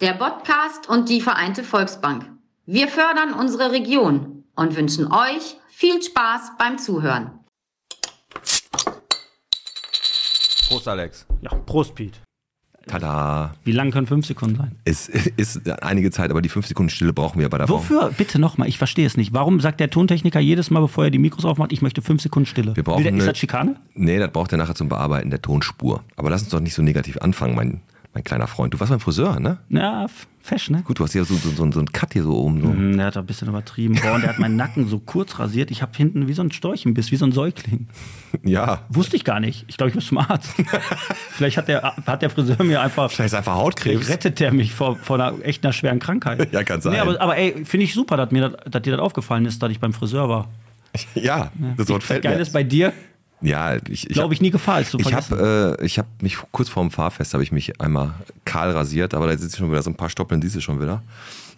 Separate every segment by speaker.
Speaker 1: der Podcast und die Vereinte Volksbank. Wir fördern unsere Region und wünschen euch viel Spaß beim Zuhören.
Speaker 2: Prost, Alex.
Speaker 3: Ja, Prost, Piet.
Speaker 2: Tada.
Speaker 3: Wie lang können fünf Sekunden sein?
Speaker 2: Es ist einige Zeit, aber die fünf Sekunden Stille brauchen wir bei der Baum.
Speaker 3: Wofür? Bitte nochmal, ich verstehe es nicht. Warum sagt der Tontechniker jedes Mal, bevor er die Mikros aufmacht, ich möchte fünf Sekunden Stille?
Speaker 2: Wir brauchen
Speaker 3: Will der- ist
Speaker 2: eine-
Speaker 3: das Schikane?
Speaker 2: Nee, das braucht er nachher zum Bearbeiten der Tonspur. Aber lass uns doch nicht so negativ anfangen, mein, mein kleiner Freund. Du warst beim Friseur, ne?
Speaker 3: Ja, f- fesch, ne?
Speaker 2: Gut, du hast hier so, so, so, so einen Cut hier so oben. So.
Speaker 3: Hm, Der hat da ein bisschen übertrieben. Boah, und der hat meinen Nacken so kurz rasiert. Ich habe hinten wie so ein Storchenbiss, wie so ein Säugling.
Speaker 2: Ja.
Speaker 3: Wusste ich gar nicht. Ich glaube, ich muss zum Arzt. Vielleicht hat der, hat der Friseur mir einfach
Speaker 2: Vielleicht ist einfach Hautkrebs.
Speaker 3: rettet der mich vor, vor einer echt einer schweren Krankheit.
Speaker 2: Ja, kann sein.
Speaker 3: aber, aber ey, finde ich super, dass, mir das, dass dir das aufgefallen ist, dass ich beim Friseur war.
Speaker 2: ja, das Wort fällt
Speaker 3: Geil
Speaker 2: mir.
Speaker 3: ist bei dir,
Speaker 2: Ja, ich, ich
Speaker 3: glaube ich, nie Gefahr ist zu
Speaker 2: Ich
Speaker 3: vergessen.
Speaker 2: habe äh, ich hab mich kurz vor dem Fahrfest habe ich mich einmal kahl rasiert, aber da sitze ich schon wieder so ein paar Stoppeln, siehst du schon wieder.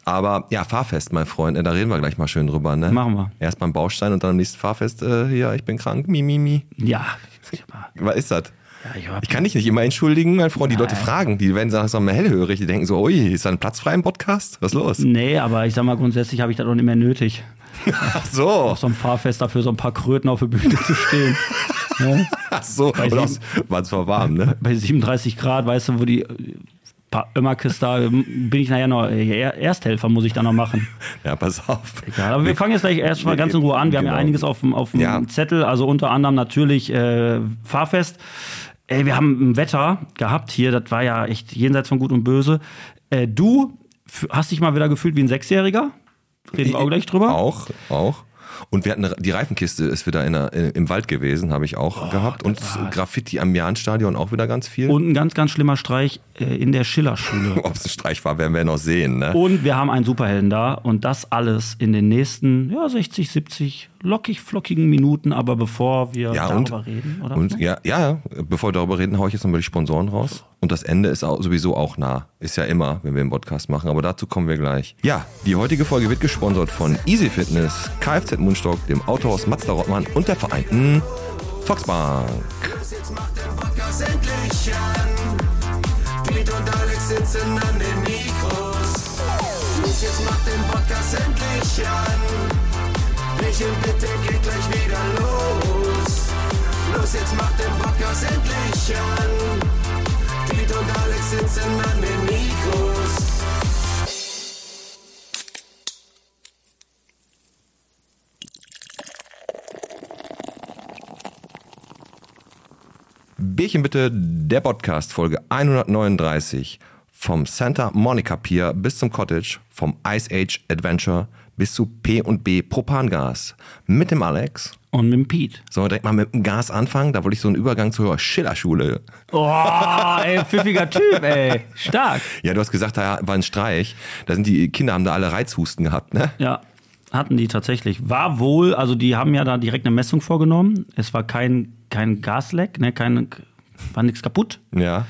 Speaker 2: Aber ja, Fahrfest, mein Freund, äh, da reden wir gleich mal schön drüber. Ne?
Speaker 3: Machen wir.
Speaker 2: Erst beim Baustein und dann am nächsten Fahrfest, äh, ja, ich bin krank, mi, mi, mi.
Speaker 3: ja, ich hab-
Speaker 2: Was ist das?
Speaker 3: ja, ich hab-
Speaker 2: Ich kann dich nicht immer entschuldigen, mein Freund. Die Leute fragen, die werden sagen, sag mal hellhörig, die denken so, ui, ist da ein Platz frei im Podcast? Was ist los?
Speaker 3: Nee, aber ich sag mal, grundsätzlich habe ich das auch nicht mehr nötig,
Speaker 2: Ach so,
Speaker 3: auf so einem Fahrfest dafür so ein paar Kröten auf der Bühne zu stehen. ne?
Speaker 2: ach so. War es war warm, ne?
Speaker 3: Bei 37 Grad, weißt du, wo die äh, Pa- Ömmerkes da, ähm, bin ich nachher noch, äh, Er- Ersthelfer muss ich da noch machen.
Speaker 2: Ja, pass auf.
Speaker 3: Ja, aber wir fangen jetzt gleich erstmal ganz in Ruhe an. Wir haben ja
Speaker 2: Genau.
Speaker 3: einiges auf dem, auf dem
Speaker 2: Ja.
Speaker 3: Zettel, also unter anderem natürlich äh, Fahrfest. Ey, wir haben ein Wetter gehabt hier, das war ja echt jenseits von Gut und Böse. Äh, du f- hast dich mal wieder gefühlt wie ein Sechsjähriger? Reden
Speaker 2: Äh,
Speaker 3: wir auch gleich drüber.
Speaker 2: Auch, auch. Und wir hatten eine, die Reifenkiste ist wieder in der, in, im Wald gewesen, habe ich auch gehabt. Und Graffiti am Jahnstadion auch wieder ganz viel.
Speaker 3: Oh, Und ein ganz, ganz schlimmer Streich äh, in der Schillerschule.
Speaker 2: Ob es ein Streich war, werden wir noch sehen. Ne?
Speaker 3: Und wir haben einen Superhelden da und das alles in den nächsten ja, 60, 70 lockig flockigen Minuten. Aber bevor wir
Speaker 2: Ja, und,
Speaker 3: darüber reden, oder?
Speaker 2: und ja, ja, bevor wir darüber reden, haue ich jetzt nochmal die Sponsoren raus. Und das Ende ist auch, sowieso auch nah. Ist ja immer, wenn wir einen Podcast machen, aber dazu kommen wir gleich. Ja, die heutige Folge wird gesponsert von Easy Fitness, Kfz Mundstock, dem Autohaus Mazda Rottmann und der Vereinten Volksbank. Bierchen bitte, der Podcast, Folge 139. Vom Santa Monica Pier bis zum Cottage, vom Ice Age Adventure bis zu P&B Propangas. Mit dem Alex.
Speaker 3: und mit dem Pete.
Speaker 2: Sollen wir direkt mal mit dem Gas anfangen? Da wollte ich so einen Übergang zur Schillerschule.
Speaker 3: Oh, ey, pfiffiger Typ, ey. Stark.
Speaker 2: Ja, du hast gesagt, da war ein Streich. Da sind die Kinder, haben da alle Reizhusten gehabt, ne?
Speaker 3: Ja, hatten die tatsächlich. War wohl, also die haben ja da direkt eine Messung vorgenommen. Es war kein, kein Gasleck, ne, kein, war nichts kaputt.
Speaker 2: Ja.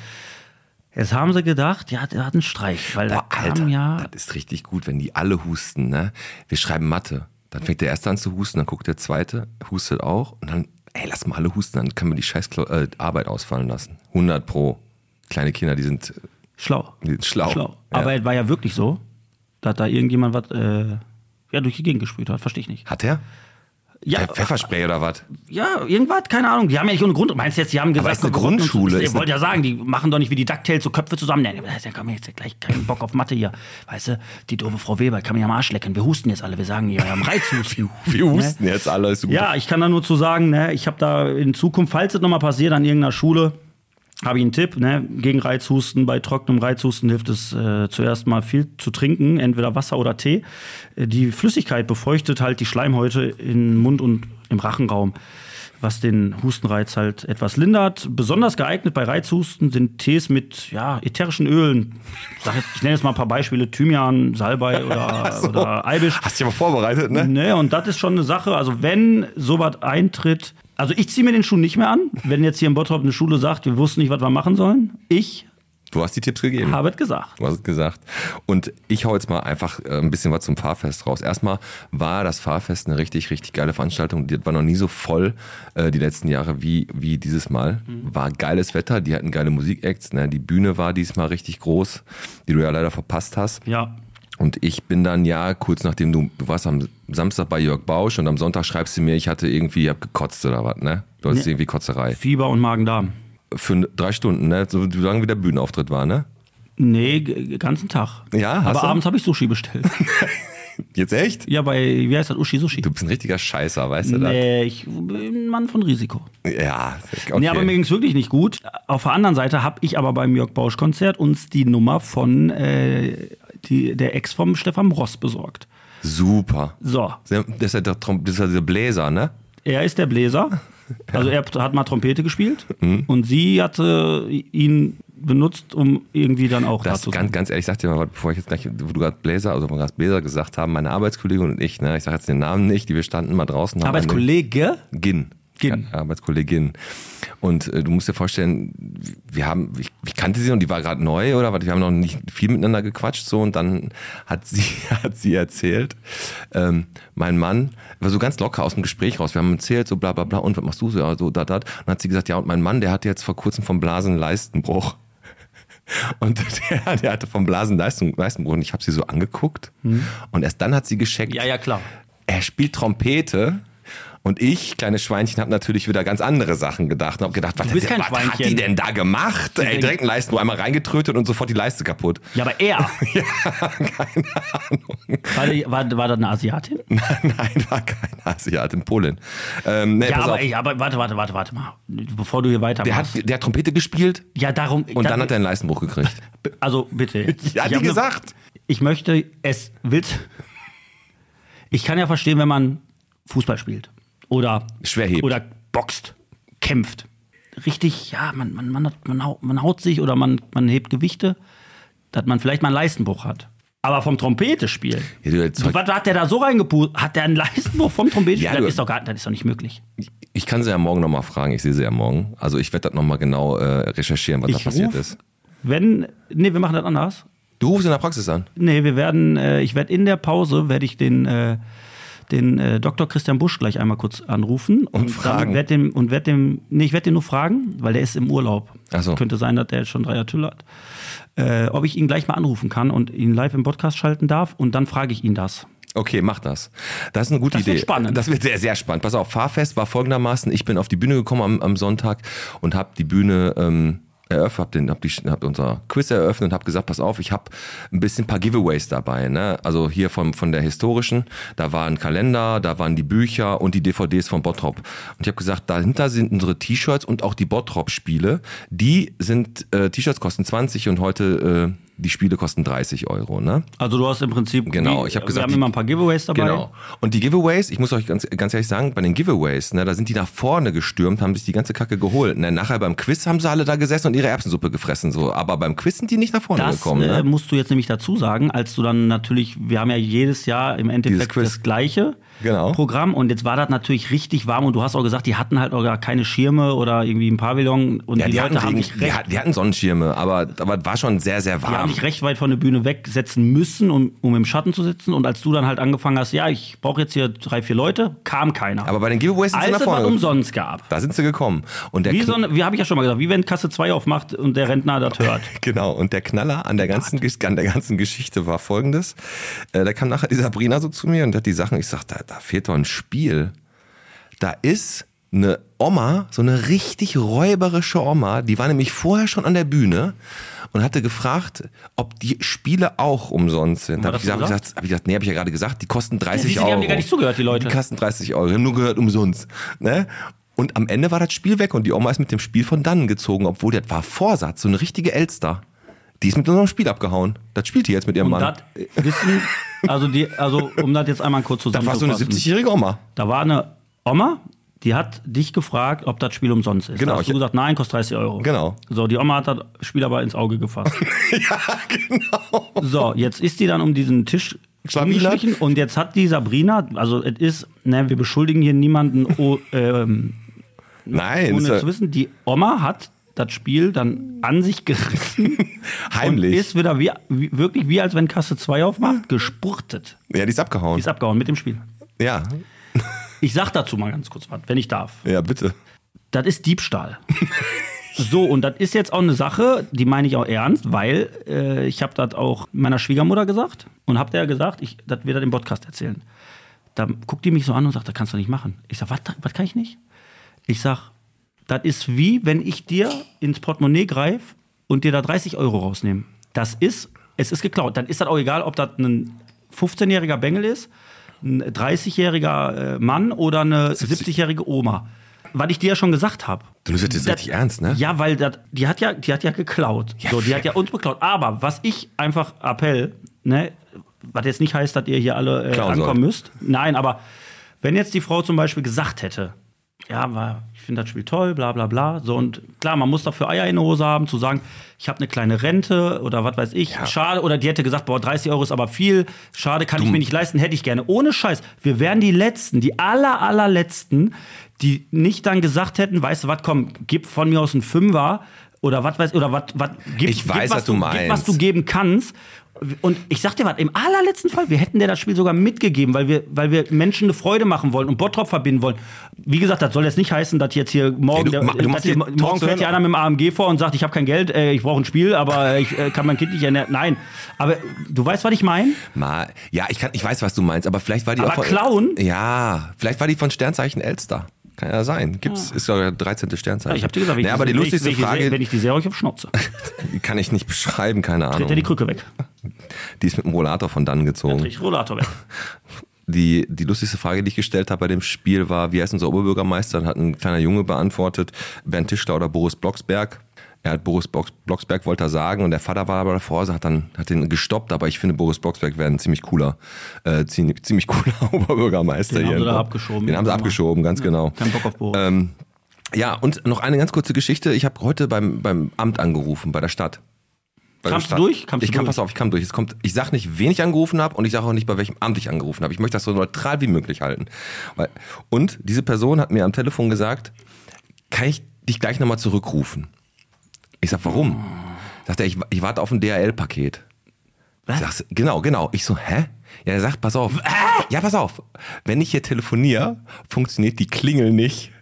Speaker 3: Jetzt haben sie gedacht, ja, der hat einen Streich, weil da
Speaker 2: Boah,
Speaker 3: kam
Speaker 2: Alter,
Speaker 3: ja.
Speaker 2: das ist richtig gut, wenn die alle husten, ne? Wir schreiben Mathe. Dann fängt der Erste an zu husten, dann guckt der Zweite, hustet auch. Und dann, ey, lass mal alle husten, dann können wir die scheiß Klo- äh, Arbeit ausfallen lassen. 100 pro. Kleine Kinder, die sind,
Speaker 3: Schlau.
Speaker 2: die sind schlau.
Speaker 3: Schlau.
Speaker 2: Ja.
Speaker 3: Aber es war ja wirklich so, dass da irgendjemand was äh, ja, durch die Gegend gesprüht hat. Verstehe ich nicht.
Speaker 2: Hat er?
Speaker 3: Ja,
Speaker 2: Pfefferspray oder was?
Speaker 3: ja, irgendwas, keine Ahnung. Die haben ja nicht ohne Grund. Meinst du jetzt, die haben gesagt,
Speaker 2: ist eine
Speaker 3: wir gucken uns-
Speaker 2: Grundschule, ist
Speaker 3: Ich
Speaker 2: eine-
Speaker 3: wollte ja sagen, die machen doch nicht wie die Ducktails so Köpfe zusammen. Nein, da ist ja komm, jetzt gleich keinen Bock auf Mathe hier. Weißt du, die doofe Frau Weber kann mich am Arsch lecken. Wir husten jetzt alle. Wir sagen, wir haben Reizhusten. Ne?
Speaker 2: Wir husten jetzt alle. Ist so gut.
Speaker 3: Ja, ich kann da nur zu sagen, ne, ich habe da in Zukunft, falls es nochmal passiert an irgendeiner Schule, habe ich einen Tipp, ne, gegen Reizhusten, bei trockenem Reizhusten hilft es äh, zuerst mal viel zu trinken, entweder Wasser oder Tee. Äh, Die Flüssigkeit befeuchtet halt die Schleimhäute im Mund und im Rachenraum, was den Hustenreiz halt etwas lindert. Besonders geeignet bei Reizhusten sind Tees mit ja, ätherischen Ölen. Ich, sag jetzt, ich nenne jetzt mal ein paar Beispiele, Thymian, Salbei oder, oder Eibisch.
Speaker 2: Hast dich aber vorbereitet, ne?
Speaker 3: Nee, und das ist schon eine Sache. Also, wenn sowas eintritt, also ich ziehe mir den Schuh nicht mehr an, wenn jetzt hier in Bottrop eine Schule sagt, wir wussten nicht, was wir machen sollen. Ich
Speaker 2: Du hast die Tipps gegeben.
Speaker 3: Habe es gesagt.
Speaker 2: Du hast es gesagt. Und ich hau jetzt mal einfach äh, ein bisschen was zum Fahrfest raus. Erstmal war das Fahrfest eine richtig, richtig geile Veranstaltung. Die war noch nie so voll äh, die letzten Jahre wie, wie dieses Mal. War geiles Wetter, die hatten geile Musikacts. Ne? Die Bühne war diesmal richtig groß, die du ja leider verpasst hast.
Speaker 3: Ja.
Speaker 2: Und ich bin dann ja kurz nachdem du, du warst am Samstag bei Jörg Bausch und am Sonntag schreibst du mir, ich hatte irgendwie, ich hab gekotzt oder was, ne? Du hattest
Speaker 3: Nee.
Speaker 2: irgendwie Kotzerei.
Speaker 3: Fieber und Magen-Darm.
Speaker 2: Für drei Stunden, ne? So lange wie der Bühnenauftritt war, ne?
Speaker 3: Nee, g- g- ganzen Tag.
Speaker 2: Ja, hast
Speaker 3: Aber
Speaker 2: du?
Speaker 3: abends habe ich Sushi bestellt.
Speaker 2: Jetzt echt?
Speaker 3: ja, bei, wie heißt das? Ushi Sushi.
Speaker 2: Du bist ein richtiger Scheißer, weißt du
Speaker 3: nee, ich bin ein Mann von Risiko.
Speaker 2: das? Ja, okay.
Speaker 3: Nee, aber mir ging es wirklich nicht gut. Auf der anderen Seite habe ich aber beim Jörg Bausch Konzert uns die Nummer von äh, die, der Ex vom Stefan Ross besorgt.
Speaker 2: Super.
Speaker 3: So,
Speaker 2: Das ist ja der, Trom- das ist ja der Bläser, ne?
Speaker 3: er ist der Bläser. Also er hat mal Trompete gespielt
Speaker 2: Mhm.
Speaker 3: und sie hatte ihn benutzt, um irgendwie dann auch da
Speaker 2: Das
Speaker 3: zu sein.
Speaker 2: ganz, ganz ehrlich, ich sag dir mal, was, bevor ich jetzt gleich, wo du gerade Bläser, also wo wir gerade Bläser gesagt haben, meine Arbeitskollegin und ich, ne, ich sage jetzt den Namen nicht, die wir standen mal draußen. haben eine-
Speaker 3: Arbeitskollege?
Speaker 2: Gin.
Speaker 3: Gin.
Speaker 2: Ja, Arbeitskollegin. Und äh, du musst dir vorstellen, wir haben, ich, ich kannte sie und die war gerade neu oder was, wir haben noch nicht viel miteinander gequatscht so und dann hat sie, hat sie erzählt, ähm, mein Mann war so ganz locker aus dem Gespräch raus, wir haben erzählt so bla bla bla und was machst du so, ja so da da und dann hat sie gesagt, ja und mein Mann, der hatte jetzt vor kurzem vom Blasen Leistenbruch. Und der, der hatte vom Blasen Leisten- Leistenbruch und ich habe sie so angeguckt und erst dann hat sie gescheckt,
Speaker 3: Hm. Ja, ja, klar.
Speaker 2: er spielt Trompete. Und ich, kleines Schweinchen, habe natürlich wieder ganz andere Sachen gedacht und habe gedacht, was,
Speaker 3: bist
Speaker 2: hat-
Speaker 3: kein
Speaker 2: was hat die
Speaker 3: Schweinchen.
Speaker 2: denn da gemacht? Ey,
Speaker 3: denk-
Speaker 2: direkt einen Leisten, nur einmal reingetrötet und sofort die Leiste kaputt.
Speaker 3: Ja, aber er. ja, keine Ahnung. War, die- war, war das eine Asiatin?
Speaker 2: Nein, war kein Asiat in Polen. Ähm, nee,
Speaker 3: ja,
Speaker 2: pass
Speaker 3: aber,
Speaker 2: auf.
Speaker 3: ey, aber warte, warte, warte, warte mal. Bevor du hier
Speaker 2: der,
Speaker 3: weitermachst.
Speaker 2: hat, der hat Trompete gespielt
Speaker 3: ja, darum.
Speaker 2: und dann hat er einen Leistenbruch gekriegt.
Speaker 3: Also bitte.
Speaker 2: Ja,
Speaker 3: Ich
Speaker 2: die
Speaker 3: hab ne-
Speaker 2: gesagt.
Speaker 3: ich möchte es willst. Ich kann ja verstehen, wenn man Fußball spielt oder
Speaker 2: Schwer hebt.
Speaker 3: oder boxt, kämpft. Richtig, ja, man, man, man, hat, man, haut, man haut sich oder man, man hebt Gewichte, dass man vielleicht mal einen Leistenbruch hat. Aber vom Trompete spielen.
Speaker 2: Ja, du, jetzt-
Speaker 3: was hat der da so reingepustet? Hat der einen Leistenbruch vom Trompete?
Speaker 2: Ja,
Speaker 3: spielen?
Speaker 2: du-
Speaker 3: das, ist doch gar, das ist doch nicht möglich.
Speaker 2: Ich kann sie ja morgen nochmal fragen. Ich sehe sie ja morgen. Also ich werde das nochmal genau äh, recherchieren, was da passiert
Speaker 3: ruf-
Speaker 2: ist.
Speaker 3: Wenn, nee, wir machen das anders.
Speaker 2: Du rufst in der Praxis an.
Speaker 3: Nee, wir werden, äh, ich werde in der Pause, werde ich den, äh, den äh, Dr. Christian Busch gleich einmal kurz anrufen. Und,
Speaker 2: fragen.
Speaker 3: Werd dem, und werd dem, nee, ich werde den nur fragen, weil der ist im Urlaub.
Speaker 2: Ach so.
Speaker 3: Könnte sein, dass der jetzt schon Dreier Tüll hat. Äh, ob ich ihn gleich mal anrufen kann und ihn live im Podcast schalten darf und dann frage ich ihn das.
Speaker 2: Okay, mach das. Das ist eine gute
Speaker 3: Das
Speaker 2: Idee.
Speaker 3: wird spannend.
Speaker 2: Das wird sehr, sehr spannend. Pass auf, Fahrfest war folgendermaßen, ich bin auf die Bühne gekommen am, am Sonntag und habe die Bühne ähm, eröffnet, habe den, hab die, hab unser Quiz eröffnet und habe gesagt, pass auf, ich habe ein bisschen ein paar Giveaways dabei. Ne? Also hier von, von der historischen, da war ein Kalender, da waren die Bücher und die DVDs von Bottrop. Und ich habe gesagt, dahinter sind unsere T-Shirts und auch die Bottrop-Spiele. Die sind, äh, T-Shirts kosten 20 und heute... Äh, die Spiele kosten 30 Euro, ne?
Speaker 3: Also du hast im Prinzip,
Speaker 2: Genau,
Speaker 3: die,
Speaker 2: ich hab
Speaker 3: wir
Speaker 2: gesagt,
Speaker 3: haben
Speaker 2: die-
Speaker 3: immer ein paar Giveaways dabei.
Speaker 2: Genau. Und die Giveaways, ich muss euch ganz, ganz ehrlich sagen, bei den Giveaways, ne, da sind die nach vorne gestürmt, haben sich die ganze Kacke geholt. Ne, nachher beim Quiz haben sie alle da gesessen und ihre Erbsensuppe gefressen. So. Aber beim Quiz sind die nicht nach vorne
Speaker 3: Das
Speaker 2: gekommen. Ne?
Speaker 3: äh, musst du jetzt nämlich dazu sagen, als du dann natürlich, wir haben ja jedes Jahr im
Speaker 2: Dieses
Speaker 3: Endeffekt
Speaker 2: Quiz.
Speaker 3: das gleiche
Speaker 2: Genau.
Speaker 3: Programm und jetzt war das natürlich richtig warm und du hast auch gesagt, die hatten halt auch gar keine Schirme oder irgendwie ein Pavillon und
Speaker 2: Ja,
Speaker 3: die,
Speaker 2: die, hatten
Speaker 3: Leute haben
Speaker 2: Regen-
Speaker 3: dich
Speaker 2: die,
Speaker 3: recht,
Speaker 2: hat- die hatten Sonnenschirme, aber, aber es war schon sehr, sehr
Speaker 3: die haben
Speaker 2: warm.
Speaker 3: dich recht weit von der Bühne wegsetzen müssen, um, um im Schatten zu sitzen und als du dann halt angefangen hast, ja, ich brauche jetzt hier drei, vier Leute, kam keiner.
Speaker 2: Aber bei den Giveaways sind sie
Speaker 3: als
Speaker 2: nach
Speaker 3: es was
Speaker 2: vorne. gekommen.
Speaker 3: umsonst gab.
Speaker 2: Da sind sie gekommen. Und der
Speaker 3: Wie,
Speaker 2: Kn-
Speaker 3: so eine, wie habe ich ja schon mal gesagt, wie wenn Kasse 2 aufmacht und der Rentner das hört.
Speaker 2: Genau, und der Knaller an der ganzen, Gesch- an der ganzen Geschichte war folgendes. Äh, da kam nachher die Sabrina so zu mir und hat die Sachen, ich sag, da, da fehlt doch ein Spiel. Da ist eine Oma, so eine richtig räuberische Oma, die war nämlich vorher schon an der Bühne und hatte gefragt, ob die Spiele auch umsonst sind. Da habe ich,
Speaker 3: das
Speaker 2: gesagt, hab ich
Speaker 3: gesagt?
Speaker 2: gesagt, hab ich gesagt, nee, habe ich ja gerade gesagt, die kosten 30
Speaker 3: siehst du,
Speaker 2: Euro.
Speaker 3: die haben dir gar nicht zugehört, die Leute.
Speaker 2: Die kosten 30 Euro, die haben nur gehört umsonst. Ne? Und am Ende war das Spiel weg und die Oma ist mit dem Spiel von dannen gezogen, obwohl das war Vorsatz, so eine richtige Elster. Die ist mit unserem Spiel abgehauen. Das spielt die jetzt mit ihrem
Speaker 3: Und
Speaker 2: Mann.
Speaker 3: das wissen, also, die, also um das jetzt einmal kurz
Speaker 2: Das war so
Speaker 3: zusammenzufassen.
Speaker 2: eine 70-jährige Oma.
Speaker 3: Da war eine Oma, die hat dich gefragt, ob das Spiel umsonst ist.
Speaker 2: Genau,
Speaker 3: Da hast du
Speaker 2: ich-
Speaker 3: gesagt, nein, kostet 30 Euro.
Speaker 2: Genau.
Speaker 3: So, die Oma hat das Spiel aber ins Auge gefasst.
Speaker 2: ja, genau.
Speaker 3: so, jetzt ist die dann um diesen Tisch
Speaker 2: Schlawinert.
Speaker 3: geschlichen und jetzt hat die Sabrina, also es ist, ne, wir beschuldigen hier niemanden, oh, ähm,
Speaker 2: Nein,
Speaker 3: ohne
Speaker 2: ist
Speaker 3: zu
Speaker 2: ja,
Speaker 3: wissen, die Oma hat das Spiel dann an sich gerissen.
Speaker 2: Heimlich.
Speaker 3: Und ist wieder wie, wie, wirklich wie, als wenn Kasse 2 aufmacht, gespurtet.
Speaker 2: Ja, die ist abgehauen.
Speaker 3: Die ist abgehauen mit dem Spiel.
Speaker 2: ja.
Speaker 3: Ich sag dazu mal ganz kurz was, wenn ich darf.
Speaker 2: Ja, bitte.
Speaker 3: Das ist Diebstahl. so, und das ist jetzt auch eine Sache, die meine ich auch ernst, weil äh, ich habe das auch meiner Schwiegermutter gesagt und habe der gesagt, ich, das wir das im Podcast erzählen. Da guckt die mich so an und sagt, das kannst du nicht machen. Ich sag, was was kann ich nicht? Ich sag, das ist wie, wenn ich dir ins Portemonnaie greife und dir da 30 Euro rausnehme. Das ist, es ist geklaut. Dann ist das auch egal, ob das ein 15-jähriger Bengel ist, ein 30-jähriger äh, Mann oder eine 70-jährige Oma. Was ich dir ja schon gesagt habe.
Speaker 2: Du nimmst das jetzt richtig ernst, ne?
Speaker 3: Ja, weil dat, die hat ja, die hat ja geklaut. so, die hat ja uns beklaut. Aber was ich einfach Appell, ne, was jetzt nicht heißt, dass ihr hier alle äh,
Speaker 2: Klauen
Speaker 3: ankommen
Speaker 2: sollt.
Speaker 3: müsst. Nein, aber wenn jetzt die Frau zum Beispiel gesagt hätte, ja, war, ich finde das Spiel toll, bla bla bla. So, und klar, man muss dafür Eier in der Hose haben, zu sagen, ich habe eine kleine Rente oder was weiß ich, schade. Oder die hätte gesagt, boah, 30 Euro ist aber viel, schade, kann ich mir nicht leisten, hätte ich gerne. Ohne Scheiß, wir wären die Letzten, die aller, allerletzten, die nicht dann gesagt hätten, weißt du was, komm, gib von mir aus einen Fünfer oder was weiß oder was, was, gib,
Speaker 2: Ich weiß,
Speaker 3: gib,
Speaker 2: was du
Speaker 3: Gib, was
Speaker 2: meinst.
Speaker 3: du geben kannst. Und ich sag dir was, im allerletzten Fall, wir hätten dir das Spiel sogar mitgegeben, weil wir, weil wir Menschen eine Freude machen wollen und Bottrop verbinden wollen. Wie gesagt, das soll jetzt nicht heißen, dass jetzt hier morgen,
Speaker 2: Ey, du
Speaker 3: der-
Speaker 2: ma- du
Speaker 3: dass
Speaker 2: machst
Speaker 3: hier,
Speaker 2: dir
Speaker 3: morgen
Speaker 2: trotzdem-
Speaker 3: fährt hier einer mit dem AMG vor und sagt, ich habe kein Geld, äh, ich brauche ein Spiel, aber äh, ich äh, kann mein Kind nicht ernähren. Nein, aber du weißt, was ich meine?
Speaker 2: Mal, ja, ich, kann, ich weiß, was du meinst, aber vielleicht war die
Speaker 3: Aber
Speaker 2: auch von,
Speaker 3: klauen?
Speaker 2: Ja, vielleicht war die von Sternzeichen Elster. Kann ja sein. Gibt's, ist glaube ich 13. Sternzeichen.
Speaker 3: Ah. Ich habe dir gesagt, wenn,
Speaker 2: nee,
Speaker 3: ich,
Speaker 2: aber die
Speaker 3: wenn ich-
Speaker 2: lustigste
Speaker 3: wenn ich,
Speaker 2: Frage,
Speaker 3: wenn ich die sehe, hau ich auf Schnauze.
Speaker 2: die kann ich nicht beschreiben, keine
Speaker 3: Tritt er die
Speaker 2: Ahnung.
Speaker 3: Krücke weg.
Speaker 2: Die ist mit dem Rollator von dann gezogen.
Speaker 3: Tritt Rollator weg.
Speaker 2: die, die lustigste Frage, die ich gestellt habe bei dem Spiel, war, wie heißt unser Oberbürgermeister? Dann hat ein kleiner Junge beantwortet, Bernd Tischler oder Boris Blocksberg. Er hat Boris Blocks- Blocksberg wollte er sagen und der Vater war aber davor, also hat dann hat den gestoppt, aber ich finde Boris Blocksberg wäre ein ziemlich cooler, äh, ziemlich, ziemlich cooler Oberbürgermeister
Speaker 3: Den haben
Speaker 2: hier.
Speaker 3: sie da abgeschoben.
Speaker 2: Den haben sie abgeschoben, ganz genau.
Speaker 3: Kein Bock auf Boris.
Speaker 2: Ähm, ja, und noch eine ganz kurze Geschichte. Ich habe heute beim, beim Amt angerufen, bei der Stadt. Bei der
Speaker 3: Kamst du
Speaker 2: Stadt.
Speaker 3: durch? Kamst
Speaker 2: ich
Speaker 3: du
Speaker 2: kam,
Speaker 3: durch?
Speaker 2: pass auf, ich kam durch. Es kommt, ich sag nicht, wen ich angerufen habe und ich sage auch nicht, bei welchem Amt ich angerufen habe. Ich möchte das so neutral wie möglich halten. Weil- Und diese Person hat mir am Telefon gesagt, kann ich dich gleich nochmal zurückrufen? Ich sag, warum? Sagt er, ich, ich warte auf ein DHL-Paket.
Speaker 3: Was?
Speaker 2: Sagst, genau, genau. Ich so, hä? Ja, er sagt, pass auf. Ja, pass auf. Wenn ich hier telefoniere, funktioniert die Klingel nicht.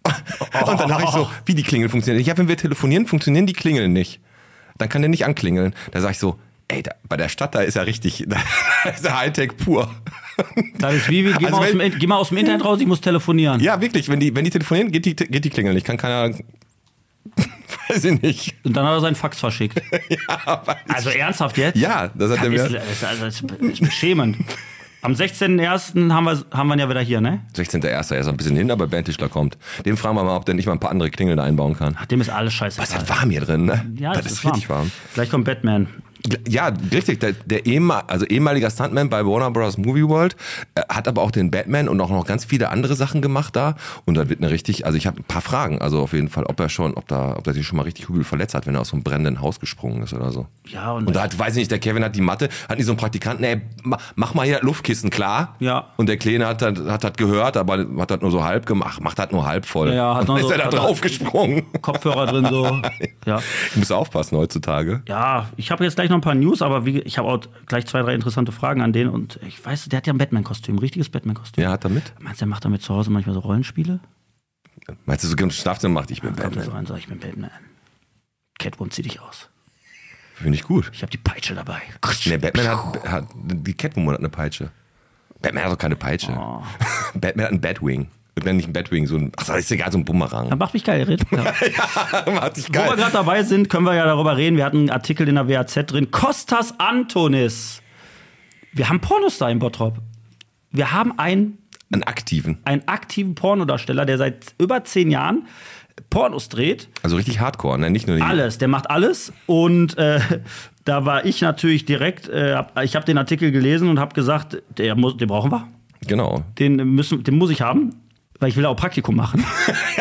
Speaker 2: Und dann habe ich so, wie die Klingel funktioniert. Ja, wenn wir telefonieren, funktionieren die Klingeln nicht. Dann kann der nicht anklingeln. Da sage ich so, ey, da, bei der Stadt, da ist ja richtig, da ist ja Hightech pur.
Speaker 3: Das ist wie, wie geh,
Speaker 2: Also
Speaker 3: mal aus
Speaker 2: wenn-
Speaker 3: dem, In- geh mal aus dem Internet raus, ich muss telefonieren.
Speaker 2: Ja, wirklich, wenn die, wenn die telefonieren, geht die, geht die Klingel nicht. Kann keiner, weiß ich nicht.
Speaker 3: Und dann hat er seinen Fax verschickt.
Speaker 2: Ja, weiß ich.
Speaker 3: Also ernsthaft jetzt?
Speaker 2: ja das hat
Speaker 3: Das
Speaker 2: er
Speaker 3: ist,
Speaker 2: mir.
Speaker 3: ist, also, ist, ist beschämend. Am 16.01. haben wir, haben wir ihn ja wieder hier, ne?
Speaker 2: 16.01. Er ist noch ein bisschen hin, aber Bernd Tischler kommt. Dem fragen wir mal, ob der nicht mal ein paar andere Klingeln da einbauen kann.
Speaker 3: Ach, dem ist alles scheiße.
Speaker 2: Es ist halt warm hier drin, ne?
Speaker 3: Ja,
Speaker 2: das, ist richtig warm.
Speaker 3: Gleich kommt Batman.
Speaker 2: Ja, richtig. Der, der ehemal, also ehemaliger Stuntman bei Warner Bros. Movie World äh, hat aber auch den Batman und auch noch ganz viele andere Sachen gemacht da. Und dann wird eine richtig, also ich habe ein paar Fragen. Also auf jeden Fall, ob er schon, ob da, ob er sich schon mal richtig übel verletzt hat, wenn er aus so einem brennenden Haus gesprungen ist oder so.
Speaker 3: Ja, und-
Speaker 2: und da hat, weiß ich nicht, der Kevin hat die Matte, hat nicht so einen Praktikanten, ey, ma- mach mal hier das Luftkissen klar.
Speaker 3: Ja.
Speaker 2: Und der Kleine hat das hat, hat gehört, aber hat das nur so halb gemacht, macht das nur halb voll.
Speaker 3: Ja,
Speaker 2: und
Speaker 3: hat noch
Speaker 2: dann ist
Speaker 3: so-
Speaker 2: er da
Speaker 3: hat noch-
Speaker 2: drauf gesprungen.
Speaker 3: Kopfhörer drin so. Ja.
Speaker 2: Ich muss aufpassen heutzutage.
Speaker 3: Ja, ich habe jetzt gleich noch ein paar News, aber wie, ich habe auch gleich zwei, drei interessante Fragen an den. Und ich weiß, der hat ja ein Batman-Kostüm, ein richtiges Batman-Kostüm.
Speaker 2: Ja, hat er mit.
Speaker 3: Meinst du, der macht damit zu Hause manchmal so Rollenspiele?
Speaker 2: Meinst du, so ganz Schlafzimmer macht, ich bin
Speaker 3: Kommt er
Speaker 2: Batman.
Speaker 3: so rein, sag ich bin Batman. Catwoman, zieh dich aus.
Speaker 2: Finde ich gut.
Speaker 3: Ich habe die Peitsche dabei.
Speaker 2: Nee, Batman hat, hat die Catwoman hat eine Peitsche. Batman hat doch keine Peitsche. Batman hat einen Batwing. Batman nicht ein Batwing, so ein, ach, das ist egal, so ein Bumerang.
Speaker 3: Dann macht mich geil, Ritt. Ja.
Speaker 2: hat sich
Speaker 3: Wo wir
Speaker 2: geil.
Speaker 3: gerade dabei sind, können wir ja darüber reden. Wir hatten einen Artikel in der WAZ drin. Kostas Antonis. Wir haben Pornostar in Bottrop. Wir haben einen,
Speaker 2: Einen aktiven.
Speaker 3: einen aktiven Pornodarsteller, der seit über zehn Jahren Pornos dreht.
Speaker 2: Also richtig Hardcore, ne? Nicht nur die.
Speaker 3: Alles, der macht alles. Und äh, da war ich natürlich direkt, äh, hab, ich habe den Artikel gelesen und habe gesagt, der muss, den brauchen wir.
Speaker 2: Genau.
Speaker 3: Den, müssen, den muss ich haben, weil ich will auch Praktikum machen.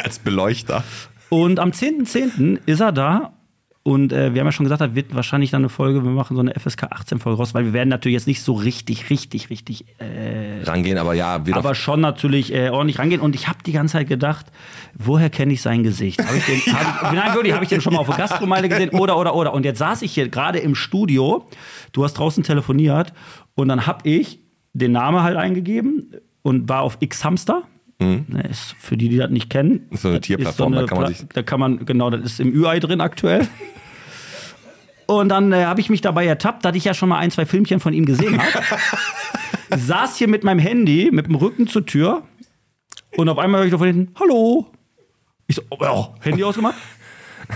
Speaker 2: Als Beleuchter.
Speaker 3: Und am 10.10. ist er da Und äh, wir haben ja schon gesagt, da wird wahrscheinlich dann eine Folge, wir machen so eine FSK 18-Folge raus, weil wir werden natürlich jetzt nicht so richtig, richtig, richtig äh,
Speaker 2: Rangehen, aber ja, wieder.
Speaker 3: aber schon natürlich äh, ordentlich rangehen. Und ich habe die ganze Zeit gedacht, woher kenne ich sein Gesicht? Hab ich den, hab ich, nein, wirklich, habe ich den schon mal auf der Gastromeile gesehen? Oder, oder, oder. Und jetzt saß ich hier gerade im Studio, du hast draußen telefoniert und dann habe ich den Namen halt eingegeben und war auf X-Hamster. Ne, Ist für die, die das nicht
Speaker 2: Mhm.
Speaker 3: kennen.
Speaker 2: Ist so eine
Speaker 3: das
Speaker 2: Tierplattform, da kann man
Speaker 3: Pla-
Speaker 2: sich-
Speaker 3: Da kann man, genau, das ist im Ü-Ei drin aktuell. Und dann äh, habe ich mich dabei ertappt, dass ich ja schon mal ein, zwei Filmchen von ihm gesehen habe. Saß hier mit meinem Handy, mit dem Rücken zur Tür und auf einmal höre ich doch von hinten, hallo. Ich so, oh, ja, Handy ausgemacht.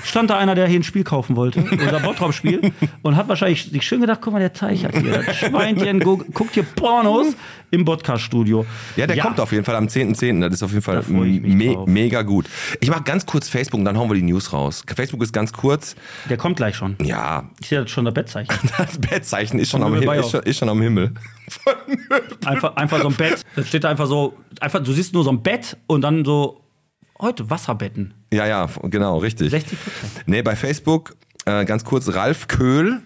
Speaker 3: Stand da einer, der hier ein Spiel kaufen wollte, unser Bottrop-Spiel, und hat wahrscheinlich sich schön gedacht, guck mal, der Teich hat hier, das Schweinchen gu- guckt hier Pornos im Podcast-Studio.
Speaker 2: Ja, der kommt auf jeden Fall am 10.10. Das ist auf jeden Fall
Speaker 3: freue ich mich
Speaker 2: me
Speaker 3: drauf.
Speaker 2: mega gut. Ich mache ganz kurz Facebook und dann hauen wir die News raus. Facebook ist ganz kurz.
Speaker 3: Der kommt gleich schon.
Speaker 2: Ja,
Speaker 3: Ich sehe das schon, der Bettzeichen.
Speaker 2: das Bettzeichen ist schon,
Speaker 3: Von
Speaker 2: am
Speaker 3: Möbel
Speaker 2: Himmel,
Speaker 3: Bayer.
Speaker 2: ist, schon, ist schon am Himmel.
Speaker 3: Einfach, einfach so ein Bett. Da steht da einfach so, einfach, du siehst nur so ein Bett und dann so, heute Wasserbetten.
Speaker 2: Ja, ja, f- genau, richtig.
Speaker 3: 60 Prozent.
Speaker 2: Nee, bei Facebook, äh, ganz kurz, Ralf Köhl,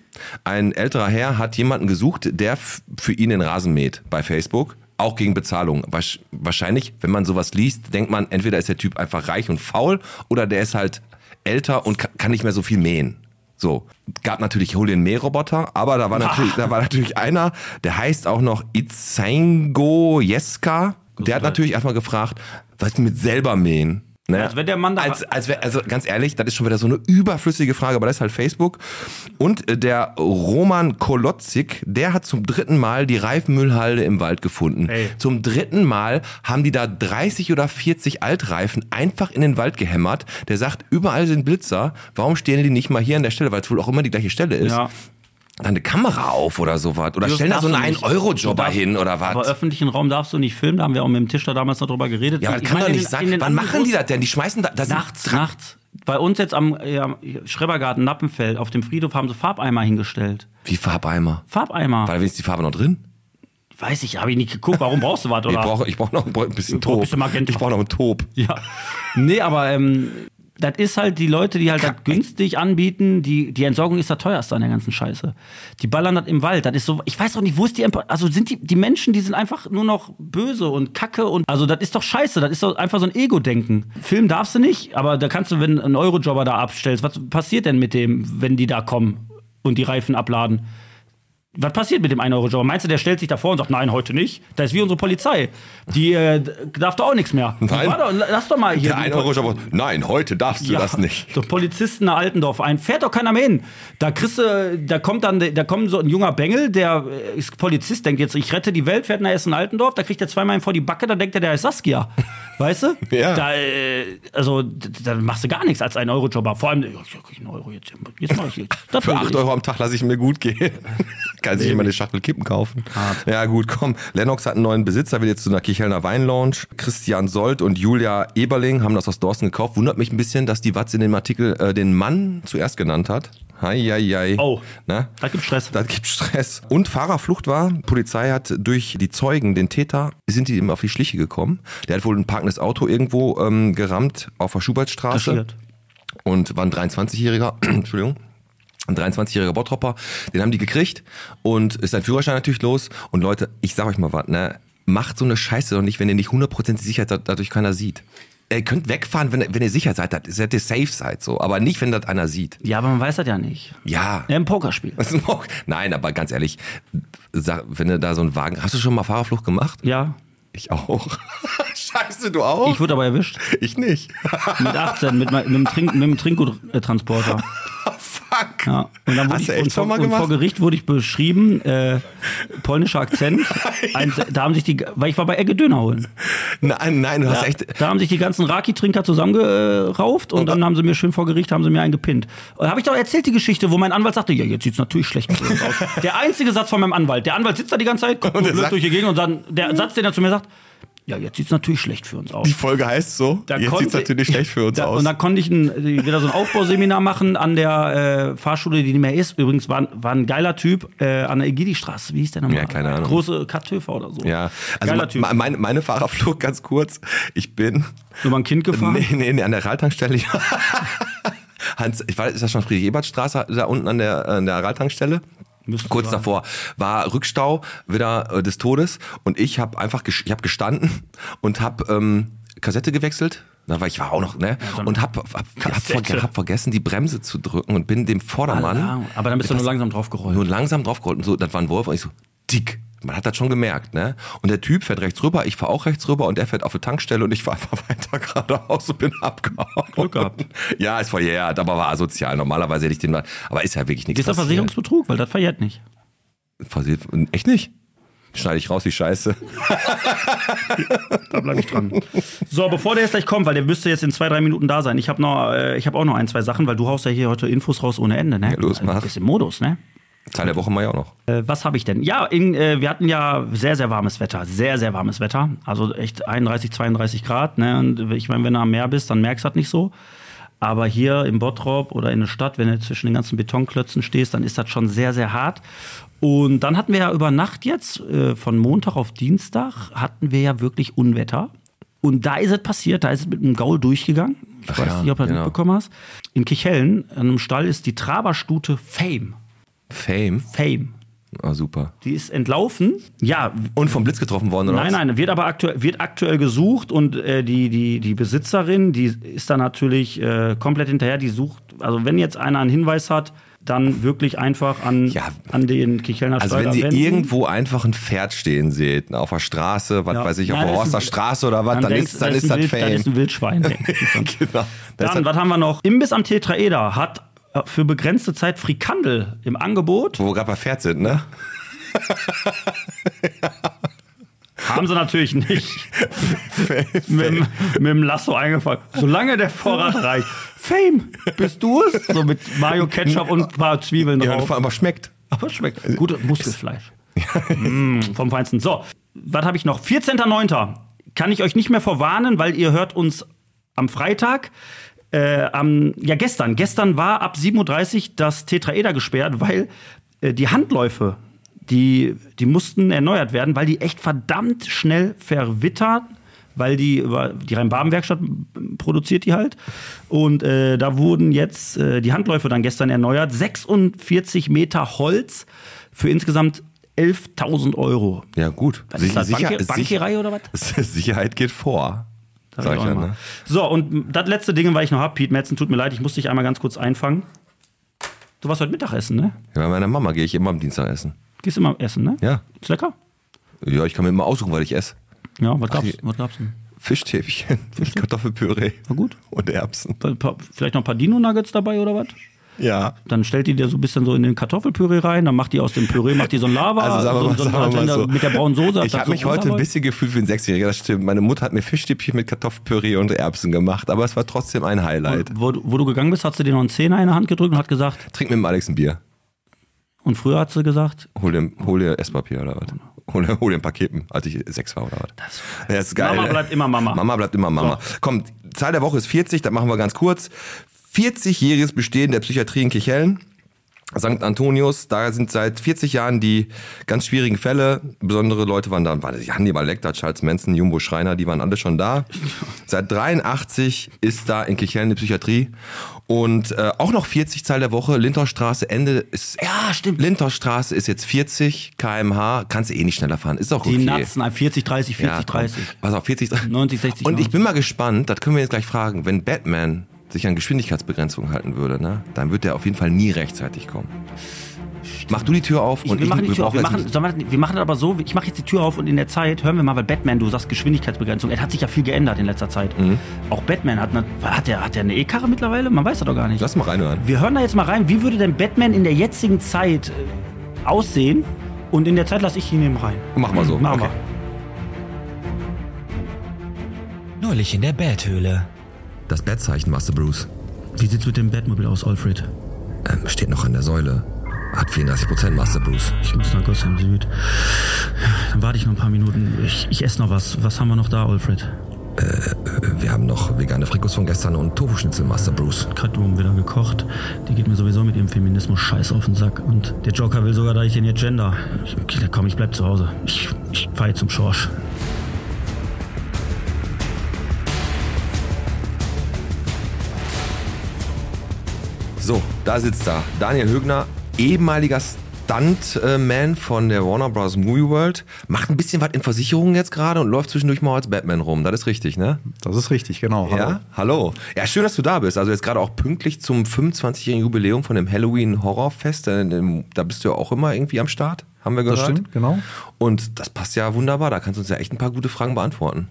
Speaker 2: ein älterer Herr, hat jemanden gesucht, der f- für ihn den Rasen mäht bei Facebook. Auch gegen Bezahlung. Wasch- Wahrscheinlich, wenn man sowas liest, denkt man, entweder ist der Typ einfach reich und faul oder der ist halt älter und ka- kann nicht mehr so viel mähen. So, gab natürlich Julian Mähroboter, aber da war, natürlich, da war natürlich einer, der heißt auch noch Itzengo Jeska. Der hat natürlich erstmal gefragt, was ist denn mit selber mähen? Ne?
Speaker 3: Als Also wenn der Mann da-
Speaker 2: als, als wär, also ganz ehrlich, das ist schon wieder so eine überflüssige Frage, aber das ist halt Facebook. Und äh, der Roman Kolotzik, der hat zum dritten Mal die Reifenmüllhalde im Wald gefunden.
Speaker 3: Ey.
Speaker 2: Zum dritten Mal haben die da 30 oder 40 Altreifen einfach in den Wald gehämmert. Der sagt, überall sind Blitzer, warum stehen die nicht mal hier an der Stelle, weil es wohl auch immer die gleiche Stelle ist.
Speaker 3: Ja.
Speaker 2: Dann eine Kamera auf oder sowas. Oder stellen da so
Speaker 3: darfst
Speaker 2: einen
Speaker 3: du nicht.
Speaker 2: 1-Euro-Jobber
Speaker 3: Du darfst-
Speaker 2: hin oder
Speaker 3: Aber
Speaker 2: was.
Speaker 3: öffentlichen Raum darfst du nicht filmen, da haben wir auch mit dem Tischler damals noch drüber geredet.
Speaker 2: Ja,
Speaker 3: Und
Speaker 2: aber
Speaker 3: ich
Speaker 2: das kann
Speaker 3: meine,
Speaker 2: doch
Speaker 3: in
Speaker 2: nicht
Speaker 3: den- in
Speaker 2: sein.
Speaker 3: den
Speaker 2: Wann machen die
Speaker 3: Angebots-
Speaker 2: das denn? Die schmeißen da, da sind
Speaker 3: Nachts, nachts. Bei uns jetzt am äh, am Schrebergarten Nappenfeld auf dem Friedhof haben sie Farbeimer hingestellt.
Speaker 2: Wie Farbeimer.
Speaker 3: Farbeimer.
Speaker 2: War da wenigstens die Farbe noch drin?
Speaker 3: Weiß ich, habe ich nicht geguckt. Warum brauchst du was,
Speaker 2: Ich
Speaker 3: oder?
Speaker 2: brauche ich brauch noch ein bisschen
Speaker 3: brauch ein
Speaker 2: Top.
Speaker 3: bisschen Magenta.
Speaker 2: Ich brauche noch einen Top.
Speaker 3: Ja. Nee, aber ähm, das ist halt die Leute, die halt das günstig anbieten, die, die Entsorgung ist das teuerste an der ganzen Scheiße. Die ballern das im Wald. Das ist so, ich weiß auch nicht, wo ist die Emp- Also sind die, die Menschen, die sind einfach nur noch böse und kacke und also das ist doch scheiße, das ist doch einfach so ein Ego-Denken. Film darfst du nicht, aber da kannst du, wenn du einen Eurojobber da abstellst, was passiert denn mit dem, wenn die da kommen und die Reifen abladen? Was passiert mit dem 1-Euro-Jobber? Meinst du, der stellt sich davor und sagt, nein, heute nicht? Da ist wie unsere Polizei. Die äh, d- darf da auch nichts mehr.
Speaker 2: Nein.
Speaker 3: War doch, lass doch mal hier.
Speaker 2: Der
Speaker 3: die
Speaker 2: 1
Speaker 3: Pol-
Speaker 2: Euro Jobber. Nein, heute darfst du
Speaker 3: Ja,
Speaker 2: das nicht.
Speaker 3: So Polizisten nach Altendorf ein. Fährt doch keiner mehr hin. Da kriegst du, da kommt dann, da kommt so ein junger Bengel, der äh, ist Polizist, denkt jetzt, ich rette die Welt, fährt nach Essen Altendorf, da kriegt er zweimal einen vor die Backe, da denkt er, der ist Saskia. Weißt du?
Speaker 2: Ja.
Speaker 3: Da, äh, also, d- da machst du gar nichts als 1-Euro-Jobber. Vor allem, ja, ich krieg einen Euro jetzt. Jetzt mach ich jetzt. Das
Speaker 2: Für
Speaker 3: will ich.
Speaker 2: 8 Euro am Tag lasse ich mir gut gehen. Kann sich immer eine Schachtel Kippen kaufen. Ja gut, komm. Lennox hat einen neuen Besitzer, will jetzt zu einer Kichelner Weinlounge. Christian Sold und Julia Eberling haben das aus Dorsten gekauft. Wundert mich ein bisschen, dass die Watz in dem Artikel äh, den Mann zuerst genannt hat. Hei, hei, hei.
Speaker 3: Oh.
Speaker 2: Na?
Speaker 3: Da gibt Stress.
Speaker 2: Da gibt Stress. Und Fahrerflucht war, die Polizei hat durch die Zeugen, den Täter, sind die ihm auf die Schliche gekommen. Der hat wohl ein parkendes Auto irgendwo ähm, gerammt auf der Schubertstraße
Speaker 3: Kaschiert.
Speaker 2: und war ein 23-Jähriger, Entschuldigung, ein 23-Jähriger Bottropper, den haben die gekriegt und ist sein Führerschein natürlich los. Und Leute, ich sag euch mal was, ne? Macht so eine Scheiße doch nicht, wenn ihr nicht hundertprozentig sicher seid, dadurch keiner sieht. Ihr könnt wegfahren, wenn, wenn ihr sicher seid, dass dass ihr safe seid, so. Aber nicht, wenn das einer sieht.
Speaker 3: Ja, aber man weiß das ja nicht.
Speaker 2: Ja.
Speaker 3: Ja, Im Pokerspiel.
Speaker 2: Das ist auch- Nein, aber ganz ehrlich, sag, wenn du da so einen Wagen. Hast du schon mal Fahrerflucht gemacht?
Speaker 3: Ja.
Speaker 2: Ich auch. Scheiße, du auch?
Speaker 3: Ich wurde aber erwischt.
Speaker 2: ich nicht.
Speaker 3: Mit 18, mit, mein- mit dem, Trink, mit dem Trinkguttransporter.
Speaker 2: Fuck.
Speaker 3: Ja. Und dann wurde
Speaker 2: Hast
Speaker 3: ich,
Speaker 2: du echt
Speaker 3: und vor,
Speaker 2: schon mal
Speaker 3: und vor
Speaker 2: gemacht?
Speaker 3: Gericht wurde ich beschrieben, äh, polnischer Akzent. Ein, da haben sich die, weil ich war bei Egge Döner holen.
Speaker 2: Nein, nein, du hast echt.
Speaker 3: Da haben sich die ganzen Raki-Trinker zusammengerauft und dann haben sie mir schön vor Gericht, haben sie mir einen gepinnt. Und habe ich doch erzählt die Geschichte, wo mein Anwalt sagte, ja, jetzt sieht's natürlich schlecht für uns aus. Der einzige Satz von meinem Anwalt. Der Anwalt sitzt da die ganze Zeit, guckt
Speaker 2: Und
Speaker 3: und
Speaker 2: er sagt-
Speaker 3: durch die Gegend und dann, der Satz, den er zu mir sagt, ja, jetzt sieht's natürlich schlecht für uns aus.
Speaker 2: Die Folge heißt so.
Speaker 3: Da
Speaker 2: jetzt
Speaker 3: konnte-
Speaker 2: sieht natürlich schlecht für uns
Speaker 3: da,
Speaker 2: aus.
Speaker 3: Und da konnte ich ein, wieder so ein Aufbauseminar machen an der äh, Fahrschule, die nicht mehr ist. Übrigens war, war ein geiler Typ äh, an der Egidi-Straße. Wie hieß der nochmal?
Speaker 2: Ja, keine Ahnung.
Speaker 3: Große Kathöfer oder so.
Speaker 2: ja, also
Speaker 3: geiler
Speaker 2: me-
Speaker 3: Typ.
Speaker 2: me- meine, meine Fahrerflucht ganz kurz. Ich bin
Speaker 3: Über ein Kind gefahren.
Speaker 2: nee, nee, nee, an der Raltankstelle. Hans, ich weiß, ist das schon Friedrich-Ebert-Straße da unten an der, an der Radtankstelle?
Speaker 3: Müsste
Speaker 2: Kurz
Speaker 3: sein.
Speaker 2: davor war Rückstau wieder äh, des Todes und ich habe einfach gesch- ich hab gestanden und habe ähm, Kassette gewechselt. Na, weil ich war auch noch, ne?
Speaker 3: dann-
Speaker 2: und hab, hab, hab,
Speaker 3: Kassette.
Speaker 2: verge hab vergessen, die Bremse zu drücken und bin dem Vordermann
Speaker 3: Alarm. Aber dann bist du nur langsam draufgerollt.
Speaker 2: nur langsam draufgerollt und so, das war ein Wolf und ich so, dick. Man hat das schon gemerkt, ne? Und der Typ fährt rechts rüber, ich fahr auch rechts rüber und er fährt auf eine Tankstelle und ich fahr einfach weiter geradeaus und bin abgehauen.
Speaker 3: Glück gehabt.
Speaker 2: Ja, ist verjährt, aber war asozial. Normalerweise hätte ich den mal, aber ist ja wirklich nichts
Speaker 3: Ist das Versicherungsbetrug? Weil das verjährt nicht.
Speaker 2: Versicherungs... Echt nicht? Schneide ich raus, die Scheiße.
Speaker 3: Da bleibe ich dran. So, bevor der jetzt gleich kommt, weil der müsste jetzt in zwei, drei Minuten da sein. Ich habe noch, äh, ich habe auch noch ein, zwei Sachen, weil du haust ja hier heute Infos raus ohne Ende, ne?
Speaker 2: Ja, los, mach.
Speaker 3: Du bist im Modus, ne?
Speaker 2: Teil der Woche mal ja auch noch.
Speaker 3: Äh, was habe ich denn? Ja, in, äh, wir hatten ja sehr, sehr warmes Wetter. Sehr, sehr warmes Wetter. Also echt 31, 32 Grad. Ne? Und ich meine, wenn du am Meer bist, dann merkst du das nicht so. Aber hier im Bottrop oder in der Stadt, wenn du zwischen den ganzen Betonklötzen stehst, dann ist das schon sehr, sehr hart. Und dann hatten wir ja über Nacht jetzt, äh, von Montag auf Dienstag, hatten wir ja wirklich Unwetter. Und da ist es passiert, da ist es mit einem Gaul durchgegangen. Ich
Speaker 2: Ach
Speaker 3: weiß
Speaker 2: ja,
Speaker 3: nicht, ob du das
Speaker 2: genau.
Speaker 3: mitbekommen hast. In Kichellen, an einem Stall, ist die Traberstute Fame.
Speaker 2: Fame.
Speaker 3: Fame.
Speaker 2: Ah, super.
Speaker 3: Die ist entlaufen. Ja,
Speaker 2: Und vom Blitz getroffen worden, oder
Speaker 3: nein,
Speaker 2: was?
Speaker 3: nein, wird aber aktuell, wird aktuell gesucht und äh, die, die, die Besitzerin, die ist da natürlich äh, komplett hinterher, die sucht, also wenn jetzt einer einen Hinweis hat, dann wirklich einfach an,
Speaker 2: Ja.
Speaker 3: an den Kichelner
Speaker 2: Also
Speaker 3: Stall
Speaker 2: wenn Sie
Speaker 3: wenden.
Speaker 2: irgendwo einfach ein Pferd stehen seht, ne, auf der Straße, was
Speaker 3: Ja.
Speaker 2: weiß ich, auf
Speaker 3: Nein,
Speaker 2: der
Speaker 3: das ist
Speaker 2: Horster
Speaker 3: ein-
Speaker 2: Straße oder was, dann,
Speaker 3: denkst-
Speaker 2: ist, dann ist
Speaker 3: ein
Speaker 2: das
Speaker 3: Wild-
Speaker 2: Fame.
Speaker 3: Dann ist ein Wildschwein. denkst du.
Speaker 2: genau. Das
Speaker 3: dann,
Speaker 2: hat,
Speaker 3: was haben wir noch? Imbiss am Tetraeder hat äh, für begrenzte Zeit Frikandel im Angebot.
Speaker 2: wo wir gerade bei Pferd sind, ne?
Speaker 3: Haben sie natürlich nicht. mit, dem- mit dem Lasso eingefangen. Solange der Vorrat reicht. Fame, bist du es? So mit Mayo Ketchup und ein paar Zwiebeln
Speaker 2: Ja, und
Speaker 3: drauf.
Speaker 2: vor allem was schmeckt.
Speaker 3: Aber schmeckt. Gutes Muskelfleisch. mm, vom Feinsten. So, was habe ich noch? 14.09. Kann ich euch nicht mehr vorwarnen, weil ihr hört uns am Freitag. Äh, am, ja, gestern. Gestern war ab 7.30 Uhr das Tetraeder gesperrt, weil äh, die Handläufe, die, die mussten erneuert werden, weil die echt verdammt schnell verwittern weil die über die Rhein-Baden-Werkstatt produziert die halt. Und äh, da wurden jetzt äh, die Handläufe dann gestern erneuert. 46 Meter Holz für insgesamt 11.000 Euro.
Speaker 2: Ja, gut.
Speaker 3: Was ist das? Bank- Bankierei oder was?
Speaker 2: Sicherheit geht vor.
Speaker 3: Sag
Speaker 2: Sag
Speaker 3: ich
Speaker 2: ich
Speaker 3: auch
Speaker 2: ja,
Speaker 3: immer.
Speaker 2: ne?
Speaker 3: So, und das letzte Ding, weil ich noch hab, Piet Metzen, tut mir leid, ich musste dich einmal ganz kurz einfangen. Du warst heute Mittagessen, ne?
Speaker 2: ja, bei meiner Mama gehe ich immer am Dienstag essen.
Speaker 3: Gehst immer essen, ne?
Speaker 2: Ja.
Speaker 3: Ist lecker?
Speaker 2: Ja, ich kann mir immer aussuchen, weil ich esse.
Speaker 3: Ja, was gab's,
Speaker 2: die-
Speaker 3: was gab's denn?
Speaker 2: Fischstäbchen, Kartoffelpüree.
Speaker 3: War gut.
Speaker 2: Und Erbsen.
Speaker 3: Pa- pa- Vielleicht noch ein paar Dino-Nuggets dabei oder was?
Speaker 2: Ja.
Speaker 3: dann stellt die dir so ein bisschen so in den Kartoffelpüree rein, dann macht die aus dem Püree, macht die so ein Lava,
Speaker 2: Also sagen wir
Speaker 3: so,
Speaker 2: mal,
Speaker 3: so
Speaker 2: sagen
Speaker 3: ein
Speaker 2: wir mal
Speaker 3: Bartender
Speaker 2: so.
Speaker 3: mit der braunen Soße. hat
Speaker 2: Ich
Speaker 3: das
Speaker 2: habe
Speaker 3: so
Speaker 2: mich heute ein
Speaker 3: Unterarbeit.
Speaker 2: bisschen gefühlt wie ein Sechsjähriger, das stimmt. Meine Mutter hat mir Fischstäbchen mit Kartoffelpüree und Erbsen gemacht, aber es war trotzdem ein Highlight.
Speaker 3: Wo, du- wo du gegangen bist, hat sie dir noch einen Zehner in der Hand gedrückt und hat gesagt,
Speaker 2: Trink mit dem Alex ein Bier.
Speaker 3: und früher hat sie gesagt,
Speaker 2: Hol dir, hol dir Esspapier oder was? Hol, dir- hol dir ein paar Kippen, als ich sechs war oder was? Das, ist geil. ne?
Speaker 3: Mama bleibt immer Mama.
Speaker 2: Mama bleibt immer Mama. Komm, Zahl der Woche ist 40, das machen wir ganz kurz. 40-jähriges Bestehen der Psychiatrie in Kichellen. St. Antonius, da sind seit 40 Jahren die ganz schwierigen Fälle. Besondere Leute waren da. War das Hannibal Lecter, Charles Manson, Jumbo Schreiner, die waren alle schon da. Seit 83 ist da in Kichellen die Psychiatrie. Und äh, auch noch 40 Zahl der Woche. Linterstraße Ende ist.
Speaker 3: Ja, stimmt.
Speaker 2: Linterstraße ist jetzt 40 km/h. Kannst du eh nicht schneller fahren. Ist auch
Speaker 3: die
Speaker 2: okay.
Speaker 3: Natzen, äh, ein 40, 30, 40,
Speaker 2: Ja, komm.
Speaker 3: 30.
Speaker 2: Pass auf, 40, 30.
Speaker 3: 90, 60,
Speaker 2: Und ich bin mal gespannt, das können wir jetzt gleich fragen, wenn Batman sich an Geschwindigkeitsbegrenzungen halten würde, ne, dann wird der auf jeden Fall nie rechtzeitig kommen. Mach du die Tür auf
Speaker 3: Ich, wir machen die Tür auf. Wir
Speaker 2: brauchen
Speaker 3: machen,
Speaker 2: jetzt-
Speaker 3: sollen wir, das- wir machen das aber so, ich mache jetzt die Tür auf und in der Zeit hören wir mal, weil Batman, du sagst Geschwindigkeitsbegrenzung, es hat sich ja viel geändert in letzter Zeit.
Speaker 2: Mhm.
Speaker 3: Auch Batman hat eine, hat der, hat der eine E-Karre mittlerweile? Man weiß das doch gar nicht.
Speaker 2: Lass mal reinhören.
Speaker 3: Wir hören da jetzt mal rein, wie würde denn Batman in der jetzigen Zeit äh, aussehen? Und in der Zeit lasse ich ihn eben rein.
Speaker 2: Mach mal so.
Speaker 3: Machen
Speaker 2: Okay.
Speaker 4: Neulich in der Betthöhle.
Speaker 2: Das Bettzeichen, Master Bruce,
Speaker 3: wir. Wie sieht's mit dem Batmobil aus, Alfred?
Speaker 2: ähm, steht noch an der Säule. Hat 34% Master Bruce.
Speaker 3: Ich muss nach Gotham Süd. Dann warte ich noch ein paar Minuten. Ich, ich esse noch was. Was haben wir noch da, Alfred?
Speaker 2: Äh, Wir haben noch vegane Frikos von gestern und Tofu-Schnitzel, Master Bruce.
Speaker 3: Catwoman wieder gekocht. Die geht mir sowieso mit ihrem Feminismus scheiß auf den Sack. Und der Joker will sogar, dass ich den jetzt gender. Ich, okay, komm, ich bleib zu Hause. Ich, ich fahre zum Schorsch.
Speaker 2: So, da sitzt er. Daniel Högner, ehemaliger Stuntman von der Warner Bros. Movie World, macht ein bisschen was in Versicherungen jetzt gerade und läuft zwischendurch mal als Batman rum. Das ist richtig, ne?
Speaker 5: Das ist richtig, genau. Hallo.
Speaker 2: Ja, hallo. Ja, schön, dass du da bist. Also jetzt gerade auch pünktlich zum 25-jährigen Jubiläum von dem Halloween Horrorfest. Da, da bist du ja auch immer irgendwie am Start, haben wir gehört.
Speaker 5: Das stimmt, genau.
Speaker 2: Und das passt ja wunderbar. Da kannst du uns ja echt ein paar gute Fragen beantworten.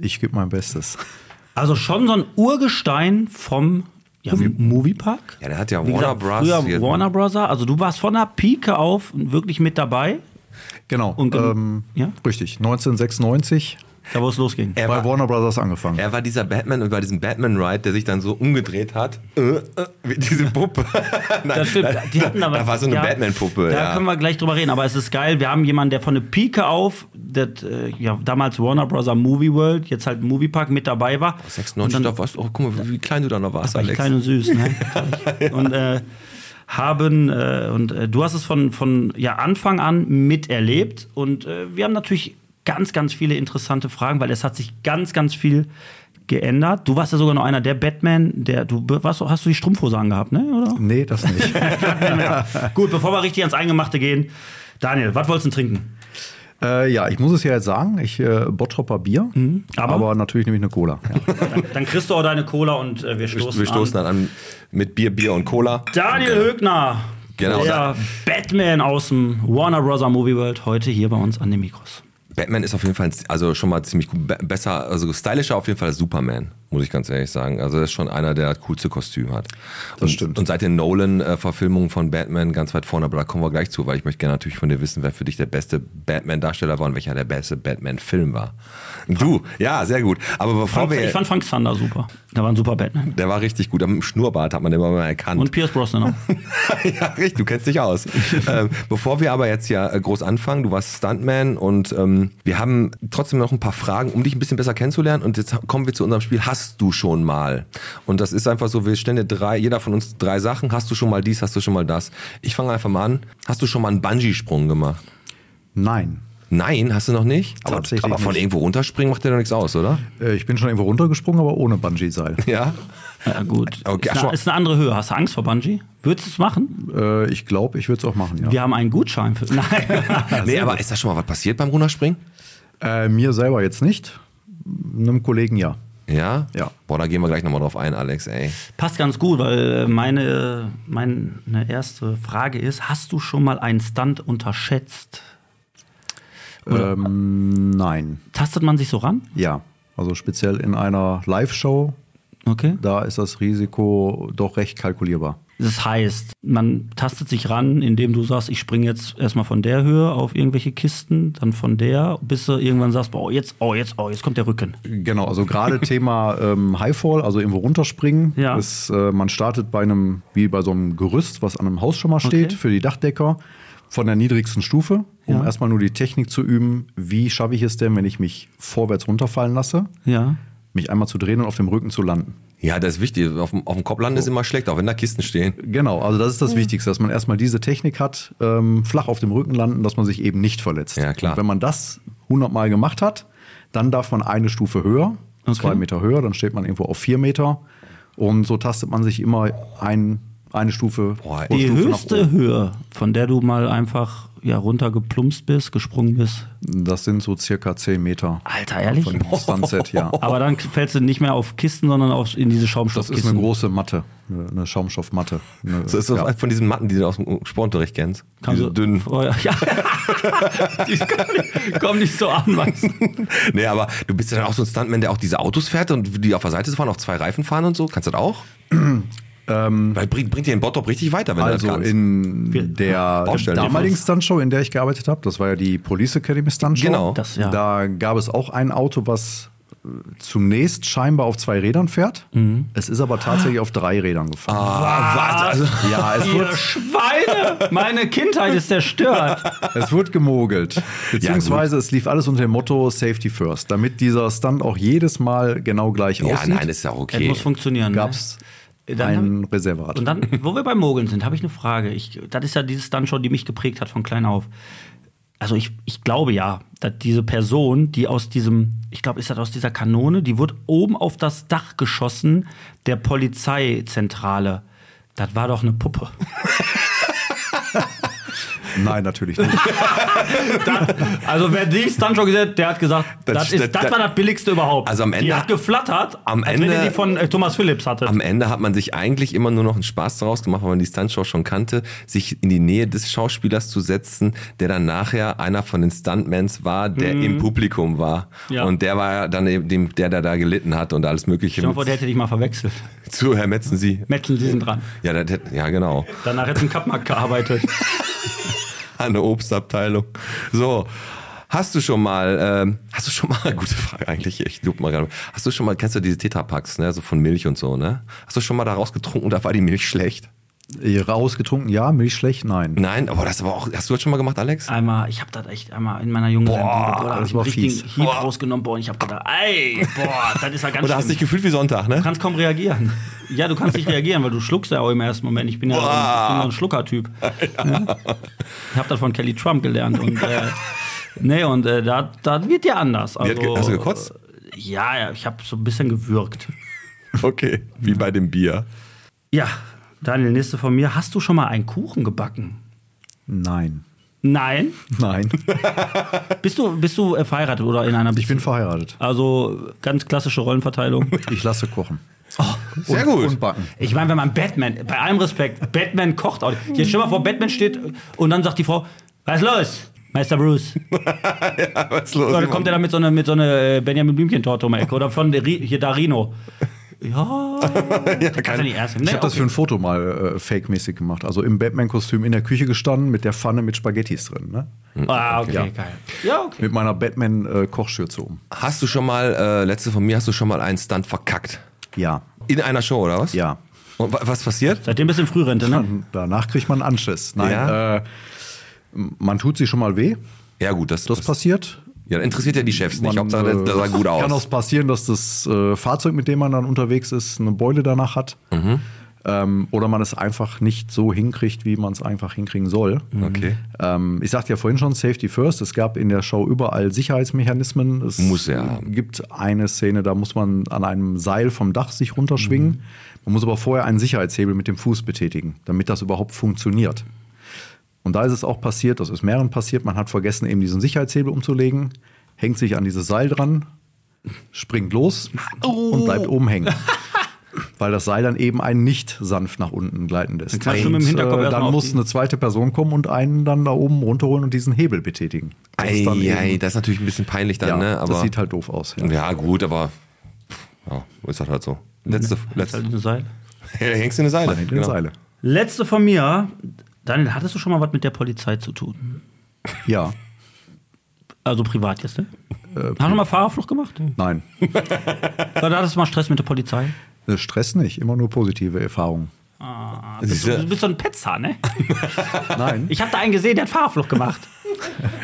Speaker 5: Ich gebe mein Bestes.
Speaker 3: Also schon so ein Urgestein vom ja, Moviepark.
Speaker 2: Ja, der hat ja
Speaker 3: Wie
Speaker 2: Warner
Speaker 3: gesagt,
Speaker 2: Bros.
Speaker 3: Früher
Speaker 2: hier-
Speaker 3: Warner Bros. Also du warst von der Pike auf wirklich mit dabei,
Speaker 5: Genau.
Speaker 3: Und gen-
Speaker 5: ähm,
Speaker 3: ja?
Speaker 5: Richtig. 1996
Speaker 3: da wo es losging.
Speaker 2: Er
Speaker 5: bei
Speaker 2: war,
Speaker 5: Warner Brothers angefangen.
Speaker 2: er war dieser Batman und bei diesem Batman-Ride, der sich dann so umgedreht hat. Äh, äh, wie diese Puppe. Nein,
Speaker 3: Das stimmt. Die hatten
Speaker 2: da,
Speaker 3: aber,
Speaker 2: da war so eine
Speaker 3: ja,
Speaker 2: Batman-Puppe.
Speaker 3: Da
Speaker 2: Ja.
Speaker 3: können wir gleich drüber reden. Aber es ist geil. Wir haben jemanden, der von der Pike auf, der, äh, ja, damals Warner Bros. Movie World, jetzt halt Moviepark mit dabei war.
Speaker 2: 96,
Speaker 3: Und
Speaker 2: da warst du, oh, guck mal, wie klein du da noch warst,
Speaker 3: War ich
Speaker 2: Alex.
Speaker 3: klein und süß, ne? und äh, haben, äh, und äh, du hast es von, von ja, Anfang an miterlebt. Und äh, wir haben natürlich ganz, ganz viele interessante Fragen, weil es hat sich ganz, ganz viel geändert. Du warst ja sogar noch einer der Batman, der, du be- warst, hast du die Strumpfhose angehabt, ne? Oder?
Speaker 5: nee, das nicht.
Speaker 3: Gut, bevor wir richtig ans Eingemachte gehen, Daniel, was wolltest du denn trinken?
Speaker 5: äh, ja, ich muss es ja jetzt sagen, ich äh, Bottropper Bier,
Speaker 3: aber?
Speaker 5: aber? natürlich nehme ich eine Cola. Ja.
Speaker 3: Dann, dann kriegst du auch deine Cola und äh, wir stoßen,
Speaker 2: Wir stoßen
Speaker 3: an.
Speaker 2: dann an mit Bier, Bier und Cola.
Speaker 3: Daniel Högner,
Speaker 2: Genau,
Speaker 3: der Batman aus dem Warner Bros. Movie World, heute hier bei uns an den Mikros.
Speaker 2: Batman ist auf jeden Fall also schon mal ziemlich gut, be- besser, also stylischer auf jeden Fall als Superman, muss ich ganz ehrlich sagen. Also das ist schon einer, der das coolste Kostüm hat. Das und,
Speaker 5: stimmt.
Speaker 2: Und seit den Nolan-Verfilmungen von Batman ganz weit vorne, aber da kommen wir gleich zu, weil ich möchte gerne natürlich von dir wissen, wer für dich der beste Batman-Darsteller war und welcher der beste Batman-Film war. Du, ja, sehr gut. Aber bevor
Speaker 3: Frank,
Speaker 2: wir...
Speaker 3: ich fand Frank Zander super. Der war ein super Batman.
Speaker 2: der war richtig gut. Am Schnurrbart hat man den immer mal erkannt.
Speaker 3: Und Pierce Brosnan auch.
Speaker 2: ja, richtig, du kennst dich aus. ähm, bevor wir aber jetzt ja äh, groß anfangen, du warst Stuntman und ähm, wir haben trotzdem noch ein paar Fragen, um dich ein bisschen besser kennenzulernen. Und jetzt ha- kommen wir zu unserem Spiel Hast du schon mal? Und das ist einfach so, wir stellen dir drei, jeder von uns drei Sachen. Hast du schon mal dies, hast du schon mal das? Ich fange einfach mal an. Hast du schon mal einen Bungee-Sprung gemacht?
Speaker 5: Nein.
Speaker 2: Nein, hast du noch nicht? Aber,
Speaker 5: Tatsächlich
Speaker 2: aber von
Speaker 5: nicht.
Speaker 2: irgendwo runterspringen macht dir doch nichts aus, oder?
Speaker 5: Äh, ich bin schon irgendwo runtergesprungen, aber ohne Bungee-Seil.
Speaker 2: Ja.
Speaker 3: Ja, gut.
Speaker 2: Okay,
Speaker 3: ist,
Speaker 2: schon
Speaker 3: eine,
Speaker 2: mal-
Speaker 3: ist eine andere Höhe. Hast du Angst vor Bungee? Würdest du es machen?
Speaker 5: Äh, ich glaube, ich würde es auch machen, ja.
Speaker 3: Wir haben einen Gutschein für. Nein.
Speaker 2: nee, aber ist da schon mal was passiert beim Runterspringen?
Speaker 5: Äh, mir selber jetzt nicht, einem Kollegen ja.
Speaker 2: Ja?
Speaker 5: Ja.
Speaker 2: Boah, da gehen wir gleich nochmal drauf ein, Alex, ey.
Speaker 3: Passt ganz gut, weil äh, meine, meine erste Frage ist: Hast du schon mal einen Stunt unterschätzt?
Speaker 5: Ähm, nein,
Speaker 3: Tastet man sich so ran?
Speaker 5: ja. Also speziell in einer Live-Show,
Speaker 3: Okay.
Speaker 5: da ist das Risiko doch recht kalkulierbar.
Speaker 3: Das heißt, man tastet sich ran, indem du sagst, ich springe jetzt erstmal von der Höhe auf irgendwelche Kisten, dann von der, bis du irgendwann sagst, oh, jetzt, oh, jetzt, oh, jetzt kommt der Rücken.
Speaker 5: Genau, also gerade Thema ähm, Highfall, also irgendwo runterspringen,
Speaker 3: Ja.
Speaker 5: ist, äh, man startet bei einem, wie bei so einem Gerüst, was an einem Haus schon mal steht,
Speaker 3: Okay.
Speaker 5: für die Dachdecker, von der niedrigsten Stufe, um
Speaker 3: Ja.
Speaker 5: erstmal nur die Technik zu üben, wie schaffe ich es denn, wenn ich mich vorwärts runterfallen lasse,
Speaker 3: Ja.
Speaker 5: mich einmal zu drehen und auf dem Rücken zu landen.
Speaker 2: Ja, das ist wichtig. Auf dem, auf dem Kopf landen ist immer schlecht, auch wenn da Kisten stehen.
Speaker 5: Genau, also das ist das Wichtigste, dass man erstmal diese Technik hat, ähm, flach auf dem Rücken landen, dass man sich eben nicht verletzt.
Speaker 2: Ja, klar.
Speaker 5: Und wenn man das 100 Mal gemacht hat, dann darf man eine Stufe höher,
Speaker 3: Okay.
Speaker 5: zwei Meter höher, dann steht man irgendwo auf vier Meter und so tastet man sich immer ein, eine Stufe
Speaker 2: Boah,
Speaker 5: pro
Speaker 3: Die
Speaker 5: Stufe nach
Speaker 3: höchste Höhe, von der du mal einfach ja, runtergeplumpst bist, gesprungen bist.
Speaker 5: oben. Das sind so circa zehn Meter
Speaker 3: Alter, ehrlich?
Speaker 5: von dem Stuntset, ja.
Speaker 3: Aber dann fällst du nicht mehr auf Kisten, sondern auf, in diese
Speaker 5: Das ist eine
Speaker 3: Schaumstoffkisten.
Speaker 5: große Matte, eine eine Schaumstoffmatte. Eine-
Speaker 2: Das ist so
Speaker 5: ja.
Speaker 2: von diesen Matten, die du aus dem Sportunterricht kennst.
Speaker 3: Kannst
Speaker 2: Diese
Speaker 3: du-
Speaker 2: dünnen.
Speaker 3: Oh, ja. Ja. Die kommen nicht- kommen nicht so an, weißt du.
Speaker 2: nee, aber du bist ja dann auch so ein Stuntman, der auch diese Autos fährt und die auf der Seite fahren, auf zwei Reifen fahren und so. Kannst du das auch? Weil bringt, bringt dir den Bottrop richtig weiter, wenn du
Speaker 5: Ähm. Also
Speaker 2: das kannst.
Speaker 5: in
Speaker 3: Wir-
Speaker 5: der
Speaker 2: Baustellen.
Speaker 5: damaligen Stuntshow, in der ich gearbeitet habe, das war ja die Police Academy Stuntshow.
Speaker 2: Genau.
Speaker 3: Das, ja.
Speaker 5: Da gab es auch ein Auto, was äh, zunächst scheinbar auf zwei Rädern fährt.
Speaker 3: Mhm.
Speaker 5: Es ist aber tatsächlich auf drei Rädern gefahren.
Speaker 2: ah, warte, also,
Speaker 5: Ja, es
Speaker 3: Ihr
Speaker 5: wird,
Speaker 3: Schweine! Meine Kindheit ist zerstört.
Speaker 5: es wird gemogelt. Beziehungsweise es lief alles unter dem Motto Safety First, damit dieser Stunt auch jedes Mal genau gleich
Speaker 2: ja,
Speaker 5: aussieht.
Speaker 2: nein, das ist ja auch
Speaker 3: Das
Speaker 2: okay.
Speaker 3: muss funktionieren.
Speaker 5: gab es
Speaker 3: ne? Dann hab-
Speaker 5: ein Reservat.
Speaker 3: Und dann, wo wir beim Mogeln sind, habe ich eine Frage. Ich, das ist ja diese Stuntshow, die mich geprägt hat von klein auf. Also ich, ich glaube ja, dass diese Person, die aus diesem, ich glaube, ist das aus dieser Kanone, die wird oben auf das Dach geschossen der Polizeizentrale. Das war doch eine Puppe.
Speaker 5: Nein, natürlich nicht.
Speaker 3: Also wer die Stuntjob gesehen hat, der hat gesagt,
Speaker 2: Das-
Speaker 3: das, ist,
Speaker 2: das-
Speaker 3: das, war das billigste überhaupt.
Speaker 2: Also am Ende-
Speaker 3: die hat geflattert,
Speaker 2: am
Speaker 3: als
Speaker 2: Ende-
Speaker 3: wenn ihr die von äh, Thomas Phillips hatte.
Speaker 2: Am Ende hat man sich eigentlich immer nur noch einen Spaß daraus gemacht, weil man die Stuntshow schon kannte, sich in die Nähe des Schauspielers zu setzen, der dann nachher einer von den Stuntmans war, der im Publikum war.
Speaker 3: Mhm. Ja.
Speaker 2: Und der war ja dann eben dem, der, der da gelitten hat und alles Mögliche.
Speaker 3: Ich hoffe, der
Speaker 2: Mit,
Speaker 3: hätte dich mal verwechselt.
Speaker 2: zu Herr Metzen, Sie.
Speaker 3: Metzen, die sind dran.
Speaker 2: Ja, das, hätte- ja, genau.
Speaker 3: Danach hätte im Kappmarkt gearbeitet.
Speaker 2: An der Obstabteilung. So. Hast du schon mal, ähm, hast du schon mal, gute Frage eigentlich, ich loop mal gerade. Hast du schon mal, kennst du diese Tetrapacks, ne, so von Milch und so, ne? Hast du schon mal daraus getrunken und da war die Milch schlecht?
Speaker 5: Rausgetrunken, ja, Milch schlecht, nein.
Speaker 2: Nein, aber das aber auch, hast du das schon mal gemacht, Alex?
Speaker 3: Einmal, ich habe das echt einmal in meiner jungen
Speaker 2: Boah,
Speaker 3: Boah, hab
Speaker 5: das
Speaker 3: ich
Speaker 5: war
Speaker 3: einen richtigen
Speaker 5: fies.
Speaker 3: Also Hieb rausgenommen, boah, und ich habe gedacht, ey, boah, das ist ja Ah, ganz
Speaker 2: Oder hast
Speaker 3: schlimm.
Speaker 2: dich gefühlt wie Sonntag,
Speaker 3: Du
Speaker 2: ne?
Speaker 3: kannst kaum reagieren. Ja, du kannst nicht reagieren, weil du schluckst ja auch im ersten Moment. Ich bin ja so ein, ich bin so ein Schluckertyp. Ne? Ich habe das von Kelly Trump gelernt. Und, äh, nee, und äh, da, da wird ja anders.
Speaker 2: hat ge-
Speaker 3: Also,
Speaker 2: hast du gekotzt?
Speaker 3: äh, Ja, ja, ich habe so ein bisschen gewürgt.
Speaker 2: Okay, wie bei dem Bier.
Speaker 3: Ja, Daniel, nächste von mir. Hast du schon mal einen Kuchen gebacken?
Speaker 5: Nein.
Speaker 3: Nein.
Speaker 5: Nein.
Speaker 3: Bist du, bist du äh, verheiratet oder in einer
Speaker 5: Ich bin verheiratet.
Speaker 3: Also ganz klassische Rollenverteilung.
Speaker 5: Ich lasse kochen.
Speaker 2: Sehr
Speaker 5: und,
Speaker 2: gut.
Speaker 5: Und backen.
Speaker 3: Ich meine, wenn man Batman, bei allem Respekt, Batman kocht auch. Jetzt stell mal vor, Batman steht und dann sagt die Frau, was ist los? Meister Bruce.
Speaker 2: Was ist los?
Speaker 3: Oder kommt er da mit so einer mit so eine äh, Benjamin Blümchen-Torte um die Ecke oder von der Ri- hier Darino. Ja,
Speaker 2: ja,
Speaker 3: das ist
Speaker 2: kein,
Speaker 3: die erste.
Speaker 5: Ich
Speaker 3: Nee,
Speaker 5: habe das
Speaker 3: okay.
Speaker 5: für ein Foto mal äh, fake-mäßig gemacht. Also im Batman-Kostüm in der Küche gestanden, mit der Pfanne mit Spaghettis drin. Ne?
Speaker 3: Ah, okay,
Speaker 5: Ja.
Speaker 3: geil. Ja, okay.
Speaker 5: Mit meiner Batman-Kochschürze um.
Speaker 2: hast du schon mal, äh, letzte von mir, hast du schon mal einen Stunt verkackt?
Speaker 5: Ja.
Speaker 2: In einer Show, oder was?
Speaker 5: Ja.
Speaker 2: Und wa was passiert?
Speaker 3: Seitdem bist du in Frührente, ne?
Speaker 5: Danach kriegt man einen Anschiss. Nein,
Speaker 2: Ja.
Speaker 5: äh, man tut sie schon mal weh.
Speaker 2: Ja, gut, das,
Speaker 5: Das passiert.
Speaker 2: ja, dann interessiert ja die Chefs nicht.
Speaker 5: Man,
Speaker 2: Hauptsache, der, der sah
Speaker 5: äh,
Speaker 2: gut aus.
Speaker 5: Kann auch passieren, dass das äh, Fahrzeug, mit dem man dann unterwegs ist, eine Beule danach hat.
Speaker 2: Mhm.
Speaker 5: Ähm, oder man es einfach nicht so hinkriegt, wie man es einfach hinkriegen soll.
Speaker 2: Mhm. Okay.
Speaker 5: Ähm, ich sagte ja vorhin schon, Safety First. Es gab in der Show überall Sicherheitsmechanismen. Es
Speaker 2: Muss er haben.
Speaker 5: gibt eine Szene, da muss man an einem Seil vom Dach sich runterschwingen.
Speaker 3: Mhm.
Speaker 5: Man muss aber vorher einen Sicherheitshebel mit dem Fuß betätigen, damit das überhaupt funktioniert. Und da ist es auch passiert, das ist mehreren passiert, man hat vergessen, eben diesen Sicherheitshebel umzulegen, hängt sich an dieses Seil dran, springt los
Speaker 3: Oh.
Speaker 5: und bleibt oben hängen. Weil das Seil dann eben einen nicht sanft nach unten gleitend ist.
Speaker 3: kannst du mit dem Hinterkopf
Speaker 5: äh,
Speaker 3: erstmal
Speaker 5: dann
Speaker 3: auf
Speaker 5: muss
Speaker 3: die-
Speaker 5: eine zweite Person kommen und einen dann da oben runterholen und diesen Hebel betätigen. Das ist dann
Speaker 2: Ei, ei,
Speaker 5: eben-
Speaker 2: das ist natürlich ein bisschen peinlich dann,
Speaker 5: ja,
Speaker 2: ne? Aber,
Speaker 5: das sieht halt doof aus. Ja.
Speaker 2: ja, gut, aber ja, ist das halt so. Letzte,
Speaker 5: Mhm.
Speaker 3: Ist halt
Speaker 2: letzte.
Speaker 3: eine Seile.
Speaker 2: Hey, da hängst du in eine Seile.
Speaker 5: Hängt in
Speaker 2: Genau.
Speaker 5: Seile.
Speaker 3: Letzte von mir. Daniel, hattest du schon mal was mit der Polizei zu tun?
Speaker 5: Ja,
Speaker 3: Also privat jetzt, ne? Hast du mal Fahrerflucht gemacht?
Speaker 5: nein.
Speaker 3: Oder hattest du mal Stress mit der Polizei?
Speaker 5: Stress nicht, immer nur positive Erfahrungen.
Speaker 3: Ah,
Speaker 2: Siehst
Speaker 3: bist,
Speaker 2: du?
Speaker 3: du, bist so ein Petzer, ne?
Speaker 5: Nein.
Speaker 3: Ich habe da einen gesehen, der hat Fahrerflucht gemacht.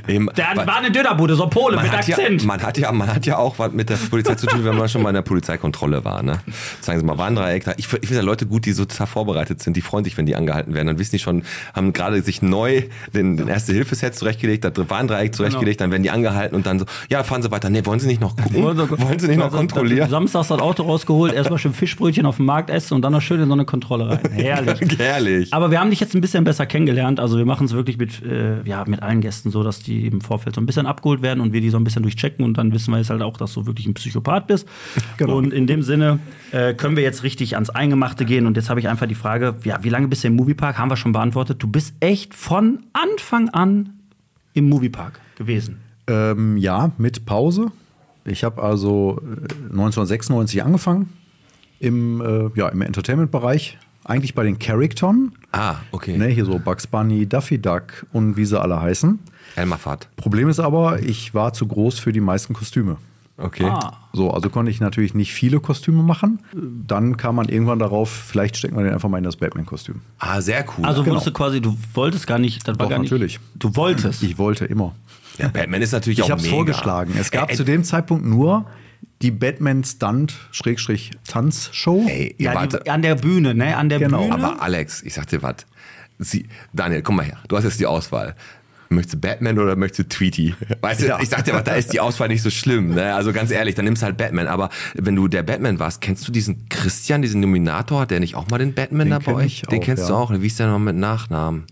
Speaker 2: Eben,
Speaker 3: Der
Speaker 2: weil-
Speaker 3: war eine Dönerbude, so ein Pole
Speaker 2: Man
Speaker 3: mit
Speaker 2: hat, ja,
Speaker 3: Akzent.
Speaker 2: man, hat ja, man hat ja auch was mit der Polizei zu tun, wenn man schon mal in der Polizeikontrolle war. Ne? Sagen Sie mal, Warndreieck. da- Ich, f- ich finde ja Leute gut, die so total vorbereitet sind, die freuen sich, wenn die angehalten werden. Dann wissen die schon, haben gerade sich neu den, den Erste-Hilfe-Set zurechtgelegt, das Warndreieck zurechtgelegt, dann werden die angehalten und dann so, ja, fahren Sie weiter. Nee, wollen Sie nicht noch gucken? Wollen Sie nicht noch
Speaker 3: Also,
Speaker 2: kontrollieren?
Speaker 3: Samstags das Auto rausgeholt, erstmal schön Fischbrötchen auf dem Markt essen und dann noch schön in so eine Kontrolle rein. Herrlich.
Speaker 2: Herrlich.
Speaker 3: Aber wir haben dich jetzt ein bisschen besser kennengelernt. Also wir machen es wirklich mit, äh, ja, mit allen Gästen so, dass die im Vorfeld so ein bisschen abgeholt werden und wir die so ein bisschen durchchecken und dann wissen wir jetzt halt auch, dass du wirklich ein Psychopath bist.
Speaker 5: Genau.
Speaker 3: Und in dem Sinne äh, können wir jetzt richtig ans Eingemachte gehen. Und jetzt habe ich einfach die Frage, ja, wie lange bist du im Moviepark? Haben wir schon beantwortet. Du bist echt von Anfang an im Moviepark gewesen.
Speaker 5: Ähm, ja, mit Pause. Ich habe also äh, 1996 angefangen im, äh, ja, im Entertainment-Bereich. Eigentlich bei den Charactern.
Speaker 2: Ah, okay.
Speaker 5: Ne, hier so Bugs Bunny, Daffy Duck und wie sie alle heißen.
Speaker 2: Elmar Fahrt.
Speaker 5: Problem ist aber, ich war zu groß für die meisten Kostüme.
Speaker 2: Okay.
Speaker 3: Ah.
Speaker 5: So, also konnte ich natürlich nicht viele Kostüme machen. Dann kam man irgendwann darauf, vielleicht stecken wir den einfach mal in das Batman-Kostüm.
Speaker 2: Ah, sehr cool.
Speaker 3: Also
Speaker 5: Genau.
Speaker 3: wurdest du quasi, du wolltest gar nicht, das war
Speaker 5: Doch,
Speaker 3: gar nicht.
Speaker 5: natürlich.
Speaker 3: Du wolltest.
Speaker 5: Ich wollte immer.
Speaker 2: ja, Batman ist natürlich auch
Speaker 5: ich habe es
Speaker 2: mega.
Speaker 5: vorgeschlagen. Es gab
Speaker 2: Ey,
Speaker 5: zu dem Zeitpunkt nur die Batman-Stunt-Tanz-Show.
Speaker 2: Ey, ihr
Speaker 3: ja,
Speaker 2: wart-
Speaker 3: die, an der Bühne, ne? An der
Speaker 2: Oh,
Speaker 5: Genau.
Speaker 3: Bühne.
Speaker 2: Aber Alex, ich sag dir was. Sie, Daniel, komm mal her. Du hast jetzt die Auswahl. Möchtest du Batman oder möchtest du Tweety? Weißt
Speaker 5: Ja.
Speaker 2: du, ich sag dir, was, da ist die Auswahl nicht so schlimm. Ne? Also ganz ehrlich, dann nimmst du halt Batman. Aber wenn du der Batman warst, kennst du diesen Christian, diesen Nominator? Hat der nicht auch mal den Batman da bei
Speaker 5: kenn
Speaker 2: euch?
Speaker 5: ich
Speaker 2: Den
Speaker 5: auch,
Speaker 2: kennst
Speaker 5: ja.
Speaker 2: du auch. Wie ist der noch mit Nachnamen?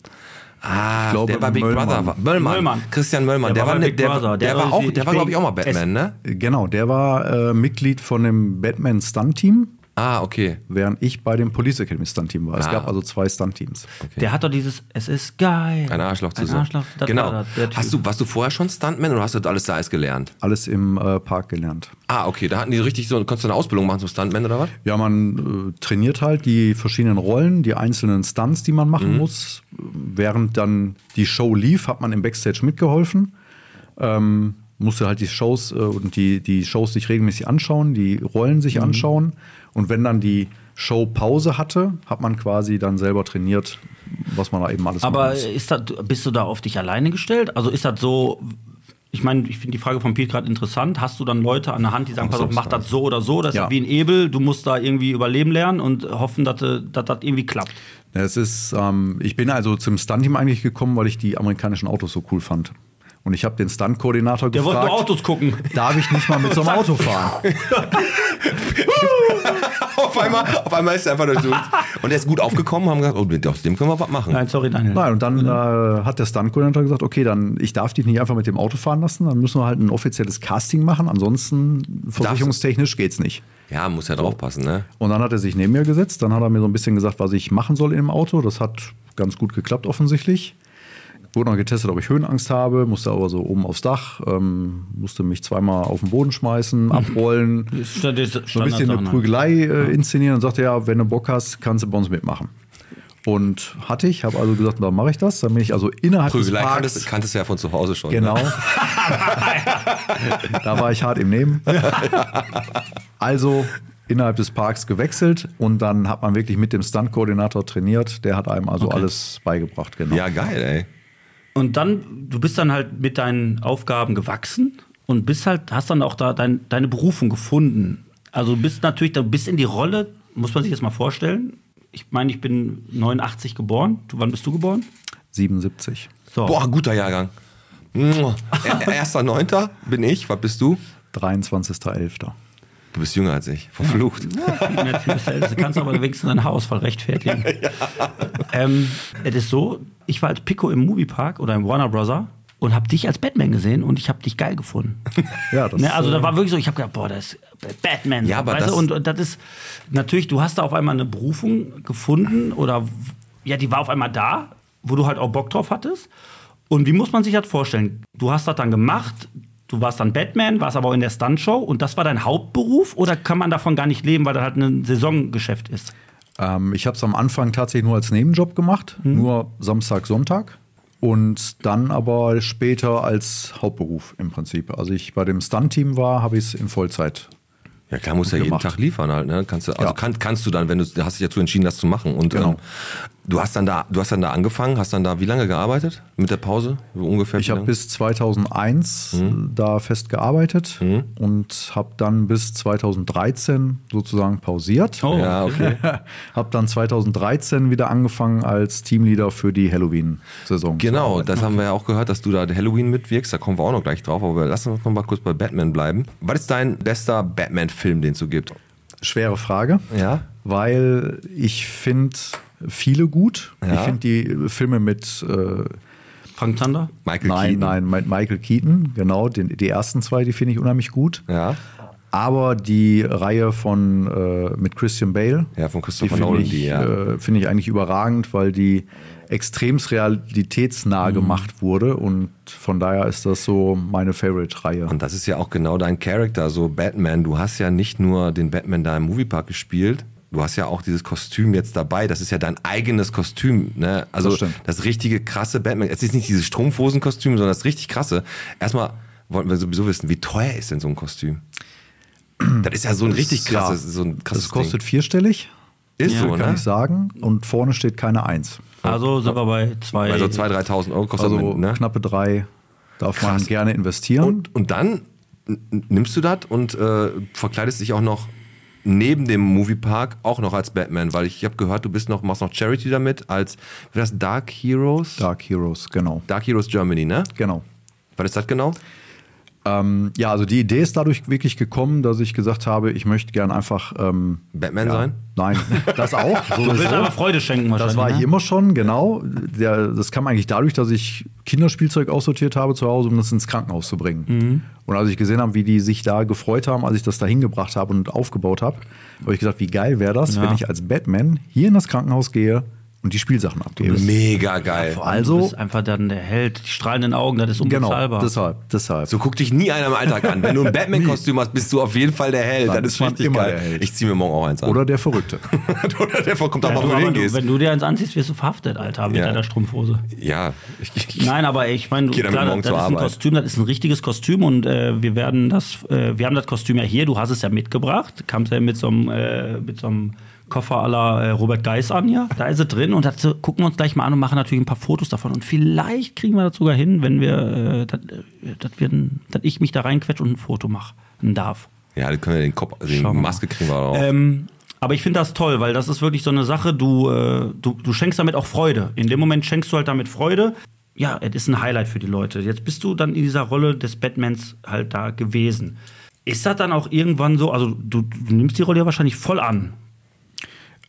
Speaker 2: Ah,
Speaker 5: glaube,
Speaker 2: der war Big
Speaker 5: Möllmann.
Speaker 2: Brother. war- Möllmann.
Speaker 3: Möllmann.
Speaker 2: Christian Möllmann. Der, war,
Speaker 3: bei
Speaker 2: ne-
Speaker 3: Big
Speaker 2: der, der,
Speaker 3: Brother. Der
Speaker 2: war
Speaker 3: war-
Speaker 2: auch,
Speaker 3: ich
Speaker 2: der war
Speaker 3: bin-
Speaker 2: glaube ich auch mal
Speaker 3: es-
Speaker 2: Batman, ne?
Speaker 5: Genau, der war äh, Mitglied von dem Batman Stunt Team,
Speaker 2: Ah, okay.
Speaker 5: während ich bei dem Police Academy Stunt Team war. Es
Speaker 2: Ah.
Speaker 5: gab also zwei Stunt Teams.
Speaker 3: Der hat doch dieses, es ist geil.
Speaker 2: Ein Arschloch zu
Speaker 3: Ein
Speaker 2: sein.
Speaker 3: Arschloch, das war
Speaker 2: genau.
Speaker 3: das, der Typ.
Speaker 2: Hast du, warst du vorher schon Stuntman oder hast du das alles da erst gelernt?
Speaker 5: Alles im äh, Park gelernt.
Speaker 2: Ah, okay. Da hatten die richtig so, konntest du eine Ausbildung machen zum Stuntman oder was?
Speaker 5: Ja, man äh, trainiert halt die verschiedenen Rollen, die einzelnen Stunts, die man
Speaker 3: Mhm.
Speaker 5: machen muss. Während dann die Show lief, hat man im Backstage mitgeholfen. Ähm, musste halt die Shows äh, und die, die Shows sich regelmäßig anschauen, die Rollen
Speaker 3: Mhm.
Speaker 5: sich anschauen. Und wenn dann die Show Pause hatte, hat man quasi dann selber trainiert, was man da eben alles
Speaker 3: Aber
Speaker 5: machen muss.
Speaker 3: ist das, bist du da auf dich alleine gestellt? Also ist das so. Ich meine, ich finde die Frage von Piet gerade interessant. Hast du dann Leute an der Hand, die sagen, pass auf, mach das so oder so? Das ist
Speaker 5: Ja.
Speaker 3: das wie ein Ebel. Du musst da irgendwie überleben lernen und hoffen, dass äh, dass das irgendwie klappt.
Speaker 5: Ja, Es ist, ähm, ich bin also zum Stunt-Team eigentlich gekommen, weil ich die amerikanischen Autos so cool fand. Und ich habe den Stunt-Koordinator
Speaker 3: Der wollte
Speaker 5: gefragt,
Speaker 3: nur Autos gucken.
Speaker 5: darf ich nicht mal mit so einem Auto fahren?
Speaker 2: auf, einmal, auf einmal ist er einfach durch. Und er ist gut aufgekommen und haben gesagt, oh, mit- aus dem können wir was machen.
Speaker 3: Nein, sorry, Daniel.
Speaker 5: Nein, und dann äh, hat der Stunt-Koordinator gesagt, okay, dann ich darf dich nicht einfach mit dem Auto fahren lassen, dann müssen wir halt ein offizielles Casting machen, ansonsten versicherungstechnisch geht's nicht.
Speaker 2: Ja, muss ja draufpassen, ne?
Speaker 5: Und dann hat er sich neben mir gesetzt, dann hat er mir so ein bisschen gesagt, was ich machen soll im Auto. Das hat ganz gut geklappt offensichtlich. Wurde noch getestet, ob ich Höhenangst habe, musste aber so oben aufs Dach, ähm, musste mich zweimal auf den Boden schmeißen, abrollen,
Speaker 3: Ist das- ist
Speaker 5: so ein bisschen
Speaker 3: Standardsache,
Speaker 5: eine
Speaker 3: ne?
Speaker 5: Prügelei äh, inszenieren und sagte, ja, wenn du Bock hast, kannst du bei uns mitmachen. Und hatte ich, habe also gesagt, dann mache ich das. Dann bin ich also innerhalb
Speaker 2: Prügelei
Speaker 5: des Parks.
Speaker 2: kanntest, kanntest du ja von zu Hause schon.
Speaker 5: Genau.
Speaker 2: Ne?
Speaker 5: da war ich hart im Nehmen. Also innerhalb des Parks gewechselt und dann hat man wirklich mit dem Stunt-Koordinator trainiert. Der hat einem also alles beigebracht, genau.
Speaker 2: Ja, geil, ey.
Speaker 3: Und dann, du bist dann halt mit deinen Aufgaben gewachsen und bist halt, hast dann auch da dein, deine Berufung gefunden. Also du bist natürlich, du bist in die Rolle, muss man sich das mal vorstellen. Ich meine, ich bin 89 geboren. Du, wann bist du geboren?
Speaker 5: 77.
Speaker 3: So.
Speaker 2: Boah, guter Jahrgang. Mua. Er- Erster Neunter bin ich. Was bist du?
Speaker 5: 23.11.
Speaker 2: Du bist jünger als ich. Verflucht.
Speaker 3: Du kannst aber wenigstens deinen Haarausfall rechtfertigen. ähm, es ist so, ich war als Pico im Moviepark oder im Warner Brother und habe dich als Batman gesehen und ich habe dich geil gefunden.
Speaker 5: Ja, das
Speaker 3: Ne, also da
Speaker 5: äh,
Speaker 3: war wirklich so, ich habe gedacht, boah, das ist Batman.
Speaker 2: Ja, aber
Speaker 3: weißt
Speaker 2: das-
Speaker 3: du, und, und das ist natürlich, du hast da auf einmal eine Berufung gefunden oder w- ja, die war auf einmal da, wo du halt auch Bock drauf hattest. Und wie muss man sich das vorstellen? Du hast das dann gemacht, du warst dann Batman, warst aber auch in der Stuntshow und das war dein Hauptberuf oder kann man davon gar nicht leben, weil das halt ein Saisongeschäft ist?
Speaker 5: Ähm, ich habe es am Anfang tatsächlich nur als Nebenjob gemacht,
Speaker 2: Mhm.
Speaker 5: nur Samstag, Sonntag. Und dann aber später als Hauptberuf im Prinzip. Also ich bei dem Stunt-Team war, habe ich es in Vollzeit.
Speaker 2: Ja, klar, musst ja jeden
Speaker 5: Gemacht.
Speaker 2: Tag liefern halt, ne? Kannst du, also
Speaker 5: Ja.
Speaker 2: kann, kannst du dann, wenn du, du hast dich dazu entschieden, das zu machen. Und
Speaker 5: Genau.
Speaker 2: ähm, du hast dann da, du hast dann da angefangen, hast dann da wie lange gearbeitet? Mit der Pause? So ungefähr
Speaker 5: Ich
Speaker 2: wie
Speaker 5: habe
Speaker 2: lange?
Speaker 5: bis 2001
Speaker 2: Mhm.
Speaker 5: da fest gearbeitet und habe dann bis 2013 sozusagen pausiert.
Speaker 3: Oh.
Speaker 2: Ja, okay.
Speaker 5: Habe dann 2013 wieder angefangen als Teamleader für die Halloween-Saison.
Speaker 2: Genau, das haben wir ja auch gehört, dass du da Halloween mitwirkst. Da kommen wir auch noch gleich drauf, aber lass uns noch mal kurz bei Batman bleiben. Was ist dein bester Batman-Film, den es so gibt?
Speaker 5: Schwere Frage.
Speaker 2: Ja.
Speaker 5: Weil ich finde viele gut. Ich
Speaker 2: Ja.
Speaker 5: finde die Filme mit äh,
Speaker 3: Frank Zander?
Speaker 2: Michael
Speaker 5: nein,
Speaker 2: Keaton.
Speaker 5: nein, mit Michael Keaton, genau, den, die ersten zwei, die finde ich unheimlich gut.
Speaker 2: Ja.
Speaker 5: Aber die Reihe von äh, mit Christian Bale,
Speaker 2: Ja, von Christopher
Speaker 5: die
Speaker 2: Nolan,
Speaker 5: finde ich,
Speaker 2: die, ja.
Speaker 5: äh, finde ich eigentlich überragend, weil die extrem realitätsnah gemacht wurde und von daher ist das so meine Favorite-Reihe.
Speaker 2: Und das ist ja auch genau dein Charakter, so Batman. Du hast ja nicht nur den Batman da im Moviepark gespielt, du hast ja auch dieses Kostüm jetzt dabei. Das ist ja dein eigenes Kostüm. Ne? Also
Speaker 5: Das
Speaker 2: das,
Speaker 5: stimmt.
Speaker 2: richtige krasse Batman. Es ist nicht dieses Strumpfhosenkostüm, sondern das richtig krasse. Erstmal wollten wir sowieso wissen, wie teuer ist denn so ein Kostüm? Das ist ja so ein richtig
Speaker 5: Ja,
Speaker 2: krasses, so ein krasses
Speaker 5: Das Also kostet vierstellig,
Speaker 2: Ding. Ist
Speaker 3: Ja,
Speaker 2: so,
Speaker 5: kann
Speaker 2: ne?
Speaker 5: ich sagen, und vorne steht keine Eins.
Speaker 3: Also sind wir bei zwei.
Speaker 2: Also 2.000, 3.000 Euro kostet
Speaker 5: Also
Speaker 2: das mit, ne?
Speaker 5: knappe drei darf man
Speaker 2: Krass.
Speaker 5: gerne investieren.
Speaker 2: Und, und dann n- nimmst du das und äh, verkleidest dich auch noch neben dem Moviepark auch noch als Batman, weil ich, ich habe gehört, du bist noch, machst noch Charity damit als wie das Dark Heroes?
Speaker 5: Dark Heroes, genau.
Speaker 2: Dark Heroes Germany, ne?
Speaker 5: Genau.
Speaker 2: Was ist das genau?
Speaker 5: Ja, also die Idee ist dadurch wirklich gekommen, dass ich gesagt habe, ich möchte gern einfach ähm,
Speaker 2: Batman
Speaker 5: ja,
Speaker 2: sein?
Speaker 5: Nein, das auch.
Speaker 3: Du willst
Speaker 5: sowieso.
Speaker 3: aber Freude schenken
Speaker 5: Das
Speaker 3: wahrscheinlich.
Speaker 5: war ich
Speaker 3: ne?
Speaker 5: immer schon, genau. Der, das kam eigentlich dadurch, dass ich Kinderspielzeug aussortiert habe zu Hause, um das ins Krankenhaus zu bringen.
Speaker 2: Mhm.
Speaker 5: Und als ich gesehen habe, wie die sich da gefreut haben, als ich das da hingebracht habe und aufgebaut habe, habe ich gesagt, wie geil wäre das,
Speaker 3: Ja.
Speaker 5: wenn ich als Batman hier in das Krankenhaus gehe und die Spielsachen abgebe.
Speaker 2: Mega geil.
Speaker 3: Du
Speaker 5: Also,
Speaker 3: bist einfach dann der Held, die strahlenden Augen, das ist
Speaker 5: genau,
Speaker 3: unbezahlbar.
Speaker 5: deshalb, deshalb.
Speaker 2: So guckt dich nie einer im Alltag an. Wenn du ein Batman-Kostüm hast, bist du auf jeden Fall der Held.
Speaker 5: Dann
Speaker 2: das
Speaker 5: ist
Speaker 2: ist
Speaker 5: man
Speaker 2: richtig
Speaker 5: immer der
Speaker 2: geil.
Speaker 5: Held.
Speaker 2: Ich ziehe mir morgen auch eins an.
Speaker 5: Oder der Verrückte.
Speaker 2: Oder der kommt auch
Speaker 3: Ja,
Speaker 2: mal,
Speaker 3: du,
Speaker 2: wo du
Speaker 3: aber du,
Speaker 2: hingehst.
Speaker 3: wenn du dir eins anziehst, wirst du verhaftet, Alter, mit
Speaker 2: Ja.
Speaker 3: deiner Strumpfhose.
Speaker 2: Ja, ich, ich,
Speaker 3: Nein, aber ich meine,
Speaker 2: Geh damit
Speaker 3: klar,
Speaker 2: morgen
Speaker 3: das,
Speaker 2: zur
Speaker 3: das ist ein
Speaker 2: Arbeit.
Speaker 3: Kostüm, das ist ein richtiges Kostüm und äh, wir werden das, äh, wir haben das Kostüm ja hier, du hast es ja mitgebracht, kamst ja mit so einem, äh, mit so einem Koffer aller äh, Robert Geis an, ja. Da ist es drin und dazu gucken wir uns gleich mal an und machen natürlich ein paar Fotos davon. Und vielleicht kriegen wir das sogar hin, wenn wir, äh, dass äh, dass wir ein- dass ich mich da reinquetsche und ein Foto machen darf.
Speaker 2: ja, dann können wir den Kopf, also die
Speaker 3: Schauen wir mal.
Speaker 2: Maske kriegen wir auch.
Speaker 3: Ähm, aber ich finde das toll, weil das ist wirklich so eine Sache, du, äh, du, du schenkst damit auch Freude. In dem Moment schenkst du halt damit Freude. Ja, es ist ein Highlight für die Leute. Jetzt bist du dann in dieser Rolle des Batmans halt da gewesen. Ist das dann auch irgendwann so, also du, du nimmst die Rolle ja wahrscheinlich voll an.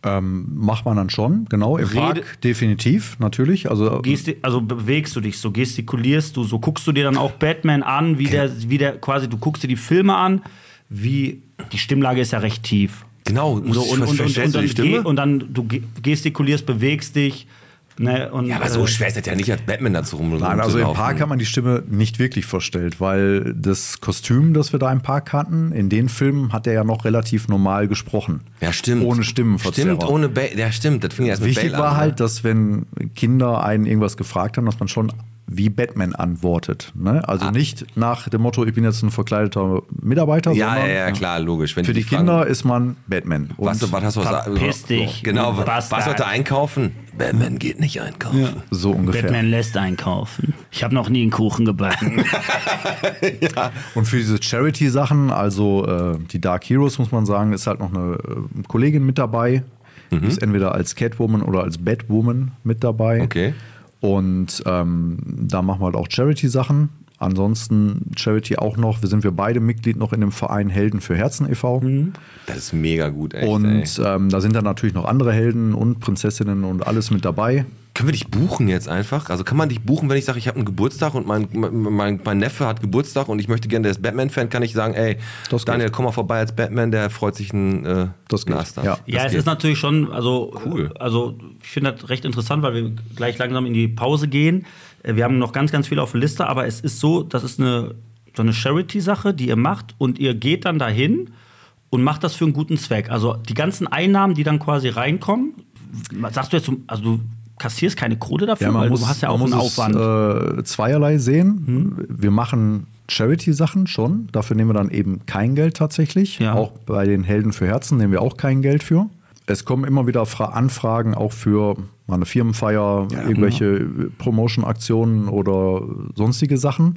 Speaker 5: Macht man dann schon, genau. Im
Speaker 3: Rede-
Speaker 5: Park definitiv, natürlich. Also,
Speaker 3: Gesti also bewegst du dich so, gestikulierst du so, guckst du dir dann auch Batman an, wie, der, wie der quasi, du guckst dir die Filme an, wie die Stimmlage ist ja recht tief.
Speaker 2: genau,
Speaker 3: So,
Speaker 2: ich-
Speaker 3: und, und, und,
Speaker 2: verstellst
Speaker 3: und,
Speaker 2: du
Speaker 3: dann
Speaker 2: die Stimme?
Speaker 3: geh, und dann du ge- gestikulierst, bewegst dich. Ne, und,
Speaker 2: ja, aber
Speaker 3: äh,
Speaker 2: so schwer ist das ja nicht, als Batman dazu rum.
Speaker 5: Nein, also im
Speaker 2: rumzulaufen.
Speaker 5: Park hat man die Stimme nicht wirklich verstellt, weil das Kostüm, das wir da im Park hatten, in den Filmen hat er ja noch relativ normal gesprochen.
Speaker 2: Ja, stimmt.
Speaker 5: Ohne Stimmenverzerrer.
Speaker 2: Stimmt, ohne Ba Ja, stimmt, das fing ja erst mit
Speaker 5: Wichtig
Speaker 2: Bale
Speaker 5: war
Speaker 2: an.
Speaker 5: halt, dass wenn Kinder einen irgendwas gefragt haben, dass man schon wie Batman antwortet. Ne? Also
Speaker 2: Ah.
Speaker 5: nicht nach dem Motto, ich bin jetzt ein verkleideter Mitarbeiter,
Speaker 2: Ja, ja,
Speaker 5: sondern
Speaker 2: ja, klar, logisch. Wenn
Speaker 5: für die
Speaker 2: fragen,
Speaker 5: Kinder ist man Batman.
Speaker 2: was,
Speaker 5: Und
Speaker 2: was hast du
Speaker 3: Verpiss
Speaker 2: gesagt?
Speaker 3: dich,
Speaker 2: Genau,
Speaker 3: du
Speaker 2: was,
Speaker 3: Bastard.
Speaker 2: was heute einkaufen? Batman geht nicht einkaufen.
Speaker 5: so ungefähr.
Speaker 3: Batman lässt einkaufen. Ich habe noch nie einen Kuchen gebacken.
Speaker 5: Und für diese Charity-Sachen, also äh, die Dark Heroes, muss man sagen, ist halt noch eine äh, Kollegin mit dabei.
Speaker 2: Mhm.
Speaker 5: Die ist entweder als Catwoman oder als Batwoman mit dabei.
Speaker 2: Okay.
Speaker 5: Und ähm, da machen wir halt auch Charity-Sachen. Ansonsten Charity auch noch. Wir sind wir beide Mitglied noch in dem Verein Helden für Herzen e.V.
Speaker 2: Das ist mega gut, Mhm. echt. ey.
Speaker 5: Und ähm, da sind dann natürlich noch andere Helden und Prinzessinnen und alles mit dabei.
Speaker 2: Können wir dich buchen jetzt einfach? Also kann man dich buchen, wenn ich sage, ich habe einen Geburtstag und mein, mein, mein Neffe hat Geburtstag und ich möchte gerne, der ist Batman-Fan, kann ich sagen, ey,
Speaker 5: Das geht.
Speaker 2: Daniel, komm mal vorbei als Batman, der freut sich einen äh,
Speaker 5: Das geht,
Speaker 2: einen Ast ab.
Speaker 5: ja.
Speaker 3: ja, es
Speaker 2: geht.
Speaker 3: ist natürlich schon, also,
Speaker 2: Cool.
Speaker 3: also ich finde das recht interessant, weil wir gleich langsam in die Pause gehen. Äh, Wir haben noch ganz, ganz viel auf der Liste, aber es ist so, das ist eine, so eine Charity-Sache, die ihr macht und ihr geht dann dahin und macht das für einen guten Zweck. Also die ganzen Einnahmen, die dann quasi reinkommen, sagst du jetzt, zum- also du kassierst keine Kohle dafür, weil du hast ja auch
Speaker 5: man
Speaker 3: einen
Speaker 5: muss
Speaker 3: Aufwand. Hm.
Speaker 5: Es, äh, zweierlei sehen. Wir machen Charity-Sachen schon. Dafür nehmen wir dann eben kein Geld tatsächlich.
Speaker 3: Ja.
Speaker 5: Auch bei den Helden für Herzen nehmen wir auch kein Geld für. Es kommen immer wieder Fra Anfragen auch für mal eine Firmenfeier, irgendwelche äh, Promotion-Aktionen oder sonstige Sachen.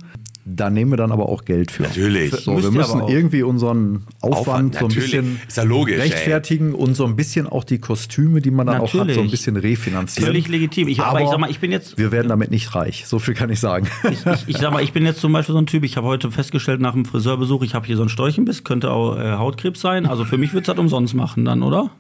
Speaker 5: Da nehmen wir dann aber auch Geld für.
Speaker 2: Natürlich.
Speaker 5: So,
Speaker 3: Müsst
Speaker 5: wir
Speaker 3: ihr
Speaker 5: müssen
Speaker 3: aber auch.
Speaker 5: irgendwie unseren Aufwand,
Speaker 2: Aufwand,
Speaker 5: so ein
Speaker 2: natürlich.
Speaker 5: bisschen
Speaker 2: Ist ja logisch, ey.
Speaker 5: rechtfertigen und so ein bisschen auch die Kostüme, die man dann auch hat, so ein
Speaker 3: Natürlich.
Speaker 5: bisschen refinanzieren.
Speaker 3: Völlig legitim. Ich- aber ich sag mal, ich bin jetzt-
Speaker 5: Wir werden damit nicht reich. So viel kann ich sagen.
Speaker 3: ich, ich sag mal, ich bin jetzt zum Beispiel so ein Typ, ich habe heute festgestellt nach dem Friseurbesuch, ich habe hier so einen Storchenbiss, könnte auch äh, Hautkrebs sein. Also für mich würde es das umsonst machen dann, oder?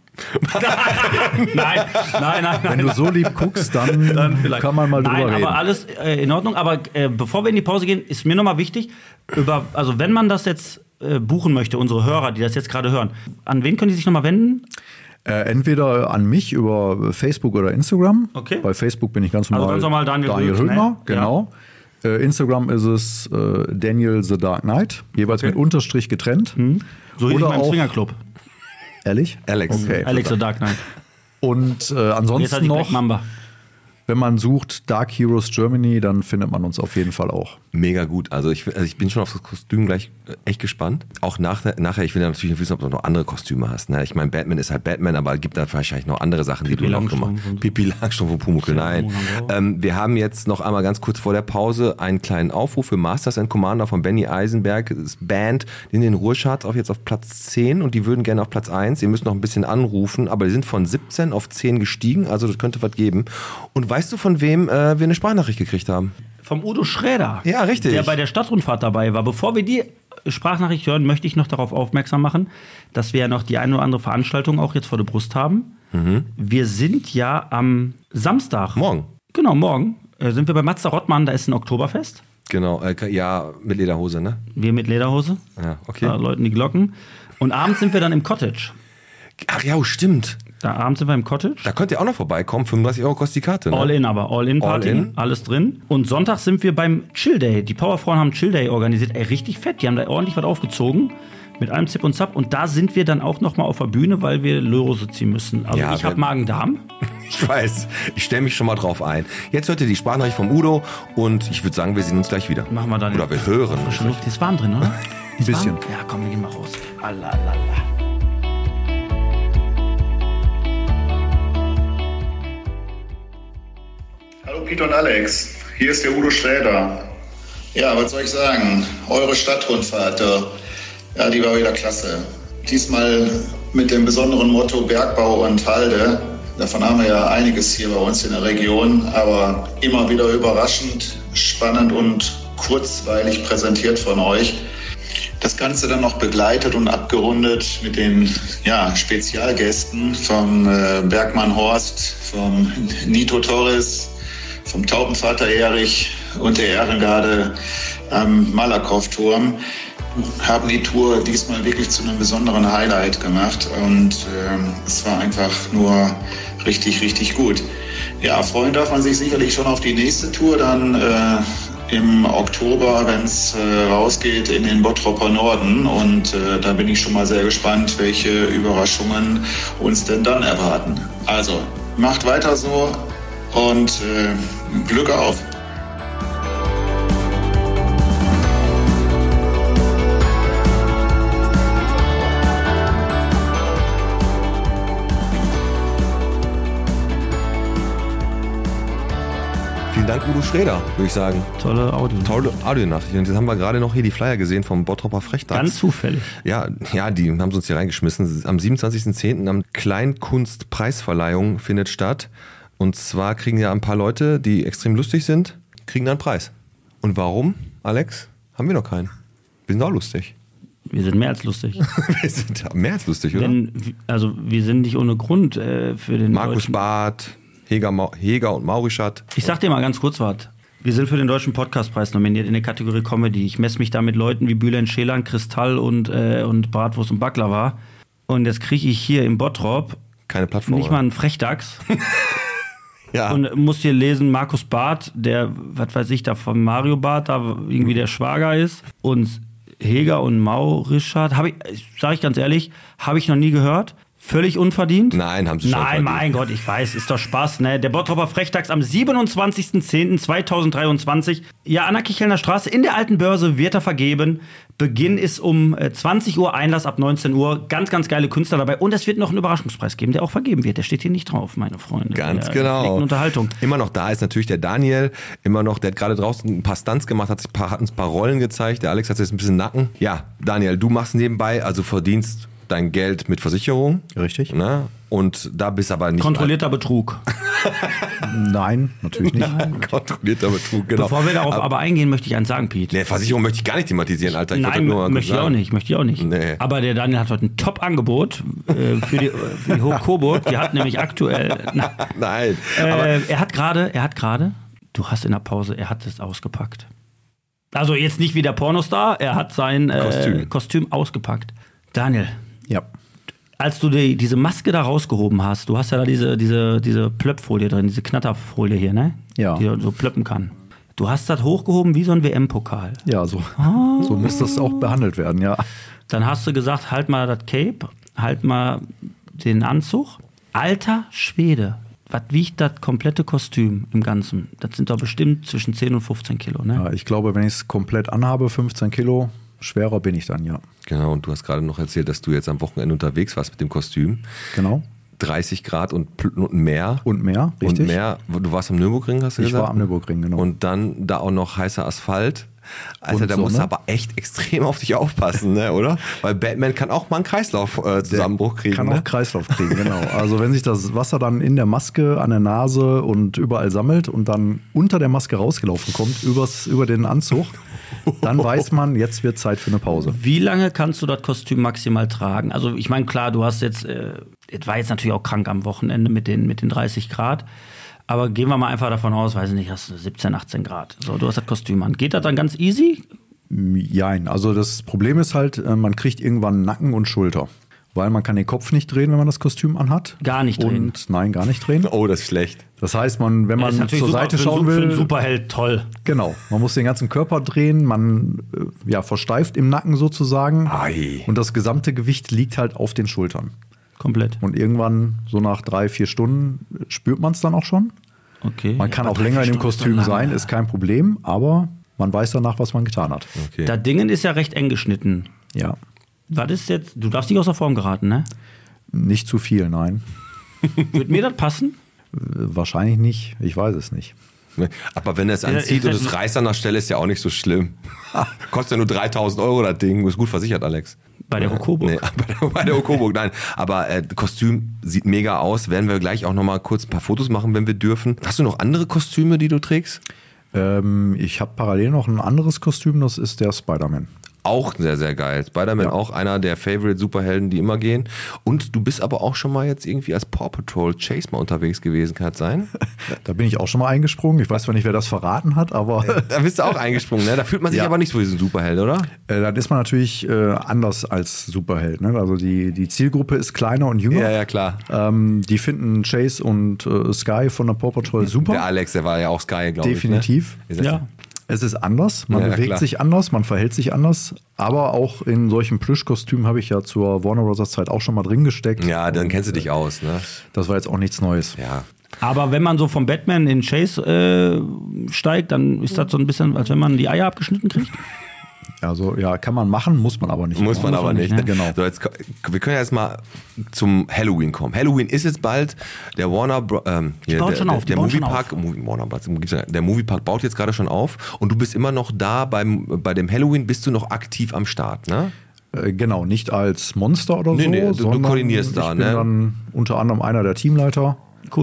Speaker 3: nein, nein, nein,
Speaker 5: Wenn
Speaker 3: nein.
Speaker 5: du so lieb guckst, dann,
Speaker 3: Dann vielleicht.
Speaker 5: kann man mal drüber
Speaker 3: Nein,
Speaker 5: reden.
Speaker 3: aber alles äh, in Ordnung. Aber äh, bevor wir in die Pause gehen, ist mir nochmal wichtig, über, also wenn man das jetzt äh, buchen möchte, unsere Hörer, die das jetzt gerade hören, an wen können die sich nochmal wenden?
Speaker 5: äh, entweder an mich über Facebook oder Instagram.
Speaker 3: Okay.
Speaker 5: Bei Facebook bin ich ganz normal,
Speaker 3: Also ganz normal Daniel Rüth, ne?
Speaker 5: Rüttner.
Speaker 3: Ja.
Speaker 5: Genau. Äh, Instagram ist es äh, Daniel the Dark Knight, jeweils mit Unterstrich getrennt.
Speaker 3: Mhm. So hieß ich
Speaker 5: oder
Speaker 3: beim
Speaker 5: auch,
Speaker 3: Swingerclub.
Speaker 5: ehrlich?
Speaker 2: Alex.
Speaker 5: Okay.
Speaker 3: Mhm. Alex the Dark Knight.
Speaker 5: Und äh,
Speaker 3: Jetzt hat die
Speaker 5: ansonsten
Speaker 3: Black
Speaker 5: noch
Speaker 3: Mamba.
Speaker 5: wenn man sucht Dark Heroes Germany, dann findet man uns auf jeden Fall auch.
Speaker 2: Mega gut. Also ich, also ich bin schon auf das Kostüm gleich äh, echt gespannt. Auch nach, nachher, ich will ja natürlich wissen, ob du noch andere Kostüme hast. Ne? Ich meine, Batman ist halt Batman, aber es gibt da wahrscheinlich noch andere Sachen, die du noch gemacht
Speaker 3: Langstrumpf
Speaker 2: hast.
Speaker 3: und-
Speaker 2: Pipi Langstrumpf und Pumuckl, nein.
Speaker 3: Pumuckl.
Speaker 2: Ähm, wir haben jetzt noch einmal ganz kurz vor der Pause einen kleinen Aufruf für Masters and Commander von Benny Eisenberg. Das Band die sind in den Ruhrcharts auf jetzt auf Platz 10 und die würden gerne auf Platz 1. Ihr müsst noch ein bisschen anrufen, aber die sind von 17 auf 10 gestiegen, also das könnte was geben. Und weißt du, von wem äh, wir eine Sprachnachricht gekriegt haben?
Speaker 3: Vom Udo Schräder.
Speaker 2: Ja, richtig.
Speaker 3: Der bei der Stadtrundfahrt dabei war. Bevor wir die Sprachnachricht hören, möchte ich noch darauf aufmerksam machen, dass wir ja noch die eine oder andere Veranstaltung auch jetzt vor der Brust haben. Wir sind ja am Samstag.
Speaker 2: Mhm. Morgen.
Speaker 3: Genau, morgen äh, sind wir bei Mazda Rottmann, da ist ein Oktoberfest.
Speaker 2: Genau, äh, ja, mit Lederhose, ne?
Speaker 3: Wir mit Lederhose.
Speaker 2: Ja, okay.
Speaker 3: Da läuten die Glocken. Und abends sind wir dann im Cottage.
Speaker 2: Ach ja, oh, stimmt.
Speaker 3: Da abends sind wir im Cottage.
Speaker 2: Da könnt ihr auch noch vorbeikommen. 35 Euro kostet die Karte. Ne?
Speaker 3: All in aber, all in Party,
Speaker 2: All in.
Speaker 3: alles drin. Und Sonntag sind wir beim Chill Day. Die Powerfrauen haben Chill Day organisiert. Ey, richtig fett, die haben da ordentlich was aufgezogen. Mit allem Zip und Zap. Und da sind wir dann auch nochmal auf der Bühne, weil wir Lörose ziehen müssen. Also
Speaker 2: Ja,
Speaker 3: ich
Speaker 2: wir-
Speaker 3: habe Magen-Darm.
Speaker 2: Ich weiß. Ich stelle mich schon mal drauf ein. Jetzt hört ihr die Sprachnachricht vom Udo und ich würde sagen, wir sehen uns gleich wieder.
Speaker 3: Machen wir dann.
Speaker 2: Oder wir hören.
Speaker 3: Frische Luft. Hier ist warm drin, oder? Ein
Speaker 5: Bisschen.
Speaker 3: Warm? Ja, komm, wir gehen mal raus. Alalala.
Speaker 6: Hallo Peter und Alex, hier ist der Udo Schräder. Ja, was soll ich sagen? Eure Stadtrundfahrt, äh, ja, die war wieder klasse. Diesmal mit dem besonderen Motto Bergbau und Halde. Davon haben wir ja einiges hier bei uns in der Region, aber immer wieder überraschend, spannend und kurzweilig präsentiert von euch. Das Ganze dann noch begleitet und abgerundet mit den ja, Spezialgästen vom äh, Bergmann Horst, vom Nito Torres, vom Taubenvater Erich und der Ehrengarde am Malakow-Turm haben die Tour diesmal wirklich zu einem besonderen Highlight gemacht und ähm, es war einfach nur richtig, richtig gut. Ja, freuen darf man sich sicherlich schon auf die nächste Tour dann äh, im Oktober, wenn es äh, rausgeht in den Bottroper Norden und äh, da bin ich schon mal sehr gespannt, welche Überraschungen uns denn dann erwarten. Also, macht weiter so und äh, Glück auf!
Speaker 2: Vielen Dank, Udo Schräder, würde ich sagen.
Speaker 3: Tolle Audio.
Speaker 2: Tolle Audionachricht. Und jetzt haben wir gerade noch hier die Flyer gesehen vom Bottropper Frechdachs.
Speaker 3: Ganz zufällig.
Speaker 2: Ja, ja, die haben sie uns hier reingeschmissen. Am 27.10. am Kleinkunstpreisverleihung findet statt. Und zwar kriegen ja ein paar Leute, die extrem lustig sind, kriegen da einen Preis. Und warum, Alex? Haben wir noch keinen. Wir sind auch lustig.
Speaker 3: Wir sind mehr als lustig.
Speaker 2: Wir sind ja mehr als lustig, oder?
Speaker 3: Denn, w- also, wir sind nicht ohne Grund äh, für den
Speaker 2: Markus
Speaker 3: deutschen
Speaker 2: Barth, Heger, Mau- Heger und Maurischat.
Speaker 3: Ich sag dir mal ganz kurz was. Wir sind für den Deutschen Podcastpreis nominiert in der Kategorie Comedy. Ich messe mich da mit Leuten wie Bülent Schelan, Kristall und, äh, und Bratwurst und Baklava. Und jetzt kriege ich hier im Bottrop
Speaker 2: Keine Plattform.
Speaker 3: nicht mal einen Frechdachs
Speaker 2: ja.
Speaker 3: und muss hier lesen, Markus Barth, der, was weiß ich, da von Mario Barth, da irgendwie der Schwager ist. Und Heger und Mau Richard, hab ich, sag ich ganz ehrlich, habe ich noch nie gehört. Völlig unverdient.
Speaker 2: Nein, haben sie schon
Speaker 3: Nein,
Speaker 2: verdient.
Speaker 3: mein Gott, ich weiß, ist doch Spaß, ne? Der Bottroper Frechtags am 27.10.2023. Ja, an der Kichelner Straße in der alten Börse wird er vergeben. Beginn ist um äh, 20 Uhr, Einlass ab 19 Uhr. Ganz, ganz geile Künstler dabei. Und es wird noch einen Überraschungspreis geben, der auch vergeben wird. Der steht hier nicht drauf, meine Freunde.
Speaker 2: Ganz
Speaker 3: Der
Speaker 2: genau.
Speaker 3: gepflegten Unterhaltung.
Speaker 2: Immer noch da ist natürlich der Daniel, immer noch, der hat gerade draußen ein paar Stunts gemacht, hat, sich ein paar, hat uns ein paar Rollen gezeigt, der Alex hat jetzt ein bisschen Nacken. Ja, Daniel, du machst nebenbei, also verdienst dein Geld mit Versicherung.
Speaker 5: Richtig.
Speaker 2: Ne? Und da bist aber nicht...
Speaker 3: Kontrollierter Betrug.
Speaker 5: Nein, natürlich nicht.
Speaker 2: Kontrollierter Betrug, genau.
Speaker 3: Bevor wir darauf aber eingehen, möchte ich eins sagen, Pete.
Speaker 2: Nee, Versicherung möchte ich gar nicht thematisieren, Alter. Ich wollte
Speaker 3: Nein,
Speaker 2: das nur mal
Speaker 3: möchte ich auch
Speaker 2: sagen.
Speaker 3: nicht, möchte ich auch nicht.
Speaker 2: Nee.
Speaker 3: Aber der Daniel hat heute ein Top-Angebot äh, für die, für die Hoch Coburg. Die hat nämlich aktuell. Na,
Speaker 2: Nein, aber
Speaker 3: äh, er hat gerade, er hat gerade, du hast in der Pause, er hat es ausgepackt. Also jetzt nicht wie der Pornostar, er hat sein äh,
Speaker 2: Kostüm.
Speaker 3: Kostüm. ausgepackt. Daniel,
Speaker 5: Ja.
Speaker 3: als du die, diese Maske da rausgehoben hast, du hast ja da diese, diese, diese Plöppfolie drin, diese Knatterfolie hier, ne?
Speaker 5: Ja.
Speaker 3: Die du so plöppen kann. Du hast das hochgehoben wie so ein WM-Pokal.
Speaker 5: Ja, so,
Speaker 3: Ah.
Speaker 5: so muss das auch behandelt werden, ja.
Speaker 3: Dann hast du gesagt, halt mal das Cape, halt mal den Anzug. Alter Schwede, was wiegt das komplette Kostüm im Ganzen? Das sind doch bestimmt zwischen 10 und 15 Kilo, ne?
Speaker 5: Ja, ich glaube, wenn ich es komplett anhabe, 15 Kilo, schwerer bin ich dann, ja.
Speaker 2: Genau, und du hast gerade noch erzählt, dass du jetzt am Wochenende unterwegs warst mit dem Kostüm.
Speaker 5: Genau.
Speaker 2: 30 Grad und, pl- und mehr.
Speaker 5: Und mehr, richtig.
Speaker 2: Und mehr. Du warst am Nürburgring, hast du
Speaker 5: Ich
Speaker 2: gesagt?
Speaker 5: war am Nürburgring, genau.
Speaker 2: Und dann da auch noch heißer Asphalt. Alter,
Speaker 5: Und
Speaker 2: da musst du
Speaker 5: Sonne.
Speaker 2: aber echt extrem auf dich aufpassen, ne, oder? Weil Batman kann auch mal einen Kreislaufzusammenbruch kriegen.
Speaker 5: Kann
Speaker 2: ne?
Speaker 5: auch Kreislauf kriegen, genau. Also wenn sich das Wasser dann in der Maske, an der Nase und überall sammelt und dann unter der Maske rausgelaufen kommt, übers, über den Anzug, dann weiß man, jetzt wird Zeit für eine Pause.
Speaker 3: Wie lange kannst du das Kostüm maximal tragen? Also ich meine, klar, du hast jetzt, äh, es war jetzt natürlich auch krank am Wochenende mit den, mit den 30 Grad. Aber gehen wir mal einfach davon aus, weiß ich nicht, hast du 17, 18 Grad. So, du hast das Kostüm an. Geht das dann ganz easy?
Speaker 5: Jein, also das Problem ist halt, äh, man kriegt irgendwann Nacken und Schulter. Weil man kann den Kopf nicht drehen, wenn man das Kostüm anhat.
Speaker 3: Gar nicht drehen.
Speaker 5: Und nein, gar nicht drehen.
Speaker 2: Oh, das ist schlecht.
Speaker 5: Das heißt, man, wenn man
Speaker 3: Ist natürlich
Speaker 5: zur
Speaker 3: super
Speaker 5: Seite
Speaker 3: für einen
Speaker 5: schauen
Speaker 3: Su- Für
Speaker 5: will,
Speaker 3: einen Superheld toll.
Speaker 5: Genau, man muss den ganzen Körper drehen, man äh, ja, versteift im Nacken sozusagen.
Speaker 2: Ei.
Speaker 5: Und das gesamte Gewicht liegt halt auf den Schultern.
Speaker 3: Komplett.
Speaker 5: Und irgendwann, so nach drei, vier Stunden, äh, spürt man es dann auch schon.
Speaker 3: Okay.
Speaker 5: Man
Speaker 3: Ja,
Speaker 5: kann
Speaker 3: aber
Speaker 5: auch
Speaker 3: drei,
Speaker 5: länger in
Speaker 3: vier
Speaker 5: dem
Speaker 3: Stunden
Speaker 5: Kostüm
Speaker 3: lang.
Speaker 5: sein, ist kein Problem, aber man weiß danach, was man getan hat.
Speaker 2: Okay.
Speaker 3: Das Ding ist ja recht eng geschnitten.
Speaker 5: Ja,
Speaker 3: Was ist jetzt? Du darfst nicht aus der Form geraten, ne?
Speaker 5: nicht zu viel, nein.
Speaker 3: Würde mir das passen?
Speaker 5: Äh, Wahrscheinlich nicht, ich weiß es nicht.
Speaker 2: Ne? Aber wenn er es anzieht
Speaker 3: ich-
Speaker 2: und es reißt an der Stelle, ist ja auch nicht so schlimm. Kostet ja nur 3000 Euro das Ding. Ist gut versichert, Alex.
Speaker 3: Bei der Okoburg.
Speaker 2: Nee, bei der, bei der Okoburg, nein. Aber äh, Kostüm sieht mega aus. Werden wir gleich auch nochmal kurz ein paar Fotos machen, wenn wir dürfen. Hast du noch andere Kostüme, die du trägst?
Speaker 5: Ähm, ich habe parallel noch ein anderes Kostüm, das ist der Spider-Man.
Speaker 2: Auch sehr, sehr geil. Spider-Man auch einer der Favorite-Superhelden, die immer gehen. Und du bist aber auch schon mal jetzt irgendwie als Paw Patrol Chase mal unterwegs gewesen, kann das sein?
Speaker 5: Da bin ich auch schon mal eingesprungen. Ich weiß zwar nicht, wer das verraten hat, aber
Speaker 2: Da bist du auch eingesprungen, ne? Da fühlt man sich
Speaker 5: Ja.
Speaker 2: aber nicht so wie so ein Superheld, oder?
Speaker 5: Äh, dann ist man natürlich äh, anders als Superheld. Ne? Also die, die Zielgruppe ist kleiner und jünger.
Speaker 2: Ja, ja, klar.
Speaker 5: Ähm, die finden Chase und äh, Sky von der Paw Patrol super.
Speaker 2: Der Alex, der war ja auch Sky, glaube ich.
Speaker 5: Definitiv.
Speaker 2: Ne? Ist das-
Speaker 3: Ja.
Speaker 5: Es ist anders, man
Speaker 2: Ja, ja,
Speaker 5: bewegt
Speaker 2: klar.
Speaker 5: sich anders, man verhält sich anders. Aber auch in solchen Plüschkostümen habe ich ja zur Warner Bros. Zeit auch schon mal drin gesteckt.
Speaker 2: Ja, dann kennst du dich aus, ne?
Speaker 5: Das war jetzt auch nichts Neues.
Speaker 2: Ja.
Speaker 3: Aber wenn man so vom Batman in Chase äh, steigt, dann ist das so ein bisschen, als wenn man die Eier abgeschnitten kriegt.
Speaker 5: Also ja, kann man machen, muss man aber nicht.
Speaker 2: Muss man aber nicht.
Speaker 5: ne?
Speaker 2: ne?
Speaker 5: Genau.
Speaker 2: So, jetzt, ko- wir können ja jetzt mal zum Halloween kommen. Halloween ist jetzt bald. Der Warner, Bro- ähm, hier,
Speaker 3: bauen
Speaker 2: der,
Speaker 3: schon
Speaker 2: der,
Speaker 3: auf, die
Speaker 2: der
Speaker 3: bauen schon
Speaker 2: Moviepark, Movie, Warner, Bros. um, gibt's ja- der Moviepark baut jetzt gerade schon auf und du bist immer noch da beim, bei dem Halloween, bist du noch aktiv am Start, ne?
Speaker 5: Äh, genau, nicht als Monster oder
Speaker 2: Nee,
Speaker 5: so.
Speaker 2: nee, du- du
Speaker 5: sondern
Speaker 2: koordinierst
Speaker 5: ich
Speaker 2: da,
Speaker 5: bin
Speaker 2: ne?
Speaker 5: dann unter anderem einer der Teamleiter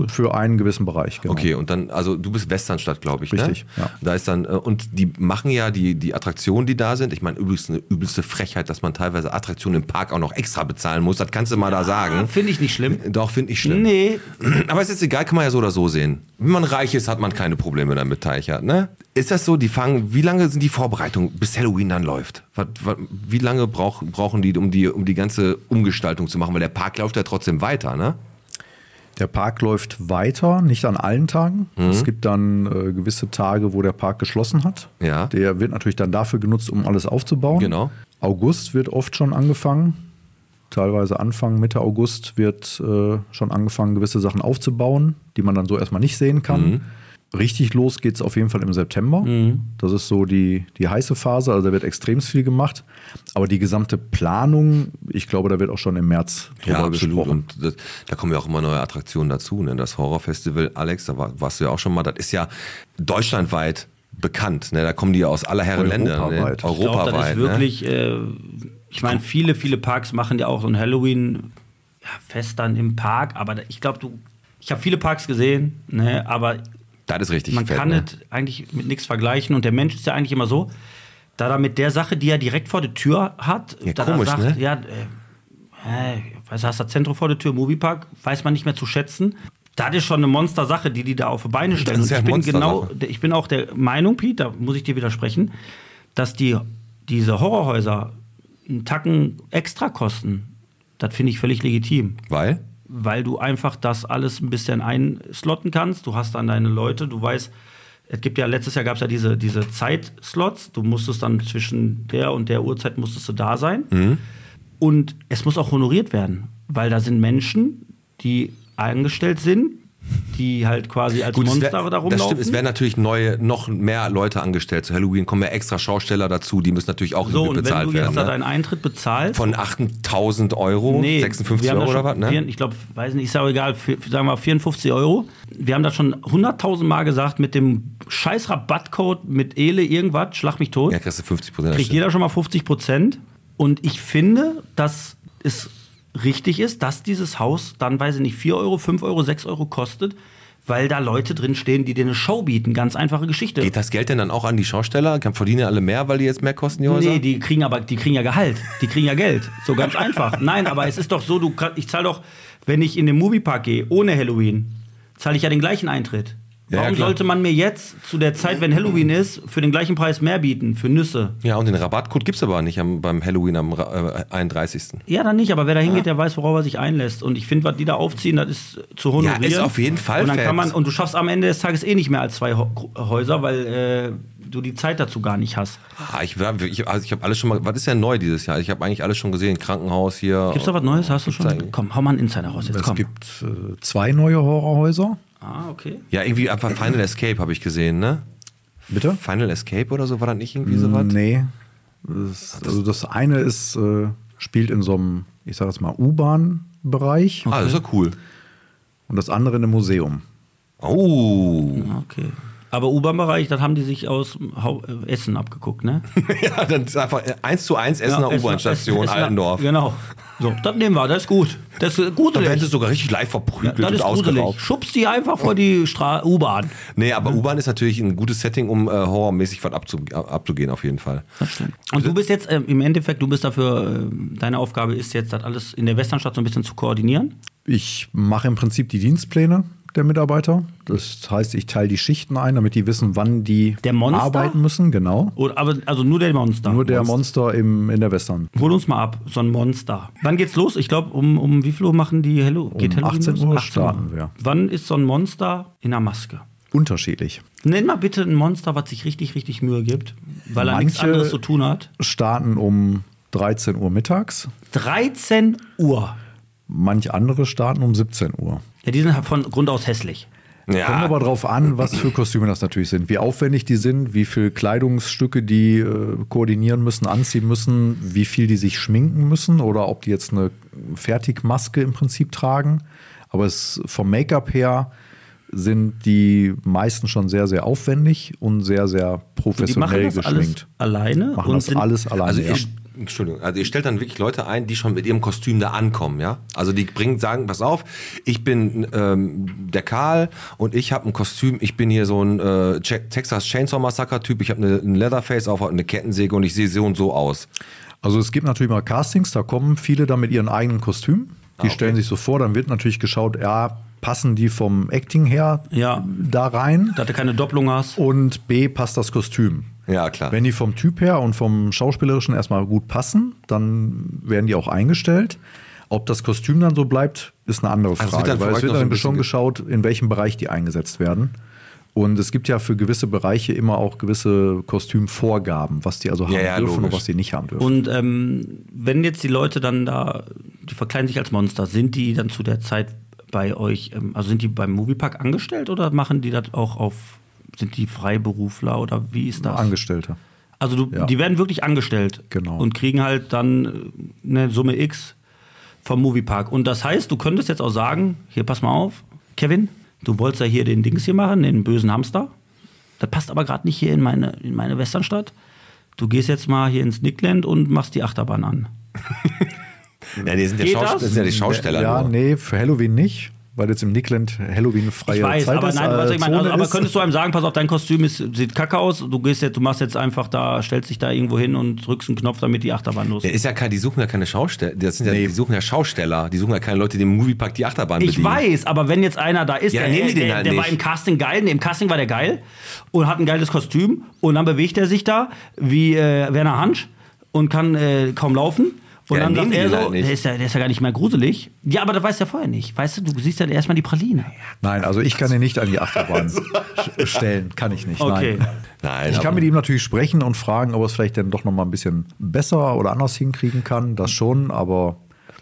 Speaker 5: für einen gewissen Bereich. Genau.
Speaker 2: Okay, und dann, also du bist Westernstadt, glaube ich.
Speaker 5: Richtig,
Speaker 2: ne?
Speaker 5: ja.
Speaker 2: Da ist dann, äh, und die machen ja die, die Attraktionen, die da sind. Ich meine, übrigens eine übelste Frechheit, dass man teilweise Attraktionen im Park auch noch extra bezahlen muss. Das kannst du mal da sagen.
Speaker 3: Finde ich nicht schlimm.
Speaker 2: Doch, finde ich schlimm.
Speaker 3: Nee.
Speaker 2: Aber ist jetzt egal, kann man ja so oder so sehen. Wenn man reich ist, hat man keine Probleme damit, Teichert, ne? Ist das so, die fangen, wie lange sind die Vorbereitungen, bis Halloween dann läuft? Was, was, wie lange brauch, brauchen die um, die, um die ganze Umgestaltung zu machen? Weil der Park läuft ja trotzdem weiter, ne?
Speaker 5: Der Park läuft weiter, nicht an allen Tagen.
Speaker 2: Mhm.
Speaker 5: Es gibt dann äh, gewisse Tage, wo der Park geschlossen hat.
Speaker 2: Ja.
Speaker 5: Der wird natürlich dann dafür genutzt, um alles aufzubauen.
Speaker 2: Genau.
Speaker 5: August wird oft schon angefangen. Teilweise Anfang, Mitte August wird äh, schon angefangen, gewisse Sachen aufzubauen, die man dann so erstmal nicht sehen kann.
Speaker 2: Mhm.
Speaker 5: Richtig los geht es auf jeden Fall im September. Das ist so die, die heiße Phase, also da wird extrem viel gemacht. Aber die gesamte Planung, ich glaube, da wird auch schon im März drüber gesprochen.
Speaker 2: Und das, da kommen ja auch immer neue Attraktionen dazu. Ne? Das Horrorfestival, Alex, da war, warst du ja auch schon mal, das ist ja deutschlandweit bekannt. Ne? Da kommen die ja aus aller Herren Länder. Ne?
Speaker 5: Europaweit. Ich
Speaker 3: Ich glaube, das
Speaker 2: Europaweit.
Speaker 3: ist
Speaker 2: ne?
Speaker 3: wirklich, äh, ich meine, viele, viele Parks machen ja auch so ein Halloween-Fest dann im Park, aber da- ich glaube, du, ich habe viele Parks gesehen, ne, aber
Speaker 2: Das ist richtig
Speaker 3: man
Speaker 2: fett.
Speaker 3: kann
Speaker 2: ne?
Speaker 3: es eigentlich mit nichts vergleichen und der Mensch ist ja eigentlich immer so, da er mit der Sache, die er direkt vor der Tür hat,
Speaker 2: Ja,
Speaker 3: da
Speaker 2: komisch,
Speaker 3: er sagt,
Speaker 2: ne?
Speaker 3: ja, äh, äh, weißt du, hast das Zentrum vor der Tür, Moviepark, weiß man nicht mehr zu schätzen. Das ist schon eine Monstersache, die die da auf die Beine stellen.
Speaker 2: Das ist
Speaker 3: Und
Speaker 2: ja
Speaker 3: ich bin
Speaker 2: Monstersache.
Speaker 3: genau, ich bin auch der Meinung, Pete, da muss ich dir widersprechen, dass die diese Horrorhäuser einen Tacken extra kosten. Das finde ich völlig legitim
Speaker 2: Weil?
Speaker 3: weil du einfach das alles ein bisschen einslotten kannst. Du hast dann deine Leute, du weißt, es gibt ja letztes Jahr gab es ja diese, diese Zeitslots. Du musstest dann zwischen der und der Uhrzeit musstest du da sein.
Speaker 2: Mhm.
Speaker 3: Und es muss auch honoriert werden, weil da sind Menschen, die angestellt sind, die halt quasi als
Speaker 2: es
Speaker 3: Monster
Speaker 2: wär-
Speaker 3: da
Speaker 2: das
Speaker 3: rumlaufen.
Speaker 2: stimmt, es werden natürlich neue, noch mehr Leute angestellt. Zu Halloween kommen ja extra Schausteller dazu, die müssen natürlich auch
Speaker 3: so,
Speaker 2: irgendwie
Speaker 3: und wenn du
Speaker 2: bezahlt
Speaker 3: jetzt
Speaker 2: werden.
Speaker 3: da
Speaker 2: Ne?
Speaker 3: deinen Eintritt bezahlst,
Speaker 2: Von 8.000 Euro,
Speaker 3: Nee,
Speaker 2: 56
Speaker 3: wir haben
Speaker 2: Euro
Speaker 3: da
Speaker 2: oder
Speaker 3: schon,
Speaker 2: was, ne?
Speaker 3: vier- Ich glaube, weiß nicht, ist ja auch egal, für, für, sagen wir 54 Euro. Wir haben das schon 100.000 Mal gesagt, mit dem scheiß Rabattcode mit Ele irgendwas, schlag mich tot,
Speaker 2: Ja, kriegst du 50 Prozent.
Speaker 3: kriegt jeder schon mal 50 Prozent. Und ich finde, dass es richtig ist, dass dieses Haus dann, weiß ich nicht, 4 Euro, 5 Euro, 6 Euro kostet, weil da Leute drin stehen, die dir eine Show bieten. Ganz einfache Geschichte.
Speaker 2: Geht das Geld denn dann auch an die Schausteller? Kann- Verdienen alle mehr, weil die jetzt mehr kosten, die Häuser?
Speaker 3: Nee, die kriegen aber, die kriegen ja Gehalt. Die kriegen ja Geld. So ganz einfach. Nein, aber es ist doch so, du, kann- ich zahle doch, wenn ich in den Moviepark gehe, ohne Halloween, zahle ich ja den gleichen Eintritt.
Speaker 2: Ja, ja,
Speaker 3: Warum
Speaker 2: klar.
Speaker 3: sollte man mir jetzt zu der Zeit, wenn Halloween ist, für den gleichen Preis mehr bieten? Für Nüsse?
Speaker 2: ja, und den Rabattcode gibt's aber nicht am, beim Halloween am Ra- äh, 31.
Speaker 3: Ja, dann nicht, aber wer da hingeht, der weiß, worauf er sich einlässt. Und ich finde, was die da aufziehen, das ist zu honorieren.
Speaker 2: Ja, ist auf jeden Fall
Speaker 3: Und, dann
Speaker 2: fett.
Speaker 3: kann man, und du schaffst am Ende des Tages eh nicht mehr als zwei Ho- Häuser, weil äh, du die Zeit dazu gar nicht hast.
Speaker 2: Ah, ich war- ich, also ich habe alles schon mal. Was ist denn neu dieses Jahr? Ich habe eigentlich alles schon gesehen. Krankenhaus hier.
Speaker 3: Gibt's da was Neues? Hast du
Speaker 2: eigentlich-
Speaker 3: schon? Komm, hau mal einen Insider raus. Jetzt
Speaker 5: Es
Speaker 3: komm.
Speaker 5: gibt äh, zwei neue Horrorhäuser.
Speaker 3: ah, okay.
Speaker 2: Ja, irgendwie einfach Final Escape habe ich gesehen, ne?
Speaker 5: Bitte?
Speaker 2: Final Escape oder so? War das nicht irgendwie so was?
Speaker 5: Nee. Das, also das eine ist, äh, spielt in so einem, ich sag jetzt mal, U-Bahn-Bereich
Speaker 3: Hm.
Speaker 2: Ah, das ist ja cool.
Speaker 5: und das andere in einem Museum.
Speaker 2: Oh.
Speaker 3: Okay. Aber U-Bahn-Bereich, das haben die sich aus Hau äh, Essen abgeguckt, ne?
Speaker 2: Ja, dann ist einfach äh, eins zu eins Essener
Speaker 3: Essen-
Speaker 2: U-Bahn-Station
Speaker 3: Essen- Essener-
Speaker 2: Allendorf.
Speaker 3: Genau. So, das nehmen wir, das ist gut. Das ist
Speaker 2: Dann werden sie
Speaker 3: gruselig.
Speaker 2: sogar richtig live verprügelt
Speaker 3: Das
Speaker 2: und
Speaker 3: ist gruselig.
Speaker 2: ausgeraubt.
Speaker 3: Schubst die einfach vor die Stra- U-Bahn.
Speaker 2: Nee, aber U-Bahn ist natürlich ein gutes Setting, um äh, horrormäßig was abzu abzugehen, auf jeden Fall.
Speaker 3: Und du bist jetzt ähm, im Endeffekt, du bist dafür, ähm, deine Aufgabe ist jetzt, das alles in der Westernstadt so ein bisschen zu koordinieren.
Speaker 5: Ich mache im Prinzip die Dienstpläne der Mitarbeiter. Das heißt, ich teile die Schichten ein, damit die wissen, wann die
Speaker 3: Der Monster?
Speaker 5: arbeiten müssen. Genau.
Speaker 3: Oder, aber, also nur der Monster.
Speaker 5: Nur der Monster im, in der Western.
Speaker 3: Hol uns mal ab, so ein Monster. Wann geht's los? Ich glaube, um, um wie viel Uhr machen die Hello? Geht Halloween
Speaker 5: 18
Speaker 3: los?
Speaker 5: Um Uhr starten wir.
Speaker 3: Wann ist so ein Monster in einer Maske?
Speaker 5: Unterschiedlich.
Speaker 3: Nenn mal bitte ein Monster, was sich richtig, richtig Mühe gibt, weil er nichts
Speaker 5: Manche-
Speaker 3: anderes zu tun hat.
Speaker 5: Starten um 13 Uhr mittags.
Speaker 3: 13 Uhr.
Speaker 5: Manch andere starten um 17 Uhr.
Speaker 3: Ja, die sind halt von Grund aus hässlich.
Speaker 5: Kommt aber drauf an, was für Kostüme das natürlich sind, wie aufwendig die sind, wie viel Kleidungsstücke die äh, koordinieren müssen, anziehen müssen, wie viel die sich schminken müssen oder ob die jetzt eine Fertigmaske im Prinzip tragen. Aber es, vom Make-up her sind die meisten schon sehr, sehr aufwendig und sehr, sehr
Speaker 3: Die machen
Speaker 5: professionell
Speaker 3: das alles
Speaker 5: geschminkt.
Speaker 3: alleine
Speaker 5: machen das
Speaker 3: sind-
Speaker 5: alles alleine.
Speaker 2: Also
Speaker 5: ja.
Speaker 2: ihr, Entschuldigung, also ihr stellt dann wirklich Leute ein, die schon mit ihrem Kostüm da ankommen, ja? Also die bringen, sagen, pass auf, ich bin ähm, der Karl und ich habe ein Kostüm, ich bin hier so ein äh, Che- Texas Chainsaw Massacre Typ, ich habe eine, einen Leatherface auf, eine Kettensäge und ich sehe so und so aus.
Speaker 5: Also es gibt natürlich mal Castings, da kommen viele dann mit ihren eigenen Kostümen.
Speaker 2: Ah,
Speaker 5: Die stellen sich so vor, dann wird natürlich geschaut, ja, passen die vom Acting her
Speaker 3: Ja.
Speaker 5: da rein?
Speaker 3: Dass du keine Doppelung hast.
Speaker 5: Und B, passt das Kostüm.
Speaker 2: Ja, klar.
Speaker 5: Wenn die vom Typ her und vom Schauspielerischen erstmal gut passen, dann werden die auch eingestellt. Ob das Kostüm dann so bleibt, ist eine andere
Speaker 2: Also es wird
Speaker 5: Frage.
Speaker 2: dann
Speaker 5: weil
Speaker 2: vielleicht
Speaker 5: es wird
Speaker 2: noch so ein
Speaker 5: dann
Speaker 2: bisschen
Speaker 5: schon
Speaker 2: ge-
Speaker 5: geschaut, in welchem Bereich die eingesetzt werden. Und es gibt ja für gewisse Bereiche immer auch gewisse Kostümvorgaben, was die also haben
Speaker 2: Ja, ja,
Speaker 5: dürfen und
Speaker 2: logisch.
Speaker 5: was die nicht haben dürfen.
Speaker 3: Und ähm, wenn jetzt die Leute dann da, die verkleiden sich als Monster, sind die dann zu der Zeit bei euch, ähm, also sind die beim Moviepark angestellt oder machen die das auch auf, sind die Freiberufler oder wie ist das?
Speaker 5: Angestellte.
Speaker 3: Also du,
Speaker 5: Ja.
Speaker 3: die werden wirklich angestellt
Speaker 5: Genau.
Speaker 3: und kriegen halt dann äh, eine Summe X vom Moviepark. Und das heißt, du könntest jetzt auch sagen, hier pass mal auf, Kevin, du wolltest ja hier den Dings hier machen, den bösen Hamster. Das passt aber gerade nicht hier in meine, in meine Westernstadt. Du gehst jetzt mal hier ins Nickland und machst die Achterbahn an.
Speaker 2: Ja, die sind ja,
Speaker 3: Geht
Speaker 2: Schaus
Speaker 3: das?
Speaker 2: das sind ja die Schausteller.
Speaker 5: Ja,
Speaker 2: nur.
Speaker 5: nee, für Halloween nicht, weil jetzt im Nickland Halloween freie
Speaker 3: Ich weiß,
Speaker 5: Zeit
Speaker 3: aber
Speaker 5: ist.
Speaker 3: nein, du
Speaker 5: äh,
Speaker 3: weißt, was ich meine,
Speaker 5: Zone
Speaker 3: also, aber
Speaker 5: ist.
Speaker 3: könntest du einem sagen, pass auf, dein Kostüm ist, sieht kacke aus, du gehst jetzt, du machst jetzt einfach da, stellst dich da irgendwo hin und drückst einen Knopf, damit die Achterbahn los.
Speaker 2: Ja, ist ja kein, die suchen ja keine Schausteller, das sind ja, die suchen ja Schausteller, die suchen ja keine Leute, die im Moviepark die Achterbahn
Speaker 3: Ich
Speaker 2: bedienen.
Speaker 3: weiß, aber wenn jetzt einer da ist,
Speaker 2: Ja,
Speaker 3: der,
Speaker 2: dann nehmen die den
Speaker 3: der,
Speaker 2: halt
Speaker 3: der war
Speaker 2: nicht.
Speaker 3: im Casting geil, nee, im Casting war der geil und hat ein geiles Kostüm und dann bewegt er sich da wie äh, Werner Hansch und kann äh, kaum laufen. Und
Speaker 2: Ja,
Speaker 3: dann
Speaker 2: nehmen
Speaker 3: sagt
Speaker 2: die
Speaker 3: er
Speaker 2: den
Speaker 3: so,
Speaker 2: halt nicht.
Speaker 3: der, ist ja, der ist ja gar nicht mehr gruselig. Ja, aber das weiß er vorher nicht. Weißt du, du siehst ja erstmal die Praline.
Speaker 5: Nein, also ich kann ihn nicht an die Achterbahn sch- stellen, kann ich nicht.
Speaker 3: Okay.
Speaker 5: Nein.
Speaker 2: Nein,
Speaker 5: Ich
Speaker 2: aber-
Speaker 5: kann mit ihm natürlich sprechen und fragen, ob er es vielleicht dann doch noch mal ein bisschen besser oder anders hinkriegen kann, das schon, aber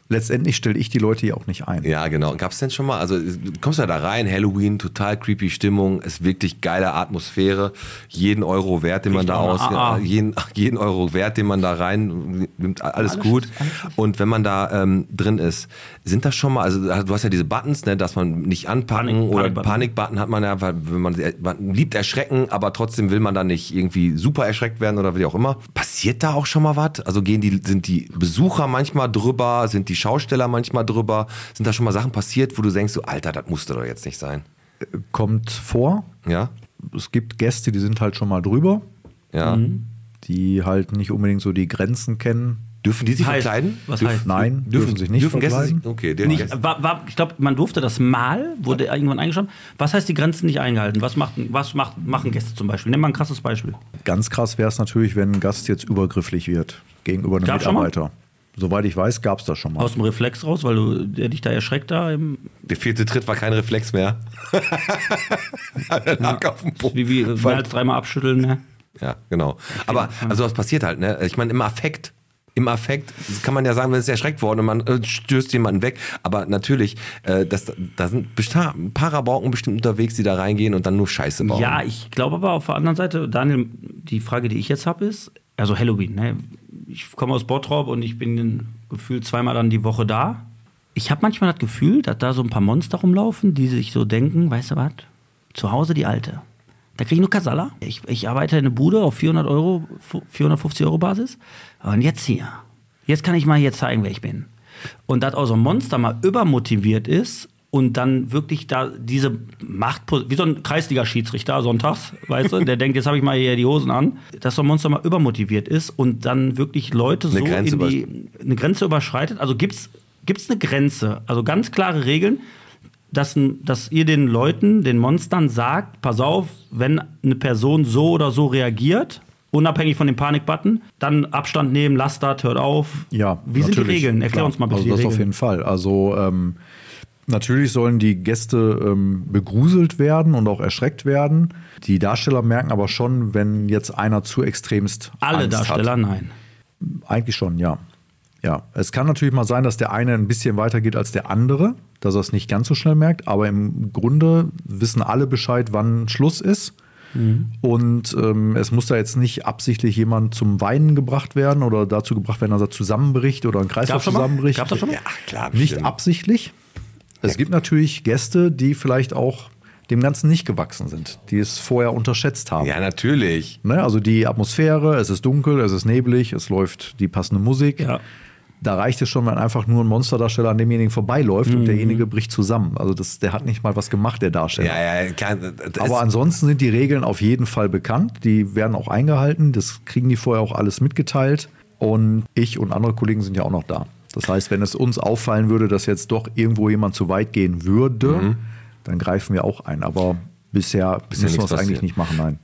Speaker 5: letztendlich stelle ich die Leute ja auch nicht ein.
Speaker 2: Ja, genau. Gab es denn schon mal? Also du kommst ja da rein, Halloween, total creepy Stimmung, ist wirklich geile Atmosphäre. Jeden Euro wert, den man da aus,
Speaker 3: Riecht nach AA.
Speaker 2: jeden, jeden Euro wert, den man da rein nimmt, alles, gut. Und wenn man da ähm, drin ist, sind das schon mal? Also du hast ja diese Buttons, ne, dass man nicht anpacken
Speaker 3: Panik-
Speaker 2: oder
Speaker 3: Panikbutton.
Speaker 2: Panikbutton hat man ja, weil wenn man, man liebt erschrecken, aber trotzdem will man da nicht irgendwie super erschreckt werden oder wie auch immer. Passiert da auch schon mal was? Also gehen die, sind die Besucher manchmal drüber, sind die Schausteller manchmal drüber? Sind da schon mal Sachen passiert, wo du denkst, so, Alter, das musste doch jetzt nicht sein?
Speaker 5: Kommt vor.
Speaker 2: Ja?
Speaker 5: Es gibt Gäste, die sind halt schon mal drüber,
Speaker 2: Ja.
Speaker 5: die halt nicht unbedingt so die Grenzen kennen.
Speaker 2: Dürfen die sich
Speaker 3: Heißt-
Speaker 2: verkleiden?
Speaker 3: was
Speaker 2: Dürfen-
Speaker 3: heißt-
Speaker 5: Nein, dürfen, sich nicht
Speaker 2: Dürfen Gäste sich,
Speaker 5: verkleiden.
Speaker 2: okay, der
Speaker 3: Nicht,
Speaker 2: Gäste-
Speaker 3: war, war, ich glaube, man durfte das mal, wurde irgendwann eingeschaut. Was heißt die Grenzen nicht eingehalten? Was, macht, was macht, machen Gäste zum Beispiel? Nimm mal ein krasses Beispiel.
Speaker 5: Ganz krass wäre es natürlich, wenn ein Gast jetzt übergriffig wird gegenüber einem
Speaker 3: Gab's schon mal?
Speaker 5: Mitarbeiter. Soweit ich weiß, gab es das schon mal.
Speaker 3: Aus dem Reflex raus, weil du der dich da erschreckt da im,
Speaker 2: der vierte Tritt war kein Reflex mehr. Lag auf dem Boden.
Speaker 3: wie, wie mehr als dreimal abschütteln. Ne?
Speaker 2: Ja, genau. Aber also was passiert halt, ne? Ich meine, im Affekt, im Affekt kann man ja sagen, man ist erschreckt worden und man äh, stößt jemanden weg. Aber natürlich, äh, das, da sind besta- ein paar Rabauken bestimmt unterwegs, die da reingehen und dann nur Scheiße bauen.
Speaker 3: Ja, ich glaube aber auf der anderen Seite, Daniel, die Frage, die ich jetzt habe, ist, also Halloween, ne? ich komme aus Bottrop und ich bin gefühlt zweimal dann die Woche da. Ich habe manchmal das Gefühl, dass da so ein paar Monster rumlaufen, die sich so denken, weißt du was, zu Hause die Alte. Da kriege ich nur Kasala. Ich, ich arbeite in eine Bude auf 400 Euro, 450 Euro Basis. Und jetzt hier. Jetzt kann ich mal hier zeigen, wer ich bin. Und dass auch so ein Monster mal übermotiviert ist und dann wirklich da diese Macht, wie so ein Kreisliga-Schiedsrichter sonntags, weißt du, der denkt, jetzt habe ich mal hier die Hosen an, dass so ein Monster mal übermotiviert ist und dann wirklich Leute so
Speaker 2: Eine Grenze
Speaker 3: in die, eine Grenze überschreitet. Also gibt es eine Grenze, also ganz klare Regeln, dass, n- dass ihr den Leuten, den Monstern sagt, pass auf, wenn eine Person so oder so reagiert, unabhängig von dem Panikbutton, dann Abstand nehmen, lasst das, hört auf.
Speaker 5: Ja,
Speaker 3: Wie sind die
Speaker 5: natürlich,
Speaker 3: Regeln? Erklär
Speaker 5: klar.
Speaker 3: uns mal bitte
Speaker 5: Also
Speaker 3: die
Speaker 5: das
Speaker 3: Regeln.
Speaker 5: auf jeden Fall. Also ähm, natürlich sollen die Gäste ähm, begruselt werden und auch erschreckt werden. Die Darsteller merken aber schon, wenn jetzt einer zu extremst
Speaker 3: Alle
Speaker 5: Angst
Speaker 3: Darsteller,
Speaker 5: Hat.
Speaker 3: nein.
Speaker 5: Eigentlich schon, ja. Ja, es kann natürlich mal sein, dass der eine ein bisschen weiter geht als der andere, dass er es nicht ganz so schnell merkt, aber im Grunde wissen alle Bescheid, wann Schluss ist.
Speaker 3: Mhm.
Speaker 5: Und ähm, es muss da jetzt nicht absichtlich jemand zum Weinen gebracht werden oder dazu gebracht werden, dass er zusammenbricht oder ein Kreislauf
Speaker 3: Gab's schon mal?
Speaker 5: zusammenbricht.
Speaker 3: Gab's das schon mal?
Speaker 2: Ja, klar.
Speaker 5: Nicht
Speaker 2: bestimmt.
Speaker 5: absichtlich. Es gibt natürlich Gäste, die vielleicht auch dem Ganzen nicht gewachsen sind, die es vorher unterschätzt haben.
Speaker 2: Ja, natürlich.
Speaker 5: Ne? Also die Atmosphäre, es ist dunkel, es ist neblig, es läuft die passende Musik.
Speaker 3: Ja.
Speaker 5: Da reicht es schon, wenn einfach nur ein Monsterdarsteller an demjenigen vorbeiläuft und derjenige bricht zusammen. Also das, der hat nicht mal was gemacht, der Darsteller.
Speaker 2: Ja, ja, klar. das
Speaker 5: Aber
Speaker 2: ist-
Speaker 5: ansonsten sind die Regeln auf jeden Fall bekannt. Die werden auch eingehalten. Das kriegen die vorher auch alles mitgeteilt. Und ich und andere Kollegen sind ja auch noch da. Das heißt, wenn es uns auffallen würde, dass jetzt doch irgendwo jemand zu weit gehen würde,
Speaker 2: Mhm.
Speaker 5: dann greifen wir auch ein. Aber bisher, müssen wir
Speaker 2: nichts
Speaker 5: das eigentlich
Speaker 2: passiert.
Speaker 5: nicht machen, nein.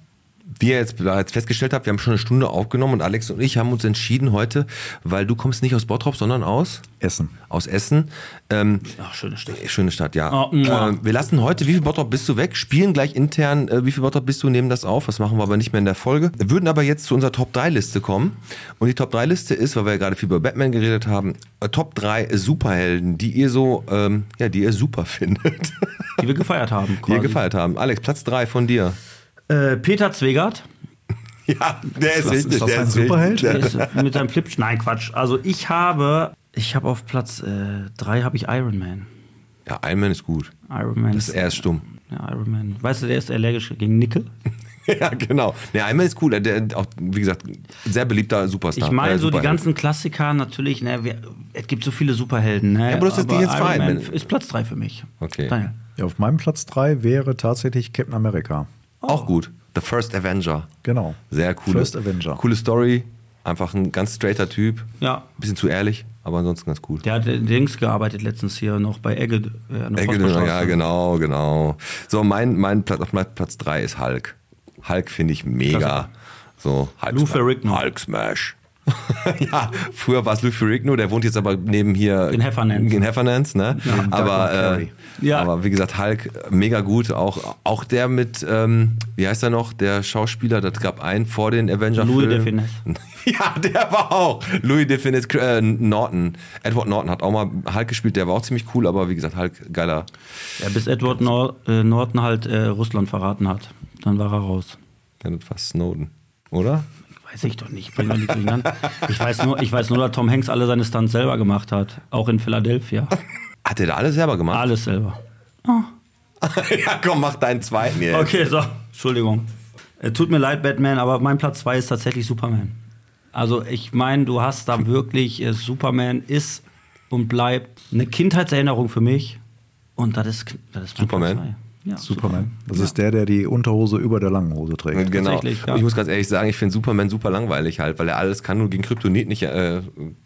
Speaker 2: wie ihr jetzt bereits festgestellt habt, wir haben schon eine Stunde aufgenommen und Alex und ich haben uns entschieden heute, weil du kommst nicht aus Bottrop, sondern aus?
Speaker 5: Essen.
Speaker 2: Aus Essen. Ähm,
Speaker 3: Ach, schöne Stimme.
Speaker 2: Schöne Stadt, ja.
Speaker 3: Oh, mua.
Speaker 2: ähm, wir lassen heute, wie viel Bottrop bist du weg? Spielen gleich intern, äh, wie viel Bottrop bist du, nehmen das auf. Das machen wir aber nicht mehr in der Folge. Wir würden aber jetzt zu unserer Top-3-Liste kommen. Und die Top-3-Liste ist, weil wir ja gerade viel über Batman geredet haben, äh, Top 3 Superhelden, die ihr so, ähm, ja, die ihr super findet.
Speaker 3: Die wir gefeiert haben.
Speaker 2: die ihr
Speaker 3: quasi.
Speaker 2: gefeiert haben. Alex, Platz 3 von dir.
Speaker 3: Äh, Peter Zwegert
Speaker 2: Ja, der ist,
Speaker 5: das-
Speaker 2: richtig.
Speaker 5: ist das
Speaker 2: der
Speaker 5: ein
Speaker 2: richtig.
Speaker 5: Superheld?
Speaker 2: Der-
Speaker 3: ist mit seinem Flipsch. Nein, Quatsch. Also ich habe, ich habe auf Platz 3 habe ich Iron Man.
Speaker 2: Ja, Iron Man ist gut.
Speaker 3: Iron Man.
Speaker 2: Das ist, er ist stumm.
Speaker 3: ja, Iron Man. Weißt du, der ist allergisch gegen Nickel.
Speaker 2: ja, genau. Ne, Iron Man ist cool. Der, der, auch, wie gesagt, sehr beliebter Superstar.
Speaker 3: Ich meine
Speaker 2: äh,
Speaker 3: so die
Speaker 2: Superheld.
Speaker 3: ganzen Klassiker natürlich, ne, wir, es gibt so viele Superhelden, ne?
Speaker 2: Ja, aber du hast jetzt nicht jetzt
Speaker 3: Iron
Speaker 2: Verein,
Speaker 3: Man
Speaker 2: wenn-
Speaker 3: ist Platz 3 für mich.
Speaker 2: Okay.
Speaker 3: Daniel.
Speaker 5: Ja, auf meinem Platz 3 wäre tatsächlich Captain America.
Speaker 2: Auch gut. The First Avenger.
Speaker 5: Genau.
Speaker 2: Sehr coole,
Speaker 5: First Avenger.
Speaker 2: coole Story. Einfach ein ganz straighter Typ.
Speaker 3: Ja.
Speaker 2: Bisschen zu ehrlich, aber ansonsten ganz cool.
Speaker 3: Der hat in Dings gearbeitet letztens hier noch bei Egge. äh, an der
Speaker 2: Ecke,
Speaker 3: Poststraße.
Speaker 2: ja, genau, genau. So, mein, mein Platz, auf meinem Platz 3 ist Hulk. Hulk finde ich mega. So, Hulk
Speaker 3: Lou
Speaker 2: Smash.
Speaker 3: Ferrigno.
Speaker 2: Hulk Smash. ja, früher war es Lou Ferrigno, der wohnt jetzt aber neben hier.
Speaker 3: In Heffernanz.
Speaker 2: In Heffernanz, ne? Aber,
Speaker 5: Carey.
Speaker 2: äh,
Speaker 3: Ja.
Speaker 2: aber wie gesagt, Hulk, mega gut. Auch, auch der mit, ähm, wie heißt er noch? Der Schauspieler, das gab einen vor den avengers
Speaker 3: Louis de
Speaker 2: Filmen. Ja, der war auch. Louis de Finesse, äh, Norton. Edward Norton hat auch mal Hulk gespielt, der war auch ziemlich cool, aber wie gesagt, Hulk, geiler.
Speaker 3: Ja, bis Edward Nor äh, Norton halt äh, Russland verraten hat. Dann war er raus.
Speaker 2: Ja, das war Snowden, oder?
Speaker 3: Weiß ich doch nicht. Bring doch nicht durcheinander. ich, weiß nur, ich weiß nur, dass Tom Hanks alle seine Stunts selber gemacht hat. Auch in Philadelphia.
Speaker 2: Hat der da alles selber gemacht?
Speaker 3: Alles selber. Ah.
Speaker 2: ja, komm, mach deinen zweiten jetzt.
Speaker 3: Okay, so. Äh, Entschuldigung. Äh, tut mir leid, Batman, aber mein Platz 2 ist tatsächlich Superman. Also, ich meine, du hast da wirklich, äh, Superman ist und bleibt eine Kindheitserinnerung für mich. Und das ist, das ist mein
Speaker 2: Superman?
Speaker 3: Platz zwei. Ja,
Speaker 5: Superman. Das ist der, der die Unterhose über der langen Hose trägt.
Speaker 2: Genau.
Speaker 3: Tatsächlich, ja.
Speaker 2: Und ich muss ganz ehrlich sagen, ich finde Superman super langweilig halt, weil er alles kann und gegen Kryptonit nicht äh,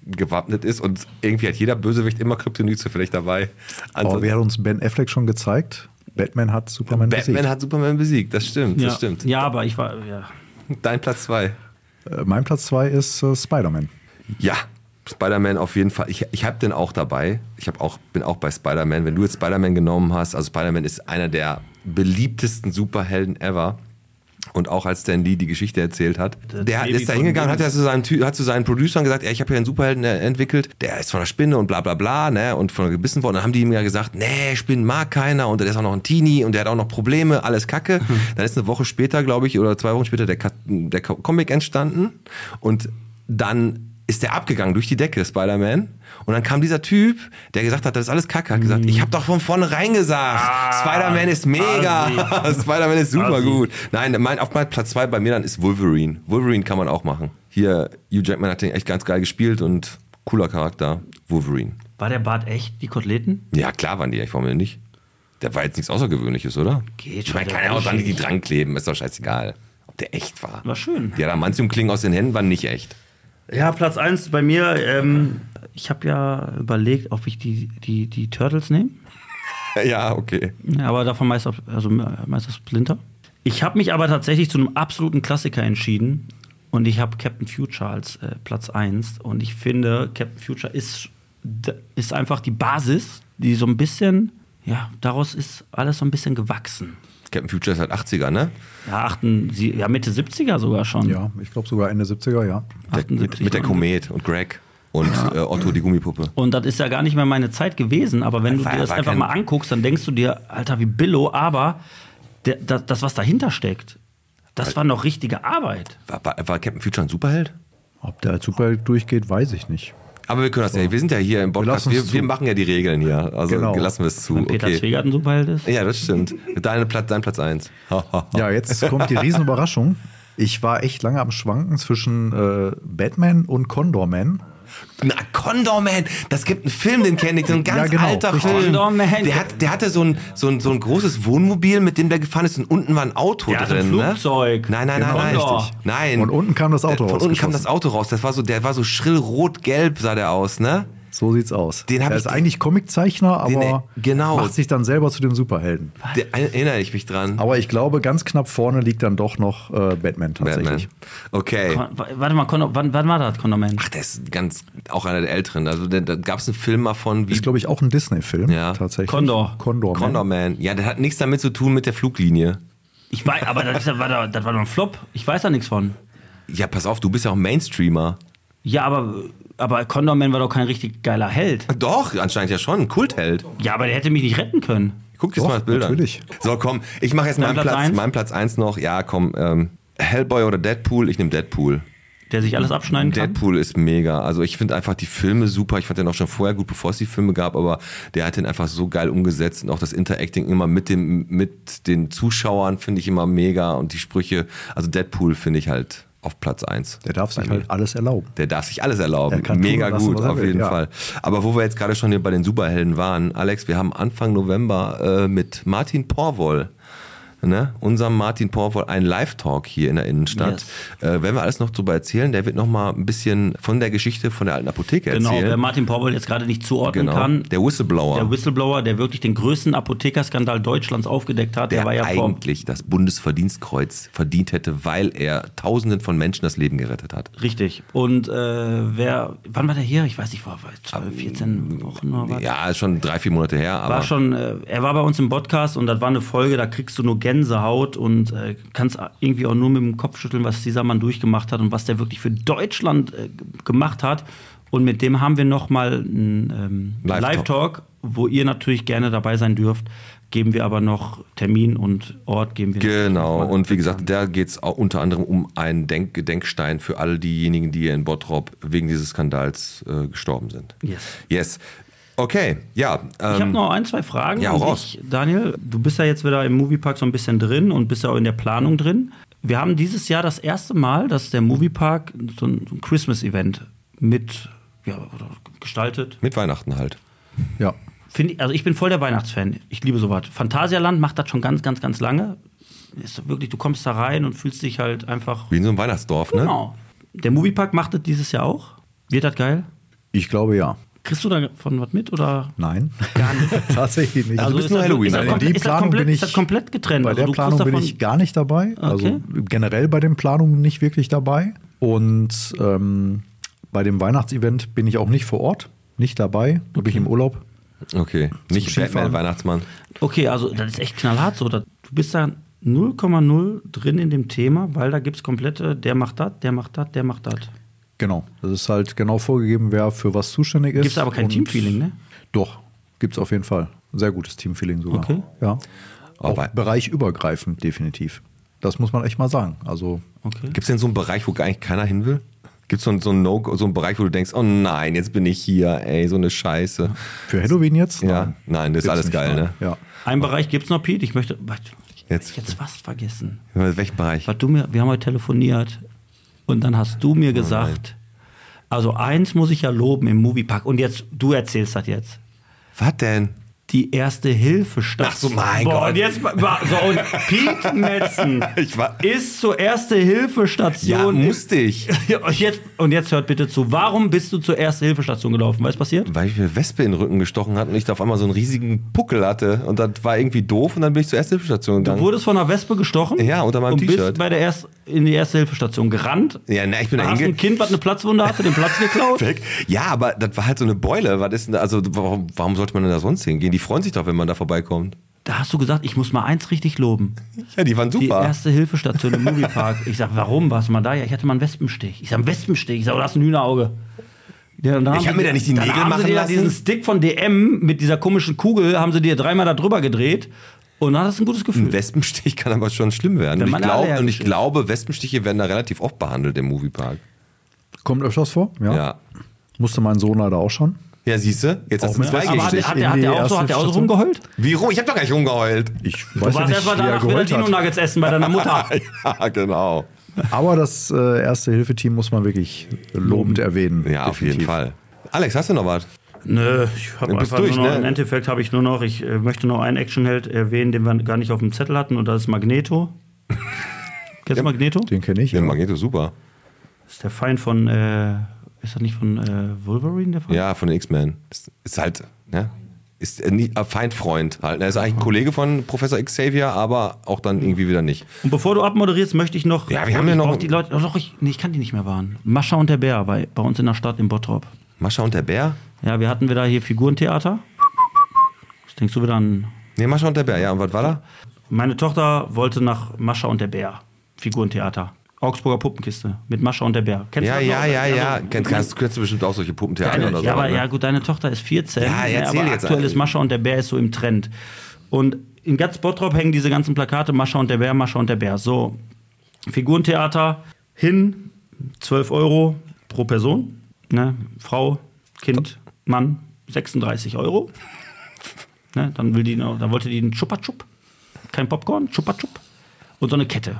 Speaker 2: gewappnet ist und irgendwie hat jeder Bösewicht immer Kryptonit zufällig dabei. Also,
Speaker 5: Aber
Speaker 3: Oh,
Speaker 2: Ansonsten-
Speaker 5: wer hat uns Ben Affleck schon gezeigt? Batman hat Superman
Speaker 2: Batman
Speaker 5: besiegt.
Speaker 2: hat Superman besiegt, das stimmt,
Speaker 3: Ja.
Speaker 2: das stimmt.
Speaker 3: Ja, aber ich war, ja.
Speaker 2: Dein Platz zwei.
Speaker 5: Äh, mein Platz zwei ist äh, Spider-Man.
Speaker 2: Ja, Spider-Man auf jeden Fall. Ich, ich habe den auch dabei. Ich hab auch, bin auch bei Spider-Man. Wenn du jetzt Spider-Man genommen hast, also Spider-Man ist einer der beliebtesten Superhelden ever. Und auch als Stan Lee die Geschichte erzählt hat, der hat-
Speaker 3: Baby
Speaker 2: ist da
Speaker 3: von
Speaker 2: hingegangen, hat,
Speaker 3: Baby.
Speaker 2: ja zu seinen, Ty- hat zu seinen Producern gesagt, ey, ich habe hier einen Superhelden äh, entwickelt, der ist von der Spinne und bla bla bla, ne, und von gebissen worden. Dann haben die ihm ja gesagt, nee, Spinnen mag keiner und der ist auch noch ein Teenie und der hat auch noch Probleme, alles Kacke. Dann ist eine Woche später, glaube ich, oder zwei Wochen später der, Ka- der Ko- Comic entstanden und dann ist der abgegangen durch die Decke, Spider-Man. Und dann kam dieser Typ, der gesagt hat, das ist alles Kacke, hat gesagt, ich habe doch von vornherein gesagt, Spider-Man ist mega, Spider-Man ist super gut. Nein, mein, auf mein Platz zwei bei mir dann ist Wolverine. Wolverine kann man auch machen. Hier, Hugh Jackman hat den echt ganz geil gespielt und cooler Charakter, Wolverine.
Speaker 3: War der Bart echt? Die Koteletten?
Speaker 2: Ja, klar waren die echt, warum denn nicht? Der war jetzt nichts Außergewöhnliches, oder?
Speaker 3: Geht
Speaker 2: ich meine,
Speaker 3: schon,
Speaker 2: kann
Speaker 3: der
Speaker 2: ja auch
Speaker 3: war
Speaker 2: dann
Speaker 3: nicht
Speaker 2: die dran kleben, ist doch scheißegal, ob der echt war.
Speaker 3: War schön.
Speaker 2: Die Adamantium-Klingen aus den Händen waren nicht echt.
Speaker 3: Ja, Platz 1 bei mir. Ähm, ich habe ja überlegt, ob ich die, die, die Turtles nehme.
Speaker 2: Ja, okay.
Speaker 3: Ja, Aber davon Meister, also Meister Splinter. Ich habe mich aber tatsächlich zu einem absoluten Klassiker entschieden. Und ich habe Captain Future als äh, Platz 1. Und ich finde, Captain Future ist, d- ist einfach die Basis, die so ein bisschen, ja, daraus ist alles so ein bisschen gewachsen.
Speaker 2: Captain Future ist halt 80er, ne?
Speaker 3: Ja, achten Sie, ja Mitte 70er sogar schon.
Speaker 5: Ja, ich glaube sogar Ende 70er, ja.
Speaker 2: Der, mit,
Speaker 3: 78
Speaker 2: mit der
Speaker 3: waren die.
Speaker 2: Komet und Greg und äh, Otto die Gummipuppe.
Speaker 3: Und das ist ja gar nicht mehr meine Zeit gewesen, aber wenn
Speaker 2: War-
Speaker 3: du dir das
Speaker 2: war
Speaker 3: einfach
Speaker 2: kein-
Speaker 3: mal anguckst, dann denkst du dir, Alter, wie Billo, aber der, das, das, was dahinter steckt, das war noch richtige Arbeit.
Speaker 2: War, war, war Captain Future ein Superheld?
Speaker 5: Ob der als Superheld durchgeht, weiß ich nicht.
Speaker 2: Aber wir können das ja, wir sind ja hier im Podcast,
Speaker 5: lassen es
Speaker 2: wir,
Speaker 5: zu.
Speaker 2: wir machen ja die Regeln hier, also
Speaker 5: Genau.
Speaker 2: lassen wir es zu.
Speaker 3: Wenn Peter
Speaker 2: Okay.
Speaker 3: Zwegert ein Superheld ist.
Speaker 2: Ja, das stimmt. Deine Platz, dein Platz 1.
Speaker 5: Ja, jetzt kommt die Riesenüberraschung. Ich war echt lange am Schwanken zwischen äh, Batman und Condor Man.
Speaker 2: Na, Condor Man, das gibt einen Film, den kenne ich, so ein ganz
Speaker 5: Ja, genau,
Speaker 2: alter
Speaker 5: richtig.
Speaker 2: Film.
Speaker 3: Condor Man.
Speaker 2: Der, hat, der hatte so ein, so, ein, so ein großes Wohnmobil, mit dem der gefahren ist und unten war ein Auto
Speaker 3: Der hatte
Speaker 2: drin.
Speaker 3: ein Flugzeug.
Speaker 2: Ne? Nein, nein, nein, nein.
Speaker 3: Condor.
Speaker 2: Richtig. Nein.
Speaker 5: Und unten kam das Auto
Speaker 2: Von unten kam
Speaker 5: rausgeschossen.
Speaker 2: das Auto raus. Das war so, der war so schrill rot-gelb, sah der aus, ne?
Speaker 5: So sieht's aus.
Speaker 2: Den hab
Speaker 5: er
Speaker 2: ich-
Speaker 5: ist eigentlich Comiczeichner, aber
Speaker 2: Den, äh, genau.
Speaker 5: macht sich dann selber zu dem Superhelden.
Speaker 2: Der, erinnere ich mich dran.
Speaker 5: Aber ich glaube, ganz knapp vorne liegt dann doch noch äh,
Speaker 2: Batman.
Speaker 5: Batman tatsächlich.
Speaker 2: Okay.
Speaker 3: Kon- wa- Warte mal, Kondo, wann, wann war das, Kondoman?
Speaker 2: Ach, der ist ganz, auch einer der älteren. Also da, da gab es einen Film mal von wie
Speaker 5: Ist, glaube ich, auch ein Disney-Film
Speaker 2: Ja.
Speaker 5: tatsächlich.
Speaker 3: Condor.
Speaker 5: Condor Man.
Speaker 2: Condor Man. Ja, der hat nichts damit zu tun mit der Fluglinie.
Speaker 3: Ich weiß, aber das, ist ja- war doch- das war doch ein Flop. Ich weiß da nichts von.
Speaker 2: Ja, pass auf, du bist ja auch Mainstreamer.
Speaker 3: Ja, aber, aber Kondoman war doch kein richtig geiler Held.
Speaker 2: Ah, Doch, anscheinend ja schon, ein Kultheld.
Speaker 3: Ja, aber der hätte mich nicht retten können.
Speaker 2: Guck dir
Speaker 5: Doch,
Speaker 2: mal das Bild
Speaker 5: natürlich.
Speaker 2: an. So, komm, ich mache jetzt
Speaker 3: Dein
Speaker 2: meinen
Speaker 3: Platz
Speaker 2: Platz,
Speaker 3: eins?
Speaker 2: meinen Platz 1 noch. Ja, komm, ähm, Hellboy oder Deadpool? Ich nehme Deadpool.
Speaker 3: Der sich alles abschneiden kann.
Speaker 2: Deadpool ist mega. Also ich finde einfach die Filme super. Ich fand den auch schon vorher gut, bevor es die Filme gab, aber der hat den einfach so geil umgesetzt und auch das Interacting immer mit dem mit den Zuschauern finde ich immer mega und die Sprüche, also Deadpool finde ich halt auf Platz eins.
Speaker 5: Der darf sich
Speaker 2: Bei mir.
Speaker 5: halt alles erlauben.
Speaker 2: Der darf sich alles erlauben.
Speaker 5: Er kann tun
Speaker 2: Mega
Speaker 5: und lassen,
Speaker 2: gut,
Speaker 5: was er
Speaker 2: auf
Speaker 5: will,
Speaker 2: jeden
Speaker 5: ja.
Speaker 2: Fall. Aber wo wir jetzt gerade schon hier bei den Superhelden waren, Alex, wir haben Anfang November äh, mit Martin Porwoll ne, unserem Martin Porwoll einen Live-Talk hier in der Innenstadt. Äh, werden wir alles noch drüber erzählen. Der wird nochmal ein bisschen von der Geschichte von der alten Apotheke
Speaker 3: Genau,
Speaker 2: erzählen.
Speaker 3: wer Martin Powell jetzt gerade nicht zuordnen
Speaker 2: genau.
Speaker 3: kann.
Speaker 2: Der Whistleblower.
Speaker 3: Der Whistleblower, der wirklich den größten Apothekerskandal Deutschlands aufgedeckt hat, der,
Speaker 2: der
Speaker 3: war ja vor,
Speaker 2: eigentlich das Bundesverdienstkreuz verdient hätte, weil er Tausenden von Menschen das Leben gerettet hat.
Speaker 3: Richtig. Und äh, wer, wann war der hier? Ich weiß nicht, vor 12, 14 Wochen oder was?
Speaker 2: Ja, ist schon drei, vier Monate her, aber
Speaker 3: War schon, äh, er war bei uns im Podcast und das war eine Folge, da kriegst du nur Gänsehaut und äh, kannst irgendwie auch nur mit dem Kopf schütteln, was dieser Mann durchgemacht hat und was der wirklich für Deutschland äh, g- gemacht hat. Und mit dem haben wir nochmal einen ähm,
Speaker 2: Live-Talk.
Speaker 3: Live-Talk, wo ihr natürlich gerne dabei sein dürft. Geben wir aber noch Termin und Ort, geben wir
Speaker 2: Genau, und wie gesagt, da geht es unter anderem um einen Denk Gedenkstein für alle diejenigen, die hier in Bottrop wegen dieses Skandals äh, gestorben sind.
Speaker 3: Yes.
Speaker 2: Yes. Okay, ja.
Speaker 3: Ich habe
Speaker 2: Ähm,
Speaker 3: noch ein, zwei Fragen.
Speaker 2: ja,
Speaker 3: an
Speaker 2: hau
Speaker 3: dich, Daniel, du bist ja jetzt wieder im Moviepark so ein bisschen drin und bist ja auch in der Planung drin. Wir haben dieses Jahr das erste Mal, dass der Moviepark so ein, so ein Christmas-Event mit ja, oder gestaltet.
Speaker 2: mit Weihnachten halt.
Speaker 5: Ja.
Speaker 3: Find, ich- also ich bin voll der Weihnachtsfan. Ich liebe sowas. Phantasialand macht das schon ganz, ganz, ganz lange. Ist doch wirklich, du kommst da rein und fühlst dich halt einfach.
Speaker 2: Wie in so einem Weihnachtsdorf, ne?
Speaker 3: Genau. Der Moviepark macht das dieses Jahr auch. Wird das geil?
Speaker 5: Ich glaube ja.
Speaker 3: Kriegst du davon was mit oder
Speaker 5: Nein.
Speaker 3: gar nicht?
Speaker 5: Tatsächlich nicht.
Speaker 2: Also bist nur
Speaker 3: das-
Speaker 2: Halloween,
Speaker 3: das
Speaker 2: Alter.
Speaker 3: komplett-
Speaker 5: In die
Speaker 3: ist das
Speaker 5: Planung
Speaker 3: komplett-
Speaker 5: bin ich-
Speaker 3: Ist das komplett getrennt? Also
Speaker 5: Bei der
Speaker 3: du kriegst
Speaker 5: Planung bin
Speaker 3: davon-
Speaker 5: ich gar nicht dabei. Also generell bei den Planungen nicht wirklich dabei. Und ähm, bei dem Weihnachtsevent bin ich auch nicht vor Ort, nicht dabei. Da bin ich im Urlaub.
Speaker 2: Okay, nicht Batman,
Speaker 5: Skifahren.
Speaker 2: Weihnachtsmann.
Speaker 3: Okay, also das ist echt knallhart so. Da- Du bist da 0,0 drin in dem Thema, weil da gibt es komplette, der macht das, der macht das, der macht das.
Speaker 5: Genau. Das ist halt genau vorgegeben, wer für was zuständig ist.
Speaker 3: Gibt es aber kein
Speaker 5: Und-
Speaker 3: Teamfeeling, ne?
Speaker 5: Doch, gibt es auf jeden Fall. Ein Sehr gutes Teamfeeling sogar.
Speaker 3: Okay.
Speaker 5: Ja. Auch
Speaker 2: Aber-
Speaker 5: bereichübergreifend, definitiv. Das muss man echt mal sagen. Also
Speaker 3: Okay.
Speaker 2: Gibt es denn so einen Bereich, wo gar eigentlich keiner hin will? Gibt so es so, einen no so einen Bereich, wo du denkst, oh nein, jetzt bin ich hier, ey, so eine Scheiße.
Speaker 5: für Halloween jetzt?
Speaker 2: Ja, nein, das ist
Speaker 5: Gibt's
Speaker 2: alles
Speaker 5: nicht,
Speaker 2: geil,
Speaker 5: nein.
Speaker 2: ne?
Speaker 5: Ja.
Speaker 3: Ein Bereich gibt es noch, Pete. Ich möchte. warte, Ich
Speaker 2: Jetzt.
Speaker 3: jetzt. jetzt fast vergessen.
Speaker 2: Welchen Bereich?
Speaker 3: Was du mir, wir haben heute telefoniert und dann hast du
Speaker 2: Oh
Speaker 3: mir gesagt, also eins muss ich ja loben im Moviepark und jetzt, du erzählst das jetzt.
Speaker 2: Was denn?
Speaker 3: Die erste Hilfe statt.
Speaker 2: Ach so, mein
Speaker 3: Boah,
Speaker 2: Gott.
Speaker 3: Und jetzt, wa- so, und Pete Metzen
Speaker 2: Ich war-
Speaker 3: ist zur erste Hilfe
Speaker 2: Ja,
Speaker 3: Station.
Speaker 2: musste ich.
Speaker 3: und, jetzt, und jetzt hört bitte zu. Warum bist du zur erste Hilfe Station gelaufen? Weißt du, was passiert?
Speaker 2: weil ich mir Wespe in den Rücken gestochen hat und ich da auf einmal so einen riesigen Puckel hatte und das war irgendwie doof und dann bin ich zur Erste-Hilfe-Station
Speaker 3: Du
Speaker 2: gegangen.
Speaker 3: wurdest von einer Wespe gestochen.
Speaker 2: Ja, unter meinem
Speaker 3: und
Speaker 2: T-Shirt.
Speaker 3: bist bei der erst in die erste Hilfe Station gerannt.
Speaker 2: ja, na, ich bin da
Speaker 3: Hast ein
Speaker 2: hinge-
Speaker 3: Kind, was eine Platzwunde hatte, den Platz geklaut.
Speaker 2: weg. Ja, aber das war halt so eine Beule. Was ist denn da, also warum, warum sollte man denn da sonst hingehen? Die freuen sich doch, wenn man da vorbeikommt.
Speaker 3: Da hast du gesagt, ich muss mal eins richtig loben.
Speaker 2: Ja, die waren
Speaker 3: Die
Speaker 2: super.
Speaker 3: erste Hilfestation im Moviepark. Ich sag, warum warst du mal da? Ja, ich hatte mal einen Wespenstich. Ich sag, einen Wespenstich. Ich sag, oh, das ist ein Hühnerauge. Ja, und dann
Speaker 2: Ich
Speaker 3: haben
Speaker 2: hab
Speaker 3: sie
Speaker 2: mir da nicht die
Speaker 3: dann
Speaker 2: Nägel
Speaker 3: haben
Speaker 2: machen
Speaker 3: sie dir
Speaker 2: lassen.
Speaker 3: diesen Stick von DM mit dieser komischen Kugel, haben sie dir dreimal da drüber gedreht. Und dann hast du ein gutes
Speaker 2: Ein
Speaker 3: Gefühl.
Speaker 2: Wespenstich kann aber schon schlimm werden.
Speaker 3: Wenn
Speaker 2: Und ich,
Speaker 3: man
Speaker 2: glaub,
Speaker 3: allergisch
Speaker 2: und ich
Speaker 3: ist.
Speaker 2: glaube, Wespenstiche werden da relativ oft behandelt im Moviepark.
Speaker 5: Kommt öfters vor?
Speaker 2: Ja.
Speaker 5: Ja.
Speaker 2: Ja,
Speaker 5: Musst du meinen Sohn leider auch schon?
Speaker 2: siehst du? Jetzt hast du
Speaker 5: mit
Speaker 2: zwei
Speaker 5: Wespen-
Speaker 3: Aber hat,
Speaker 2: gekriegt.
Speaker 3: der- hat, der-
Speaker 5: in
Speaker 3: hat,
Speaker 5: die
Speaker 3: der auch so, hat der auch so
Speaker 5: erste
Speaker 3: rumgeheult?
Speaker 2: Wie rum? Ich hab doch gar nicht rumgeheult.
Speaker 5: Ich
Speaker 3: Du
Speaker 5: weiß ja
Speaker 3: warst
Speaker 5: nicht,
Speaker 3: erst mal
Speaker 5: wie er
Speaker 3: danach wieder
Speaker 5: geheult hat.
Speaker 3: Dino-Nuggets essen bei deiner Mutter.
Speaker 2: ja, genau.
Speaker 5: Aber das äh, Erste-Hilfe-Team muss man wirklich lobend erwähnen.
Speaker 2: Ja, auf jeden
Speaker 5: definitiv.
Speaker 2: Fall. Alex, hast du noch was?
Speaker 3: Nö, ich habe
Speaker 2: Dann bist
Speaker 3: einfach
Speaker 2: durch,
Speaker 3: nur noch,
Speaker 2: ne?
Speaker 3: im Endeffekt habe ich nur noch, ich äh, möchte noch einen Actionheld erwähnen, den wir gar nicht auf dem Zettel hatten, und das ist Magneto. Kennst du Magneto?
Speaker 5: Den kenne ich.
Speaker 2: Den
Speaker 5: ja.
Speaker 2: Magneto, super.
Speaker 3: ist der Feind von, äh, ist das nicht von äh, Wolverine der Feind?
Speaker 2: Ja, von den X-Men. Ist, ist halt, ne? Ist äh, nie, äh, Feindfreund halt. Er ist eigentlich ein Kollege von Professor Xavier, aber auch dann irgendwie wieder nicht.
Speaker 3: Und bevor du abmoderierst, möchte ich noch.
Speaker 2: Ja, wir haben
Speaker 3: ich
Speaker 2: ja noch-
Speaker 3: brauch die Leute. Oh, doch, ich, nee, ich kann die nicht mehr wahren. Mascha und der Bär bei, bei uns in der Stadt in Bottrop.
Speaker 2: Mascha und der Bär?
Speaker 3: Ja, wir hatten wieder hier Figurentheater. Was denkst du wieder an?
Speaker 2: Nee, Mascha und der Bär, ja. Und was war da?
Speaker 3: Meine Tochter wollte nach Mascha und der Bär. Figurentheater. Augsburger Puppenkiste mit Mascha und der Bär. Kennst
Speaker 2: Ja,
Speaker 3: das noch? Also
Speaker 2: ja, ja, ja.
Speaker 3: so-
Speaker 2: Kennst, kannst, kennst du bestimmt auch solche Puppentheater
Speaker 3: Deine,
Speaker 2: oder so.
Speaker 3: ja, aber,
Speaker 2: ne?
Speaker 3: ja, gut, deine Tochter ist 14.
Speaker 2: Ja,
Speaker 3: ne,
Speaker 2: erzähl
Speaker 3: aber
Speaker 2: jetzt halt
Speaker 3: aktuell
Speaker 2: einfach.
Speaker 3: ist Mascha und der Bär ist so im Trend. Und in ganz Bottrop hängen diese ganzen Plakate Mascha und der Bär, Mascha und der Bär. So, Figurentheater hin, 12 Euro pro Person. Ne? Frau, Kind, Mann, 36 Euro. Ne? Dann, will die noch, dann wollte die einen Chupa-Chup. Kein Popcorn, Chupa-Chup. Und so eine Kette.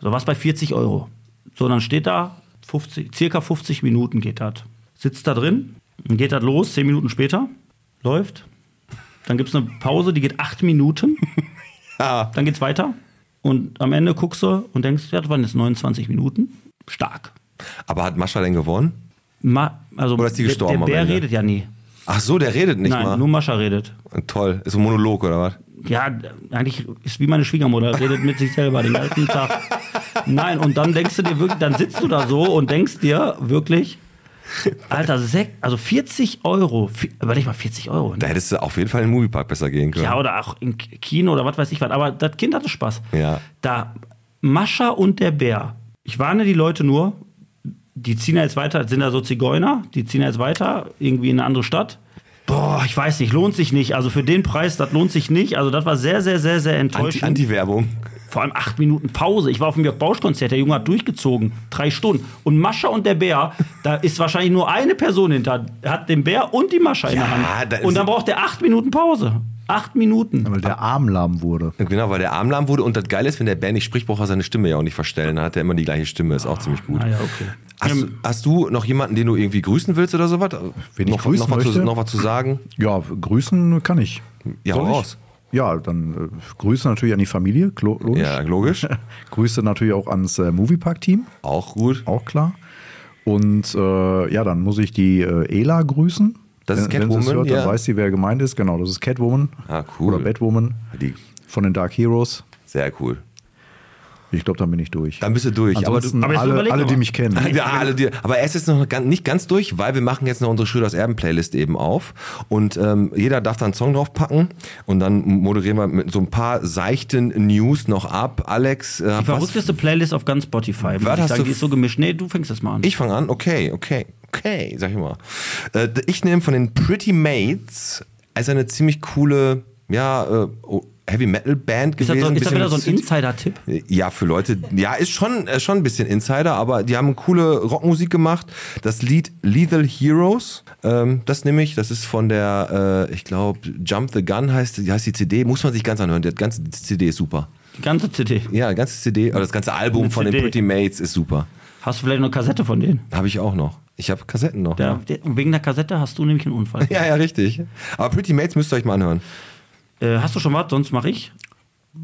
Speaker 3: So was bei 40 Euro. So, dann steht da, 50, circa 50 Minuten geht das. Sitzt da drin, dann geht das los, 10 Minuten später, läuft. Dann gibt es eine Pause, die geht 8 Minuten. Dann geht's weiter. Und am Ende guckst du und denkst, ja, das waren jetzt 29 Minuten. Stark.
Speaker 2: Aber hat Mascha denn gewonnen?
Speaker 3: Ma also
Speaker 2: Oder ist die gestorben
Speaker 3: der,
Speaker 2: am
Speaker 3: der Bär
Speaker 2: Ende?
Speaker 3: redet ja nie.
Speaker 2: Ach so, der redet nicht
Speaker 3: Nein,
Speaker 2: mal. Äh,
Speaker 3: nur Mascha redet.
Speaker 2: Toll. Ist ein Monolog oder was?
Speaker 3: Ja, eigentlich ist wie meine Schwiegermutter, redet mit sich selber den ganzen Tag. Nein, und dann denkst du dir wirklich, dann sitzt du da so und denkst dir wirklich, Alter, sech, also 40 Euro, vi- überleg mal 40 Euro.
Speaker 2: Da
Speaker 3: Ne?
Speaker 2: hättest du auf jeden Fall in den Moviepark besser gehen können.
Speaker 3: Ja, oder auch im K- Kino oder was weiß ich was. Aber das Kind hatte Spaß.
Speaker 2: Ja.
Speaker 3: Da, Mascha und der Bär. Ich warne die Leute nur, die ziehen ja jetzt weiter, sind da so Zigeuner, die ziehen ja jetzt weiter irgendwie in eine andere Stadt. Boah, ich weiß nicht, lohnt sich nicht. Also für den Preis, das lohnt sich nicht. Also das war sehr, sehr, sehr, sehr
Speaker 2: Anti-
Speaker 3: enttäuschend.
Speaker 2: Anti-Werbung.
Speaker 3: Vor allem acht Minuten Pause. Ich war auf dem Jörg Bausch-Konzert, der Junge hat durchgezogen. Drei Stunden. Und Mascha und der Bär, da ist wahrscheinlich nur eine Person hinter. Er Hat den Bär und die Mascha in der
Speaker 2: Ja,
Speaker 3: Hand.
Speaker 2: da ist-
Speaker 3: und dann braucht er acht Minuten Pause. Acht Minuten.
Speaker 5: Weil der Arm lahm wurde.
Speaker 2: Genau, weil der Arm lahm wurde und das Geile ist, wenn der Bär nicht spricht, braucht er seine Stimme ja auch nicht verstellen. Da hat er immer die gleiche Stimme, ist auch ziemlich gut.
Speaker 3: Ah ja, okay.
Speaker 2: Hast,
Speaker 3: Ähm,
Speaker 2: hast du noch jemanden, den du irgendwie grüßen willst oder sowas? Äh,
Speaker 5: Wen ich
Speaker 2: noch,
Speaker 5: grüßen
Speaker 2: noch, was zu,
Speaker 5: möchte?
Speaker 2: noch was zu sagen?
Speaker 5: Ja, grüßen kann ich.
Speaker 2: Ja,
Speaker 5: Soll
Speaker 2: hau
Speaker 5: ich?
Speaker 2: raus.
Speaker 5: Ja, dann äh, Grüße natürlich an die Familie, klo- logisch.
Speaker 2: Ja, logisch.
Speaker 5: Grüße natürlich auch ans äh, Moviepark-Team,
Speaker 2: Auch gut.
Speaker 5: auch klar. Und äh, ja, dann muss ich die äh, Ela grüßen.
Speaker 2: Das ist
Speaker 5: Wenn- Wenn sie es
Speaker 2: Catwoman,
Speaker 5: hört,
Speaker 2: ja.
Speaker 5: dann weiß sie, wer gemeint ist. Genau, das ist Catwoman.
Speaker 2: Ah, cool.
Speaker 5: Oder Batwoman
Speaker 2: Die-
Speaker 5: von den Dark Heroes.
Speaker 2: Sehr cool.
Speaker 5: Ich glaube, dann bin ich durch.
Speaker 2: Dann bist du durch. Aber, du,
Speaker 5: Ansonsten
Speaker 3: aber jetzt
Speaker 5: alle,
Speaker 3: überleg
Speaker 5: alle
Speaker 3: doch
Speaker 5: die
Speaker 3: mal.
Speaker 5: mich kennen.
Speaker 2: ja, alle dir. aber er ist jetzt noch ganz, nicht ganz durch, weil wir machen jetzt noch unsere Schülers Erben-Playlist eben auf. Und ähm, jeder darf da einen Song draufpacken. Und dann moderieren wir mit so ein paar seichten News noch ab. Alex, äh,
Speaker 3: die verrückteste Playlist auf ganz Spotify. Muss
Speaker 2: Was
Speaker 3: ich
Speaker 2: hast
Speaker 3: sagen,
Speaker 2: du-
Speaker 3: die ist so gemischt. Nee, du fängst das mal an.
Speaker 2: Ich fange an, okay, okay, okay, sag ich mal. Äh, ich nehme von den Pretty Mates als eine ziemlich coole, ja, äh, oh, Heavy Metal Band
Speaker 3: ist das,
Speaker 2: gewesen.
Speaker 3: so, ist das
Speaker 2: bisschen
Speaker 3: wieder so ein
Speaker 2: mit Synth-
Speaker 3: Insider-Tipp?
Speaker 2: ja, für Leute, ja, ist schon, äh, schon ein bisschen Insider, aber die haben coole Rockmusik gemacht. Das Lied Lethal Heroes, ähm, das nehme ich, das ist von der, äh, ich glaube, Jump the Gun heißt, die- heißt die CD, muss man sich ganz anhören, die ganze CD ist super.
Speaker 3: Die ganze CD.
Speaker 2: Ja, die ganze CD, oder das ganze Album
Speaker 3: Eine
Speaker 2: von den
Speaker 3: CD.
Speaker 2: Pretty Mates ist super.
Speaker 3: Hast du vielleicht noch eine Kassette von denen?
Speaker 2: Habe ich auch noch. Ich habe Kassetten noch.
Speaker 3: Der, der, wegen der Kassette hast du nämlich einen Unfall.
Speaker 2: Ja, ja, richtig. Aber Pretty Mates müsst ihr euch mal anhören.
Speaker 3: Äh, hast du schon was? Sonst mache ich.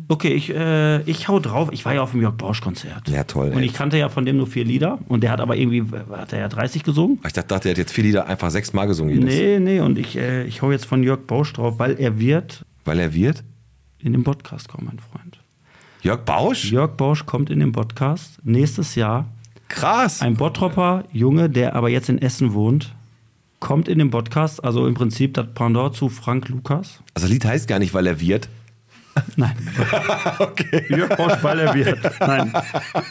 Speaker 3: Okay, ich, äh, ich hau drauf. Ich war ja auf dem Jörg Borsch Konzert.
Speaker 2: Ja, toll,
Speaker 3: Und
Speaker 2: ey.
Speaker 3: ich kannte ja von dem nur vier Lieder. Und der hat aber irgendwie, hat er ja 30 gesungen?
Speaker 2: Ich dachte, der hat jetzt vier Lieder einfach sechsmal gesungen. Jedes.
Speaker 3: Nee, nee. Und ich, äh, ich hau jetzt von Jörg Borsch drauf, weil er wird
Speaker 2: Weil er wird?
Speaker 3: in den Podcast kommen, mein Freund.
Speaker 2: Jörg Bausch?
Speaker 3: Jörg Borsch kommt in den Podcast nächstes Jahr.
Speaker 2: Krass.
Speaker 3: Ein Bottropper Junge, der aber jetzt in Essen wohnt, kommt in den Podcast. Also im Prinzip das Pendant zu Frank Lukas.
Speaker 2: Also das Lied heißt gar nicht, weil er wird.
Speaker 3: Nein. Jörg Bausch, weil er wird. Nein.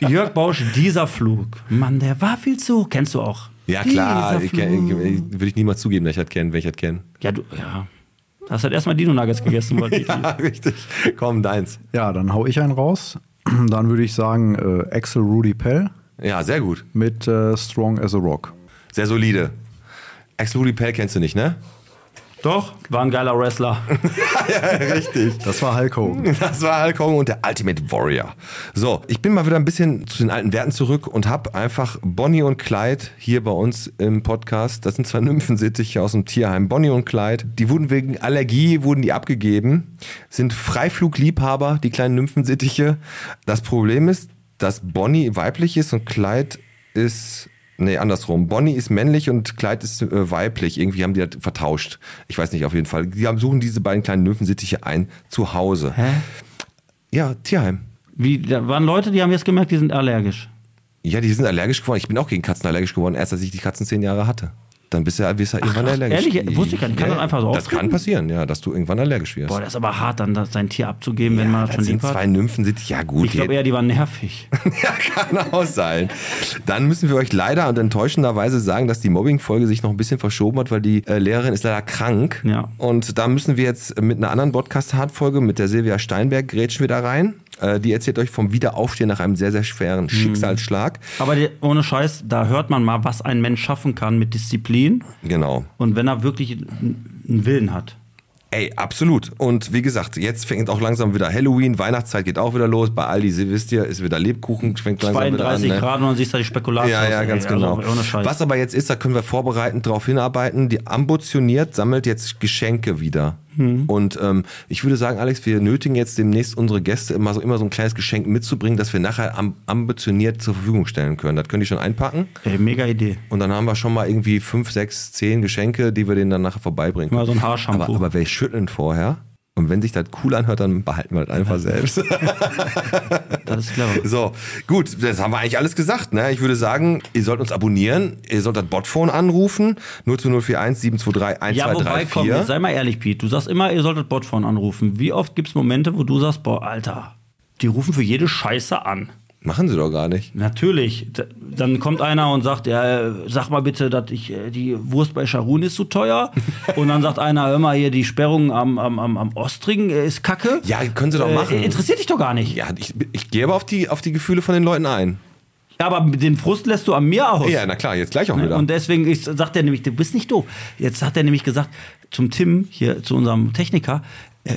Speaker 3: Jörg Bausch, dieser Flug. Mann, der war viel zu. Kennst du auch?
Speaker 2: Ja, klar.
Speaker 3: Dieser
Speaker 2: Ich, kenn-
Speaker 3: Flug.
Speaker 2: ich, ich, würde ich niemals zugeben, dass ich das kenne, wenn ich das kenne.
Speaker 3: Ja, du, ja. Hast halt erstmal Dino Nuggets gegessen, wollte ich.
Speaker 2: Ja, richtig. Komm, deins.
Speaker 5: Ja, dann hau ich einen raus. Dann würde ich sagen, äh, Axel Rudy Pell
Speaker 2: Ja, sehr gut.
Speaker 5: mit äh, Strong as a Rock.
Speaker 2: Sehr solide. Axel Rudy Pell kennst du nicht, ne?
Speaker 3: Doch, war ein geiler Wrestler.
Speaker 2: Richtig.
Speaker 5: Das war Hulk Hogan.
Speaker 2: Das war Hulk Hogan und der Ultimate Warrior. So, ich bin mal wieder ein bisschen zu den alten Werten zurück und habe einfach Bonnie und Clyde hier bei uns im Podcast. Das sind zwei Nymphensittiche aus dem Tierheim. Bonnie und Clyde, die wurden wegen Allergie, wurden die abgegeben, sind Freiflugliebhaber, die kleinen Nymphensittiche. Das Problem ist, dass Bonnie weiblich ist und Clyde ist Nee, andersrum. Bonnie ist männlich und Clyde ist äh, weiblich. Irgendwie haben die das vertauscht. Ich weiß nicht, auf jeden Fall. Die haben, suchen diese beiden kleinen Nymphensittiche ein zu Hause.
Speaker 3: Hä?
Speaker 2: Ja, Tierheim.
Speaker 3: Wie, da waren Leute, die haben jetzt gemerkt, die sind allergisch.
Speaker 2: Ja, die sind allergisch geworden. Ich bin auch gegen Katzen allergisch geworden, erst als ich die Katzen zehn Jahre hatte. Dann bist du ja bist du irgendwann allergisch.
Speaker 3: ehrlich? Wusste ich gar nicht. Kann
Speaker 2: Ja,
Speaker 3: das einfach so
Speaker 2: Das
Speaker 3: auftreten?
Speaker 2: kann passieren, ja, dass du irgendwann allergisch wirst.
Speaker 3: Boah, das ist aber hart, dann das, sein Tier abzugeben, wenn man das
Speaker 2: das
Speaker 3: schon
Speaker 2: sind
Speaker 3: lieb
Speaker 2: zwei
Speaker 3: hat.
Speaker 2: Nymphensittiche. Ja, gut.
Speaker 3: Ich glaube
Speaker 2: die-
Speaker 3: eher, die waren nervig.
Speaker 2: ja, kann auch sein. Dann müssen wir euch leider und enttäuschenderweise sagen, dass die Mobbing-Folge sich noch ein bisschen verschoben hat, weil die äh, Lehrerin ist leider krank.
Speaker 3: Ja.
Speaker 2: Und da müssen wir jetzt mit einer anderen Podcast-Hard-Folge, mit der Silvia Steinberg, grätschen wir da rein. Äh, die erzählt euch vom Wiederaufstehen nach einem sehr, sehr
Speaker 3: Mhm.
Speaker 2: schweren Schicksalsschlag.
Speaker 3: Aber die, ohne Scheiß, da hört man mal, was ein Mensch schaffen kann mit Disziplin
Speaker 2: Genau.
Speaker 3: und wenn er wirklich einen einen Willen hat.
Speaker 2: Ey, absolut. Und wie gesagt, jetzt fängt auch langsam wieder Halloween, Weihnachtszeit geht auch wieder los. Bei Aldi, Sie wisst ihr, ist wieder Lebkuchen, fängt langsam wieder an.
Speaker 3: 32
Speaker 2: ne?
Speaker 3: Grad und dann siehst du da die Spekulatius.
Speaker 2: Ja, ja,
Speaker 3: Ey,
Speaker 2: ganz
Speaker 3: also
Speaker 2: genau.
Speaker 3: Ohne Scheiß.
Speaker 2: Was aber jetzt ist, da können wir vorbereitend drauf hinarbeiten. Die ambitioniert sammelt jetzt Geschenke wieder.
Speaker 3: Hm.
Speaker 2: Und ähm, ich würde sagen, Alex, wir nötigen jetzt demnächst unsere Gäste immer so, immer so ein kleines Geschenk mitzubringen, das wir nachher am, ambitioniert zur Verfügung stellen können. Das können die schon einpacken.
Speaker 3: Ey, mega Idee.
Speaker 2: Und dann haben wir schon mal irgendwie fünf, sechs, zehn Geschenke, die wir denen dann nachher vorbeibringen.
Speaker 3: Mal so ein
Speaker 2: können.
Speaker 3: Haarshampoo.
Speaker 2: Aber, aber wir schütteln vorher. Und wenn sich das cool anhört, dann behalten wir das einfach selbst.
Speaker 3: Das ist clever.
Speaker 2: So, gut, das haben wir eigentlich alles gesagt. Ne? Ich würde sagen, ihr sollt uns abonnieren, ihr sollt das Botphone anrufen, 02041 723
Speaker 3: Ja, wobei, komm, jetzt
Speaker 2: 1234.
Speaker 3: sei mal ehrlich, Piet. Du sagst immer, ihr solltet Botphone anrufen. Wie oft gibt es Momente, wo du sagst, boah, Alter, die rufen für jede Scheiße an?
Speaker 2: Machen sie doch gar nicht.
Speaker 3: Natürlich. D dann kommt einer und sagt, ja, äh, sag mal bitte, dass ich äh, die Wurst bei Scharun ist zu teuer. und dann sagt einer, hör mal hier, die Sperrung am, am, am, am Ostring äh, ist kacke.
Speaker 2: Ja, können sie doch
Speaker 3: Äh,
Speaker 2: machen.
Speaker 3: Interessiert dich doch gar nicht.
Speaker 2: Ja, ich, ich gehe aber auf die, auf die Gefühle von den Leuten ein.
Speaker 3: Ja, aber den Frust lässt du an mir aus.
Speaker 2: Ja, na klar, jetzt gleich auch
Speaker 3: Ne?
Speaker 2: wieder.
Speaker 3: Und deswegen ich, sagt er nämlich, du bist nicht doof. Jetzt hat er nämlich gesagt zum Tim, hier zu unserem Techniker, äh,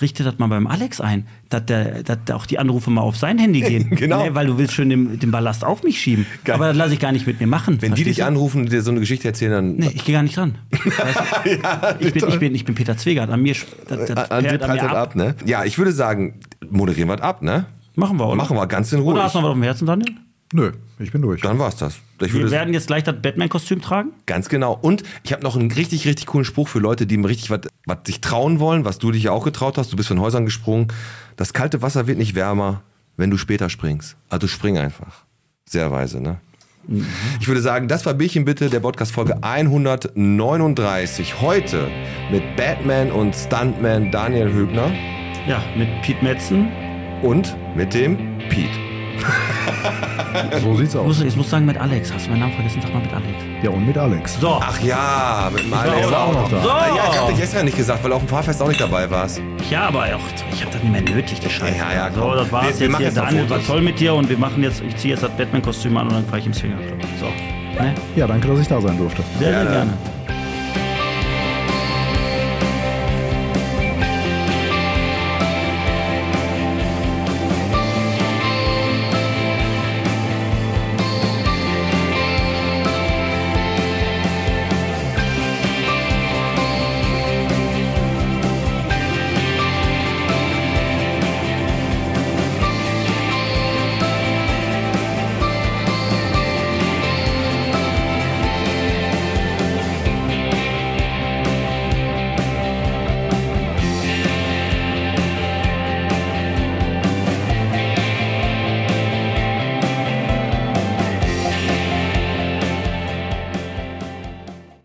Speaker 3: richte das mal beim Alex ein, dass, der, dass der auch die Anrufe mal auf sein Handy gehen.
Speaker 2: Genau.
Speaker 3: Ne, weil du willst schön den, den Ballast auf mich schieben.
Speaker 2: Geil.
Speaker 3: Aber das lasse ich gar nicht mit mir machen.
Speaker 2: Wenn die
Speaker 3: Verstehst
Speaker 2: dich
Speaker 3: du?
Speaker 2: anrufen und dir so eine Geschichte erzählen, dann.
Speaker 3: Nee, ich gehe gar nicht ran. Weißt du? ich, bin, ich, bin, ich bin Peter Zwegert. An mir sch- das, das
Speaker 2: An dir
Speaker 3: perlt an
Speaker 2: prallt
Speaker 3: mir
Speaker 2: das
Speaker 3: ab.
Speaker 2: ab, ne? Ja, ich würde sagen, moderieren wir das ab, ne?
Speaker 3: Machen wir, oder?
Speaker 2: Machen wir ganz in Ruhe.
Speaker 3: Oder hast du noch was auf dem Herzen, Daniel?
Speaker 5: Nö, ich bin durch.
Speaker 2: Dann war's das. Ich
Speaker 3: Wir
Speaker 2: würde
Speaker 3: werden jetzt gleich das Batman-Kostüm tragen.
Speaker 2: Ganz genau. Und ich habe noch einen richtig, richtig coolen Spruch für Leute, die mir richtig was was sich trauen wollen, was du dich ja auch getraut hast. Du bist von Häusern gesprungen. Das kalte Wasser wird nicht wärmer, wenn du später springst. Also spring einfach. Sehr weise, ne? Ich würde sagen, das war Bierchen bitte, der Podcast-Folge 139. Heute mit Batman und Stuntman Daniel Hübner
Speaker 3: Ja, mit Piet Metzen.
Speaker 2: und mit dem Pete.
Speaker 5: So sieht's
Speaker 3: Ich muss,
Speaker 5: aus.
Speaker 3: ich muss sagen, mit Alex. Hast du meinen Namen vergessen? Sag mal mit Alex.
Speaker 5: Ja, und mit Alex.
Speaker 3: So.
Speaker 2: Ach ja, mit dem Alex
Speaker 5: war auch noch da.
Speaker 2: Ah, Ja, ich
Speaker 3: Oh.
Speaker 2: habe dich extra nicht gesagt, weil du auf dem Fahrfest auch nicht dabei warst.
Speaker 3: Ja, aber auch, ich hab das nicht mehr nötig, die Scheiße.
Speaker 2: Ja, ja,
Speaker 3: so,
Speaker 2: komm.
Speaker 3: das war's.
Speaker 2: Wir-
Speaker 3: jetzt
Speaker 2: wir machen
Speaker 3: hier,
Speaker 2: jetzt noch
Speaker 3: Daniel, war
Speaker 2: Fotos.
Speaker 3: toll mit dir und wir machen jetzt, ich ziehe jetzt das Batman-Kostüm an und dann fahre ich ins Fingerclub. So. Ne?
Speaker 5: Ja, danke, dass ich da sein durfte.
Speaker 3: Sehr, sehr gerne.